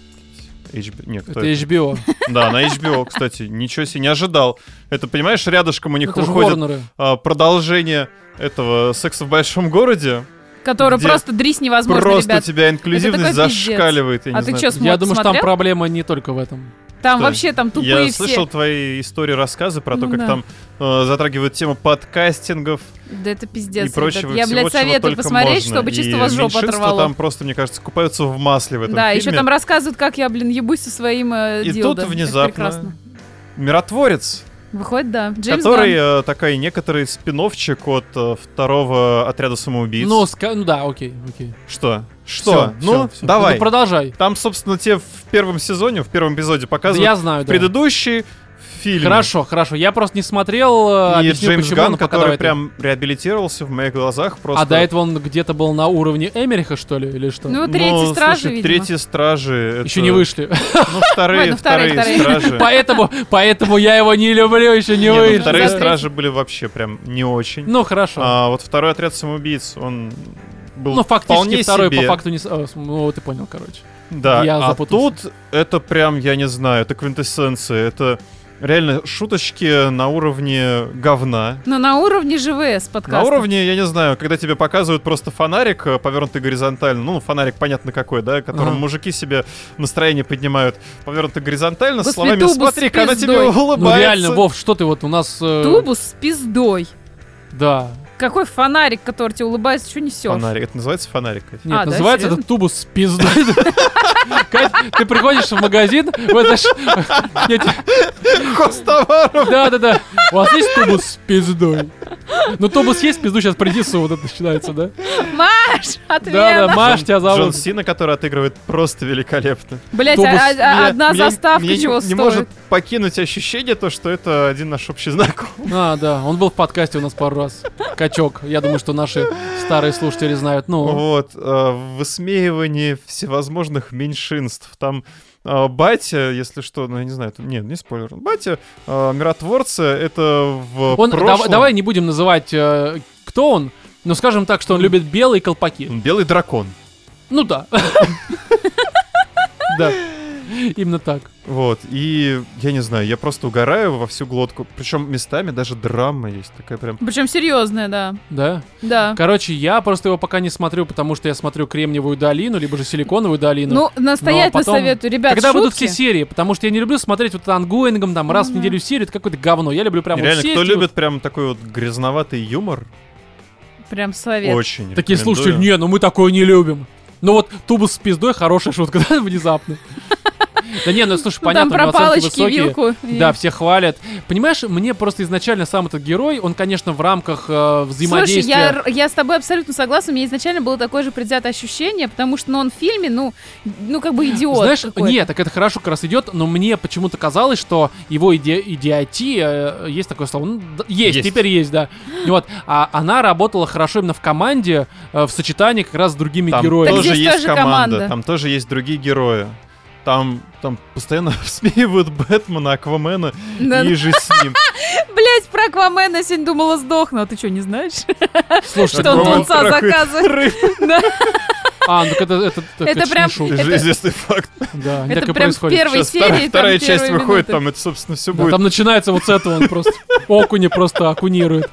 B: HBO. Нет,
A: это
B: кто это?
A: HBO.
B: Да, на HBO, кстати. Ничего себе, не ожидал. Это, понимаешь, рядышком у них
A: Это же
B: выходит
A: Ворнеры.
B: а, продолжение этого секса в большом городе.
C: Который
B: Где
C: просто дрись невозможно,
B: Просто
C: ребят.
B: у тебя инклюзивность
C: Это такой пиздец.
B: зашкаливает. Я не
C: А ты
B: знаю.
C: чё,
A: Я
C: смотрел?
A: думаю, что там проблема не только в этом.
C: Там
B: Что?
C: вообще там
B: Я
C: тупые все.
B: слышал твои истории, рассказы про то,
C: Ну
B: как
C: да.
B: там э, затрагивают тему подкастингов,
C: Да это пиздец,
B: и прочего
C: ребят. Я,
B: всего,
C: блядь,
B: чего
C: советую
B: только
C: посмотреть,
B: можно.
C: чтобы чисто
B: И
C: у вас жопу
B: меньшинство
C: оторвало.
B: там просто, мне кажется, купаются в масле в этом
C: да,
B: фильме.
C: еще там рассказывают, как я, блин, ебусь со своим э,
B: И
C: дилдо.
B: тут
C: Это
B: внезапно
C: прекрасно.
B: Миротворец,
C: Выходит, да. Джеймс
B: который
C: Ганн.
B: э, такой некоторый спиновчик от э, второго отряда самоубийц.
A: Ну, ска- ну да, окей, окей.
B: что?
A: Всё,
B: Что? ну,
A: всё, всё.
B: давай.
A: Ну, продолжай.
B: Там, собственно, те в первом сезоне, в первом эпизоде
A: Да
B: показывают
A: я знаю,
B: в
A: да.
B: предыдущий фильме.
A: Хорошо, хорошо. Я просто не смотрел, э,
B: И
A: объясню,
B: Джеймс
A: почему,
B: Ганн,
A: но пока
B: который
A: давай ты.
B: прям реабилитировался в моих глазах просто.
A: А до этого он где-то был на уровне Эмериха, что ли, или что?
C: Ну,
B: Ну,
C: третьи
B: слушай,
C: стражи, видимо.
B: Третьи стражи.
A: Еще
B: [laughs] это-
A: не вышли.
B: Ну,
C: Ой,
B: вторые,
C: ну, вторые,
B: вторые
C: вторые.
B: стражи.
A: Поэтому, поэтому я его не люблю, еще не
B: Не, ну,
A: вышли.
B: вторые
C: За третий.
B: стражи были вообще прям не очень.
A: Ну, хорошо.
B: А вот второй отряд самоубийц, он был
A: Ну,
B: вполне
A: фактически второй
B: себе.
A: по факту не... с- а, с- Ну, ты понял, короче.
B: Да,
A: Я
B: а
A: запутался.
B: тут это прям, я не знаю, это квинтэссенция, это реально шуточки на уровне говна.
C: Но на уровне ЖВС подкаста.
B: На уровне, я не знаю, когда тебе показывают просто фонарик, э, повернутый горизонтально, ну, фонарик понятно какой, да, которым
A: Ага.
B: мужики себе настроение поднимают, повернутый горизонтально,
C: Господи,
B: с словами
C: тубус
B: «Смотри-ка,
C: с
B: она тебе
C: пиздой».
A: Ну,
B: улыбается».
A: реально, Вов, что ты вот у нас... э,
C: Тубус с пиздой.
A: Да.
C: Какой фонарик, который тебе улыбается, что несешь? [laughs]
B: Фонарик, это называется фонарик? Катя?
A: Нет,
C: А, да,
A: называется
C: серьезно?
A: это тубус с пиздой. [laughs] Кать, ты приходишь в магазин, вот это ж- [laughs] я тебе-
B: Хостоваров!
A: Да, да, да. У вас есть тубус с пиздой? Ну, тубус есть, пизду сейчас принесу, вот это начинается, да?
C: Маш, отмена.
A: Да, да, Маш тебя
B: Джон
A: зовут.
B: Сина, который отыгрывает просто великолепно.
C: Блять,
A: Тубус.
C: а- а- а
B: Меня-
C: одна
B: меня-
C: заставка
B: меня не-
C: чего
B: не
C: стоит?
B: может покинуть ощущение то, что это один наш общий знакомый.
A: А, да, он был в подкасте у нас пару раз. Качок. Я думаю, что наши старые слушатели знают. Ну,
B: Вот, э, высмеивание всевозможных меньшинств. Там э, батя, если что, ну я не знаю, это- нет, не спойлер. Батя э, миротворца, это в
A: он, дав-
B: прошлом...
A: давай не будем называть, э, кто он, но скажем так, что он любит белые колпаки.
B: Белый дракон.
A: Ну да. Да. Именно так.
B: Вот, и я не знаю, я просто угораю во всю глотку. Причем местами даже драма есть такая прям...
C: Причем серьезная, да.
A: Да.
C: Да.
A: Короче, я просто его пока не смотрю, потому что я смотрю Кремниевую долину, либо же Силиконовую долину.
C: Ну,
B: а
C: настоятельно
A: потом-
C: советую, ребят,
A: Когда
C: шутки.
A: будут все серии, потому что я не люблю смотреть вот ангоингом, там, раз в
C: Мгм.
A: неделю серию, это какое-то говно. Я люблю прям вот
B: Реально,
A: все
B: кто
A: эти вот-
B: любит прям такой вот грязноватый юмор,
C: Прям совет.
B: очень
A: Такие
B: рекомендую.
A: слушатели, не, ну мы такое не любим. Ну вот тубус с пиздой хорошая шутка, [laughs] да, внезапно. Да не, ну слушай,
C: Ну, там
A: понятно, у него
C: про
A: оценки
C: палочки,
A: высокие.
C: вилку. и-
A: Да, все хвалят. Понимаешь, мне просто изначально сам этот герой, он, конечно, в рамках э,
C: Слушай, я,
A: взаимодействия.
C: р- я с тобой абсолютно согласна. У меня изначально было такое же предвзятое ощущение, потому что ну, он в фильме, ну, ну как бы идиот.
A: Знаешь,
C: какой-то.
A: нет, так это хорошо как раз идет, но мне почему-то казалось, что его иде- идиотия, э, есть такое слово, ну, да, есть,
B: Есть.
A: теперь есть, да. Вот, а она работала хорошо именно в команде, э, в сочетании как раз с другими
B: Там
A: героями.
C: Так
B: тоже
C: здесь
B: есть
C: тоже
B: команда,
C: команда.
B: там тоже есть другие герои. Там, там постоянно [laughs] всмеивают Бэтмена, Аквамена
C: Да,
B: и же с
C: [laughs]
B: ним.
C: Блять, про Аквамена я сегодня думала сдохну, а ты что, не знаешь? [laughs]
A: Слушай,
C: Что он
A: ну,
B: Аквамен
C: тунца
B: трахает
C: заказывает.
B: рыб.
C: Да.
A: А, ну так это, это, так это
C: Это
A: ж не
C: прям-
A: шутка.
B: Это же известный факт.
A: Да,
C: [laughs]
A: не
C: Это
A: так и
C: прям
A: происходит.
C: первый- Первой
B: Сейчас
C: серии,
B: вторая,
C: там,
B: вторая
C: первые
B: часть выходит,
C: минуты.
B: там это, собственно, все
A: Да,
B: будет
A: там начинается вот с этого, он просто окуни просто окунирует.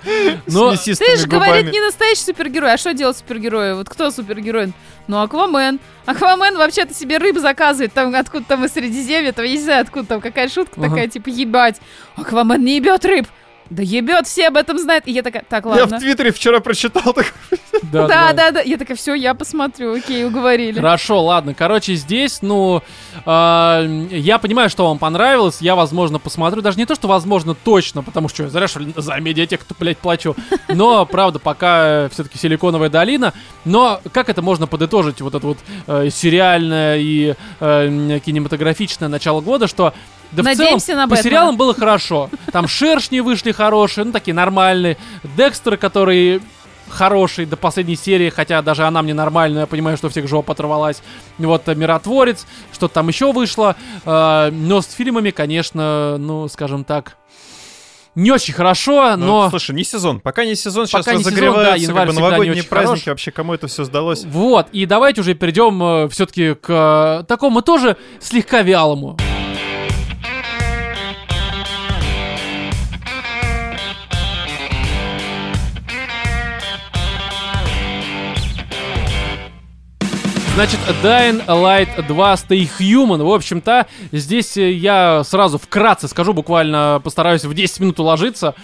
A: Но
B: [laughs] с мясистыми
C: Ты же говорит,
B: губами.
C: не настоящий супергерой. А что делать супергерою? Вот кто супергерой? Ну, Аквамен. Аквамен вообще-то себе рыб заказывает. Там откуда там из Средиземья, там, я не знаю, откуда там какая шутка
A: Ага.
C: такая, типа, ебать. Аквамен не ебет рыб. Да ебет, все об этом знают. И я такая, так,
B: Я в
C: ладно.
B: Твиттере вчера прочитал так.
A: да,
C: Ну Да,
A: да.
C: да, да. Я такая, все, я посмотрю, окей, уговорили.
A: Хорошо, ладно. Короче, здесь, ну, а, я понимаю, что вам понравилось. Я, возможно, посмотрю. Даже не то, что возможно, точно, потому что я зря, что ли, за медиатек, кто, блядь, плачу. Но, правда, пока все-таки Силиконовая долина. Но как это можно подытожить, вот это вот э, сериальное и э, кинематографичное начало года, что да в целом
C: Надеемся на
A: по
C: Бэтмена.
A: сериалам было хорошо. Там шершни вышли хорошие, ну такие нормальные. Декстер, который хороший до последней серии, хотя даже она мне нормальная, я понимаю, что у всех жопа оторвалась. Вот э, Миротворец, что там еще вышло. Э, но с фильмами, конечно, ну, скажем так, не очень хорошо, но...
B: Ну, Слушай, не сезон. Пока не сезон, сейчас
A: Пока не сезон, да,
B: разогреваются
A: январь
B: как бы
A: всегда не
B: новогодние
A: очень
B: праздники.
A: хорош.
B: Вообще, кому это все сдалось?
A: Вот, и давайте уже перейдем все-таки к э, такому тоже слегка вялому. Значит, Dying Light 2 Stay Human. В общем-то, здесь э, я сразу вкратце скажу, буквально постараюсь в 10 минут уложиться.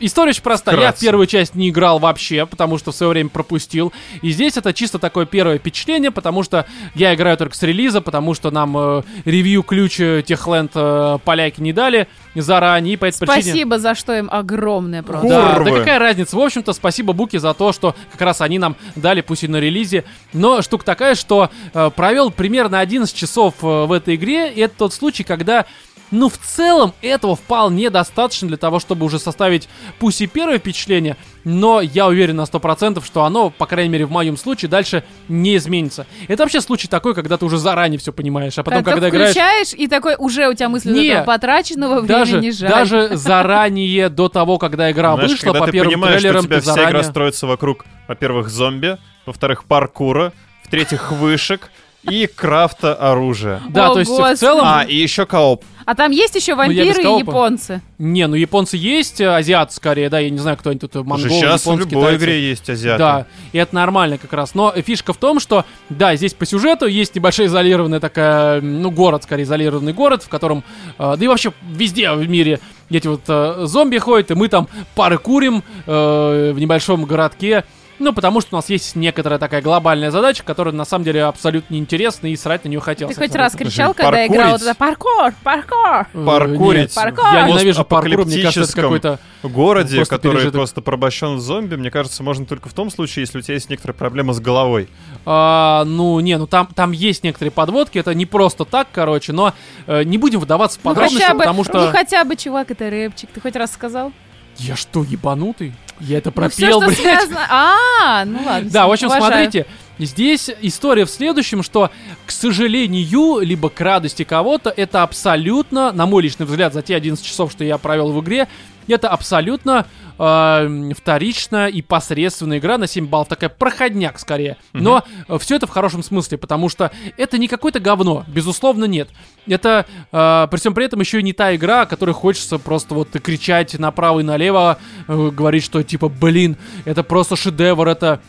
A: История очень простая. Я в
B: Вкратце.
A: первую часть не играл вообще, потому что в свое время пропустил. И здесь это чисто такое первое впечатление, потому что я играю только с релиза, потому что нам э, ревью ключ э, Техленд э, поляки не дали заранее. И по этой причине...
C: Спасибо, за что им огромное просто.
A: Да,
B: Курвы.
A: да какая разница. В общем-то, спасибо Буки за то, что как раз они нам дали, пусть и на релизе. Но штука такая, что э, провел примерно 11 часов э, в этой игре. И это тот случай, когда Но в целом этого вполне достаточно для того, чтобы уже составить пусть и первое впечатление, но я уверен на 100%, что оно, по крайней мере в моем случае, дальше не изменится. Это вообще случай такой, когда ты уже заранее все понимаешь, а потом, когда, играешь...
C: включаешь, и такой уже у тебя мысли
A: Не,
C: этого потраченного
A: Даже,
C: времени жаль.
A: даже заранее, до того, когда игра
B: Знаешь,
A: вышла,
B: когда
A: по
B: ты
A: первым
B: понимаешь, что у
A: трейлерам
B: тебя
A: ты
B: вся
A: заранее...
B: игра строится вокруг, во-первых, зомби, во-вторых, паркура, в-третьих, вышек и крафта оружия.
A: Да,
C: О,
A: то есть
C: Господи.
A: в целом... Ну,
B: А, и еще кооп.
C: А там есть еще
A: я без
C: вампиры и
A: коопа.
C: японцы.
A: Не, ну японцы есть, э, азиаты скорее, да, я не знаю, кто они тут, э, монголы,
B: Уже сейчас в
A: японцы,
B: любой
A: китайцы.
B: игре есть азиаты.
A: Да, и это нормально как раз. Но фишка в том, что, да, здесь по сюжету есть небольшая изолированная такая, м, ну, город, скорее, изолированный город, в котором, э, да и вообще везде в мире эти вот э, зомби ходят, и мы там пары курим э, в небольшом городке. Ну, потому что у нас есть некоторая такая глобальная задача, которая на самом деле абсолютно неинтересна, и срать на нее хотелось.
C: Ты хоть
A: абсолютно.
C: раз кричал,
B: Слушай,
C: когда играл вот
B: паркурить.
C: это паркур, паркур. Ну,
A: Э,
B: Паркурить
A: нет.
C: Паркур.
A: Я ненавижу паркур, мне кажется, это
B: постапокалиптическом
A: какой-то...
B: городе,
A: Просто
B: который
A: пережиток.
B: просто порабощен зомби, мне кажется, можно только в том случае, если у тебя есть некоторая проблема с головой.
A: А, ну, не, ну там, там есть некоторые подводки, это не просто так, короче, но э, не будем вдаваться в
C: Ну
A: подробности,
C: хотя, бы,
A: потому что...
C: ну хотя бы, чувак, это рэпчик. Ты хоть раз сказал?
A: Я что, ебанутый? Я это
C: Ну,
A: пропел,
C: всё, что
A: блядь.
C: связано- А, ну ладно.
A: Да, в общем,
C: уважаю.
A: смотрите, здесь история в следующем, что, к сожалению, либо к радости кого-то, это абсолютно, на мой личный взгляд, за те 11 часов, что я провел в игре, это абсолютно э, вторичная и посредственная игра на 7 баллов, такая проходняк скорее. Но все это в хорошем смысле, потому что это не какое-то говно, безусловно, нет. Это, э, при всем при этом, еще и не та игра, о которой хочется просто вот кричать направо и налево, э, говорить, что типа, блин, это просто шедевр, это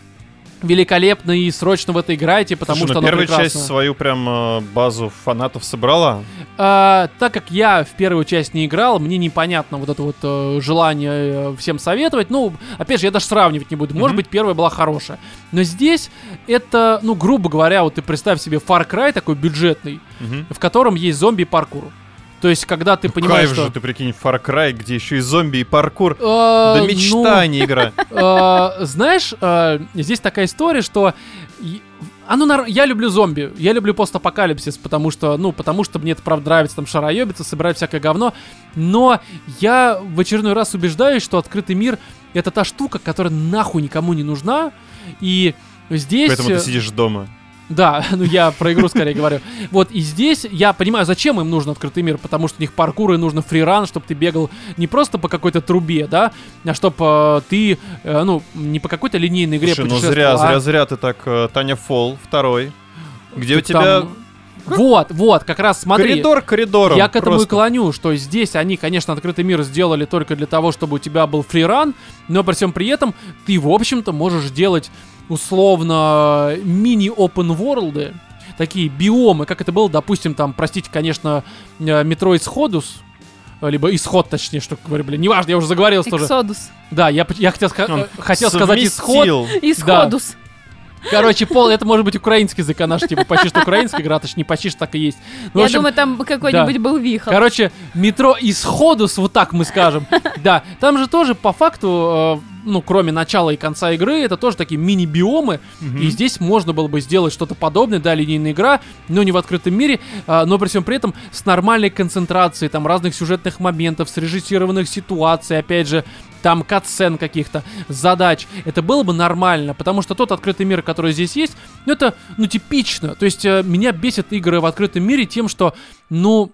A: великолепно и срочно в это играйте, потому
B: Слушай,
A: что она
B: ну, первая
A: прекрасна.
B: часть свою прям э, базу фанатов собрала.
A: А, так как я в первую часть не играл, мне непонятно вот это вот э, желание э, всем советовать. Ну, опять же, я даже сравнивать не буду. Может
B: Мгм.
A: быть, первая была хорошая. Но здесь это, ну, грубо говоря, вот ты представь себе Far Cry такой бюджетный,
B: Мгм.
A: в котором есть зомби и паркур. То есть, когда ты понимаешь,
B: Ну, Кайф
A: что...
B: же, ты прикинь, Far Cry, где еще и зомби, и паркур.
A: э,
B: Да
A: ну,
B: мечта, а не
A: [laughs]
B: игра.
A: Э, знаешь, э, здесь такая история, что и- а ну, нар- я люблю зомби, я люблю постапокалипсис, потому что, ну, потому что мне это, правда, нравится там шароебиться, собирать всякое говно, но я в очередной раз убеждаюсь, что открытый мир — это та штука, которая нахуй никому не нужна, и здесь...
B: Поэтому ты
A: э,
B: сидишь дома.
A: да, [laughs] ну я про игру скорее говорю. Вот, и здесь я понимаю, зачем им нужен открытый мир, потому что у них паркур и нужно фриран, чтобы ты бегал не просто по какой-то трубе, да, а чтобы ты, э, ну, не по какой-то линейной игре
B: Слушай, ну зря,
A: путешествовал, а
B: зря, зря ты так, э, Таня Фол, второй. Где у
A: там-
B: тебя
A: Вот, вот, как раз смотри.
B: коридор коридором.
A: Я к этому
B: просто.
A: и клоню, что здесь они, конечно, открытый мир сделали только для того, чтобы у тебя был фриран, но при всем при этом ты, в общем-то, можешь делать условно мини-open ворлды такие биомы, как это было, допустим, там, простите, конечно, э, метро Исходус, э, либо исход, точнее, что говорю, блин, неважно, я уже заговорился тоже.
C: Эксодус.
A: Да, я, п- я хотел, ска-
B: Он
A: э, хотел сказать исход,
B: совместил.
C: Исходус.
A: короче, пол, это может быть украинский язык, она же, типа, почти что украинская игра, точнее, почти что так и есть. Ну, в
C: Я
A: общем,
C: думаю, там какой-нибудь был вихол.
A: Короче, метро исходус, вот так мы скажем. Да, там же тоже по факту, э, ну, кроме начала и конца игры, это тоже такие мини-биомы. И здесь можно было бы сделать что-то подобное, да, линейная игра, но не в открытом мире, а, но при всем при этом с нормальной концентрацией, там, разных сюжетных моментов, срежиссированных ситуаций, опять же, там катсцен каких-то, задач. Это было бы нормально, потому что тот открытый мир, который здесь есть, ну это, ну, типично. То есть э, меня бесят игры в открытом мире тем, что, ну,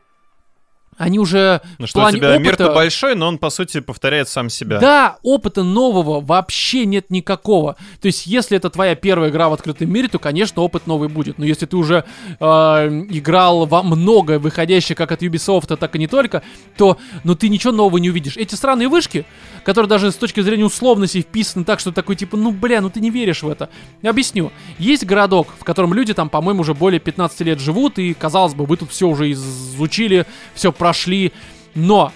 A: они уже
B: Ну
A: в
B: что, у
A: плане
B: тебя мир-то
A: опыта...
B: большой, но он, по сути, повторяет сам себя.
A: Да, опыта нового вообще нет никакого. То есть, если это твоя первая игра в открытом мире, то, конечно, опыт новый будет. Но если ты уже э, играл во многое, выходящее как от Ubisoft, а так и не только, то ну, ты ничего нового не увидишь. Эти сраные вышки, которые даже с точки зрения условности вписаны так, что ты такой типа, ну бля, ну ты не веришь в это. Объясню. Есть городок, в котором люди там, по-моему, уже более 15 лет живут, и, казалось бы, вы тут все уже изучили, все прошли. Но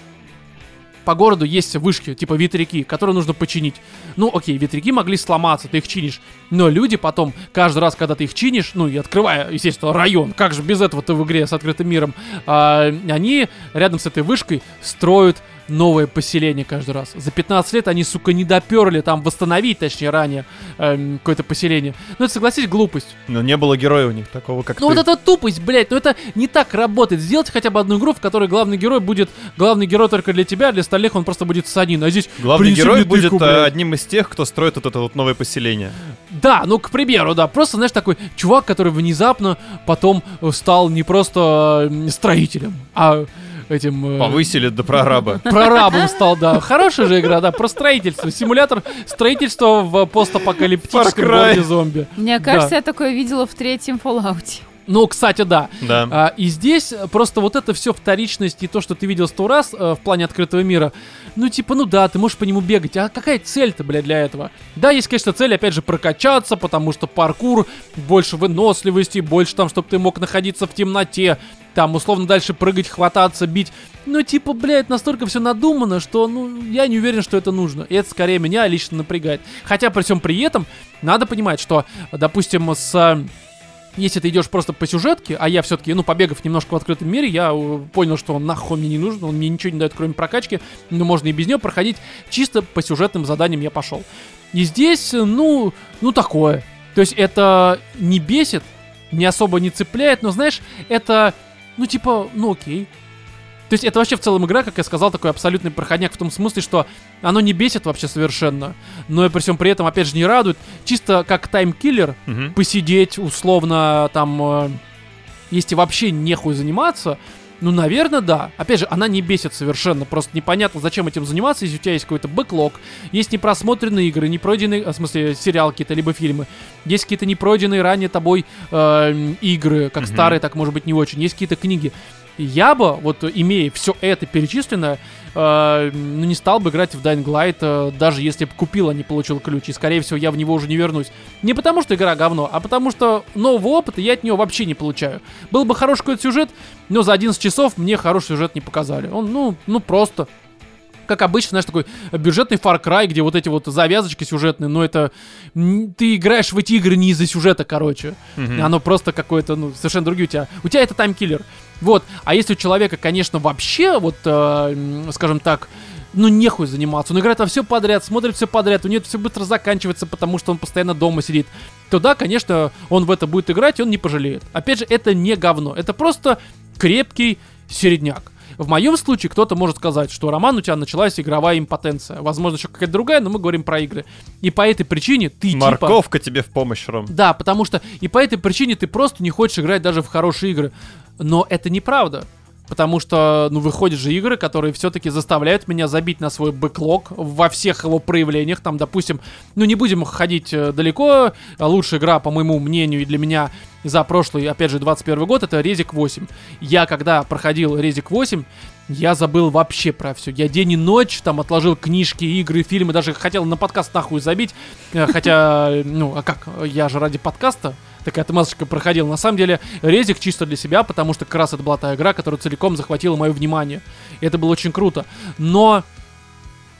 A: по городу есть вышки, типа ветряки, которые нужно починить. Ну, окей, ветряки могли сломаться, ты их чинишь. Но люди потом, каждый раз, когда ты их чинишь, ну и открывая, естественно, район, как же без этого-то в игре с открытым миром, а, они рядом с этой вышкой строят новое поселение каждый раз. За 15 лет они, сука, не доперли там восстановить, точнее, ранее эм, какое-то поселение. Ну, это, согласись, глупость.
B: Но не было героя у них такого, как
A: Ну
B: ты.
A: вот это тупость, блядь, ну это не так работает. Сделайте хотя бы одну игру, в которой главный герой будет главный герой только для тебя, а для остальных он просто будет санин. А здесь
B: Главный
A: принеси
B: герой
A: мне тыкву,
B: будет э,
A: блядь.
B: одним из тех, кто строит вот это вот новое поселение.
A: Да, ну, к примеру, да. Просто, знаешь, такой чувак, который внезапно потом э, стал не просто э, строителем, а этим... э,
B: Повысили
A: [laughs]
B: до прораба.
A: Прорабом стал, да. Хорошая же игра, да, про строительство. Симулятор строительства в
B: Far
A: постапокалиптическом
B: Cry.
A: городе зомби.
C: Мне кажется, я такое видела в третьем Fallout.
A: Ну, кстати, да.
B: Да.
A: А, и здесь э, просто вот это все вторичность и то, что ты видел сто раз э, в плане открытого мира. Ну, типа, ну да, ты можешь по нему бегать. А какая цель-то, блядь, для этого? Да, есть, конечно, цель, опять же, прокачаться, потому что паркур, больше выносливости, больше там, чтобы ты мог находиться в темноте, там, условно, дальше прыгать, хвататься, бить. Ну, типа, блядь, настолько все надумано, что, ну, я не уверен, что это нужно. И это скорее меня лично напрягает. Хотя, при всем при этом, надо понимать, что, допустим, с... э, если ты идешь просто по сюжетке, а я все-таки, ну, побегав немножко в открытом мире, я э, понял, что он нахуй мне не нужен, он мне ничего не дает, кроме прокачки, но можно и без нее проходить. Чисто по сюжетным заданиям я пошел. И здесь, э, ну, ну такое. То есть это не бесит, не особо не цепляет, но знаешь, это, ну типа, ну окей. То есть это вообще в целом игра, как я сказал, такой абсолютный проходняк в том смысле, что оно не бесит вообще совершенно, но и при всем при этом, опять же, не радует. Чисто как таймкиллер,
B: Мгм.
A: посидеть, условно, там, э, если вообще нехуй заниматься, ну, наверное, да. Опять же, она не бесит совершенно, просто непонятно, зачем этим заниматься, если у тебя есть какой-то бэклог, есть непросмотренные игры, не пройденные, а, в смысле, сериал какие-то, либо фильмы, есть какие-то непройденные ранее тобой э, игры, как
B: Мгм.
A: старые, так, может быть, не очень, есть какие-то книги. И Я бы, вот, имея все это перечисленное, э, ну, не стал бы играть в Dying Light, э, даже если бы купил, а не получил ключ, и, скорее всего, я в него уже не вернусь. Не потому, что игра говно, а потому, что нового опыта я от нее вообще не получаю. Был бы хороший какой-то сюжет, но за 11 часов мне хороший сюжет не показали. Он, ну, ну просто. Как обычно, знаешь, такой бюджетный Far Cry, где вот эти вот завязочки сюжетные, но это... м, Ты играешь в эти игры не из-за сюжета, короче.
B: Мгм.
A: Оно просто какое-то, ну, совершенно другие у тебя. У тебя это таймкиллер. Вот. А если у человека, конечно, вообще, вот, э, м, скажем так, ну, нехуй заниматься. Он играет во все подряд, смотрит все подряд, у него это все быстро заканчивается, потому что он постоянно дома сидит. То да, конечно, он в это будет играть, и он не пожалеет. Опять же, это не говно. Это просто крепкий середняк. В моем случае кто-то может сказать, что Роман, у тебя началась игровая импотенция. Возможно, еще какая-то другая, но мы говорим про игры. И по этой причине ты типа...
B: Морковка тебе в помощь, Ром.
A: Да, потому что и по этой причине ты просто не хочешь играть даже в хорошие игры. Но это неправда. Потому что, ну, выходят же игры, которые все-таки заставляют меня забить на свой бэклог во всех его проявлениях. Там, допустим, ну, не будем ходить э, далеко. А Лучшая игра, по моему мнению, и для меня за прошлый, опять же, 21 год, это Резик 8. Я, когда проходил Резик 8, я забыл вообще про все. Я день и ночь там отложил книжки, игры, фильмы, даже хотел на подкаст нахуй забить. Э, Хотя, э, ну, а как, я же ради подкаста такая отмазочка проходила. На самом деле, резик чисто для себя, потому что как раз это была та игра, которая целиком захватила мое внимание. И это было очень круто. Но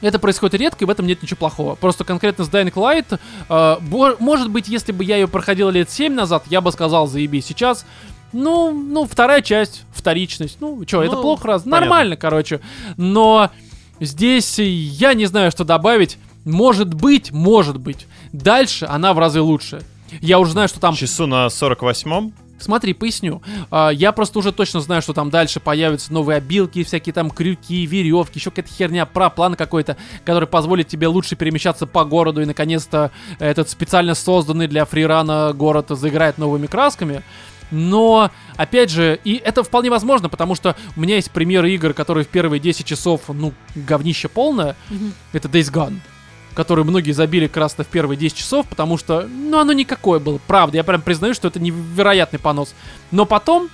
A: это происходит редко, и в этом нет ничего плохого. Просто конкретно с Dying Light, э, бо- может быть, если бы я ее проходил лет 7 назад, я бы сказал, заеби сейчас. Ну, ну, вторая часть, вторичность. Ну, что, это
B: Ну,
A: плохо раз?
B: понятно.
A: Нормально, короче. Но здесь я не знаю, что добавить. Может быть, может быть. Дальше она в разы лучше. Я уже знаю, что там
B: Часу на 48-м.
A: Смотри, поясню. А, Я просто уже точно знаю, что там дальше появятся новые обилки, всякие там крюки, веревки, еще какая-то херня, про план какой-то, который позволит тебе лучше перемещаться по городу, и наконец-то этот специально созданный для фрирана город заиграет новыми красками. Но, опять же, и это вполне возможно, потому что у меня есть примеры игр, которые в первые 10 часов, ну, говнище полное.
C: Мгм.
A: Это Days Gone который многие забили как раз-то в первые 10 часов, потому что, ну, оно никакое было, правда, я прям признаю, что это невероятный понос. Но потом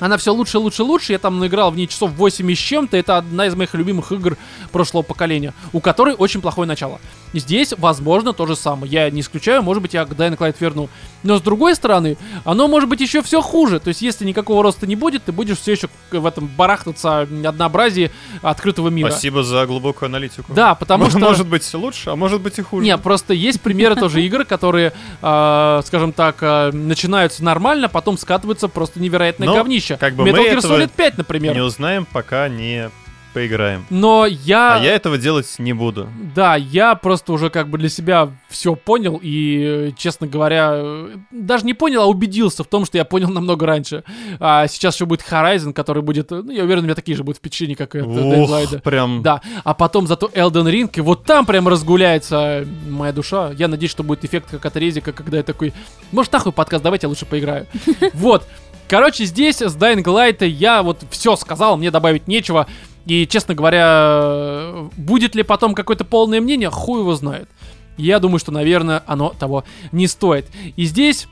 A: она все лучше, лучше, лучше, я там наиграл в ней часов 8 и с чем-то, это одна из моих любимых игр прошлого поколения, у которой очень плохое начало. Здесь, возможно, то же самое, я не исключаю, может быть, я к Dying Light верну. Но с другой стороны, оно может быть еще все хуже, то есть если никакого роста не будет, ты будешь все еще в этом барахтаться м, однообразии открытого мира.
B: Спасибо за глубокую аналитику.
A: Да, потому что...
B: Может быть лучше, а может быть и хуже.
A: Не, просто есть примеры тоже игр, которые, э, скажем так, э, начинаются нормально, потом скатываются просто невероятное
B: Но,
A: говнище.
B: Ну, как бы мы
A: Metal Gear
B: этого
A: Solid 5, например.
B: Не узнаем, пока не поиграем.
A: Но я...
B: А я этого делать не буду.
A: Да, я просто уже как бы для себя все понял и, э, честно говоря, э, даже не понял, а убедился в том, что я понял намного раньше. А сейчас еще будет Horizon, который будет, э, ну, я уверен, у меня такие же будут впечатления, как и от э, Dying Light'а.
B: Ух, прям...
A: Да, а потом зато Elden Ring, и вот там прям разгуляется а, моя душа. Я надеюсь, что будет эффект как от резика, когда я такой, может, нахуй подкаст, давайте я лучше поиграю. Вот. Короче, здесь с Dying Light я вот все сказал, мне добавить нечего. И, честно говоря, будет ли потом какое-то полное мнение, хуй его знает. Я думаю, что, наверное, оно того не стоит. И здесь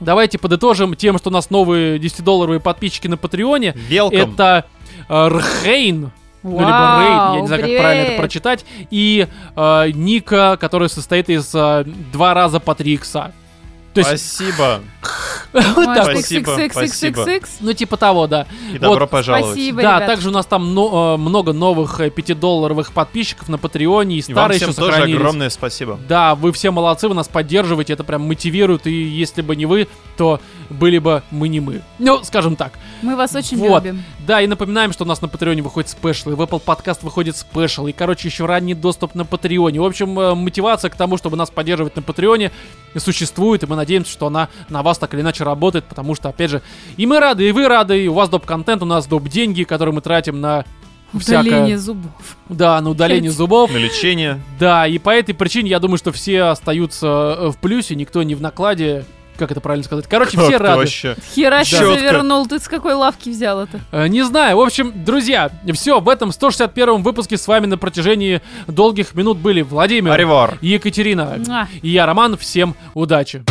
A: давайте подытожим тем, что у нас новые 10-долларовые подписчики на Патреоне.
B: Велком.
A: Это э, Рхейн. Ну, либо
C: Вау,
A: Рейд, я не знаю, как правильно это
C: привет.
A: прочитать. И э, Ника, который состоит из э, два раза по три икса. То есть,
B: Спасибо.
A: [laughs] вот так вот.
B: Спасибо,
C: XXXXXX.
A: Ну, типа того, да.
B: И добро
A: Вот,
B: пожаловать.
C: спасибо.
A: да,
C: ребят.
A: также у нас там но- э, много новых э, 5-долларовых подписчиков на Патреоне, и
B: И вам
A: старые еще
B: всем тоже
A: сохранились.
B: огромное спасибо.
A: Да, вы все молодцы, вы нас поддерживаете, это прям мотивирует, и если бы не вы, то были бы мы не мы. Ну, скажем так.
C: Мы вас очень
A: Вот.
C: любим.
A: Да, и напоминаем, что у нас на Патреоне выходит спешл, и в Apple Podcast выходит спешл, и, короче, еще ранний доступ на Патреоне. В общем, э, мотивация к тому, чтобы нас поддерживать на Патреоне, существует, и мы надеемся, что она на вас так или иначе работает, потому что, опять же, и мы рады, и вы рады, и у вас доп. контент, у нас доп. деньги, которые мы тратим на
C: Удаление
A: всякое...
C: зубов.
A: Да, на удаление зубов.
B: На лечение.
A: Да, и по этой причине я думаю, что все остаются э, в плюсе, никто не в накладе. Как это правильно сказать? Короче, все
B: Как-то
A: рады.
B: вообще.
C: Хера себе
B: Чётко.
C: завернул. Ты с какой лавки взял это?
A: Э, Не знаю. В общем, друзья, все, в этом 161 выпуске с вами на протяжении долгих минут были Владимир
B: Аривар.
A: и Екатерина.
C: Муа.
A: И я, Роман. Всем удачи.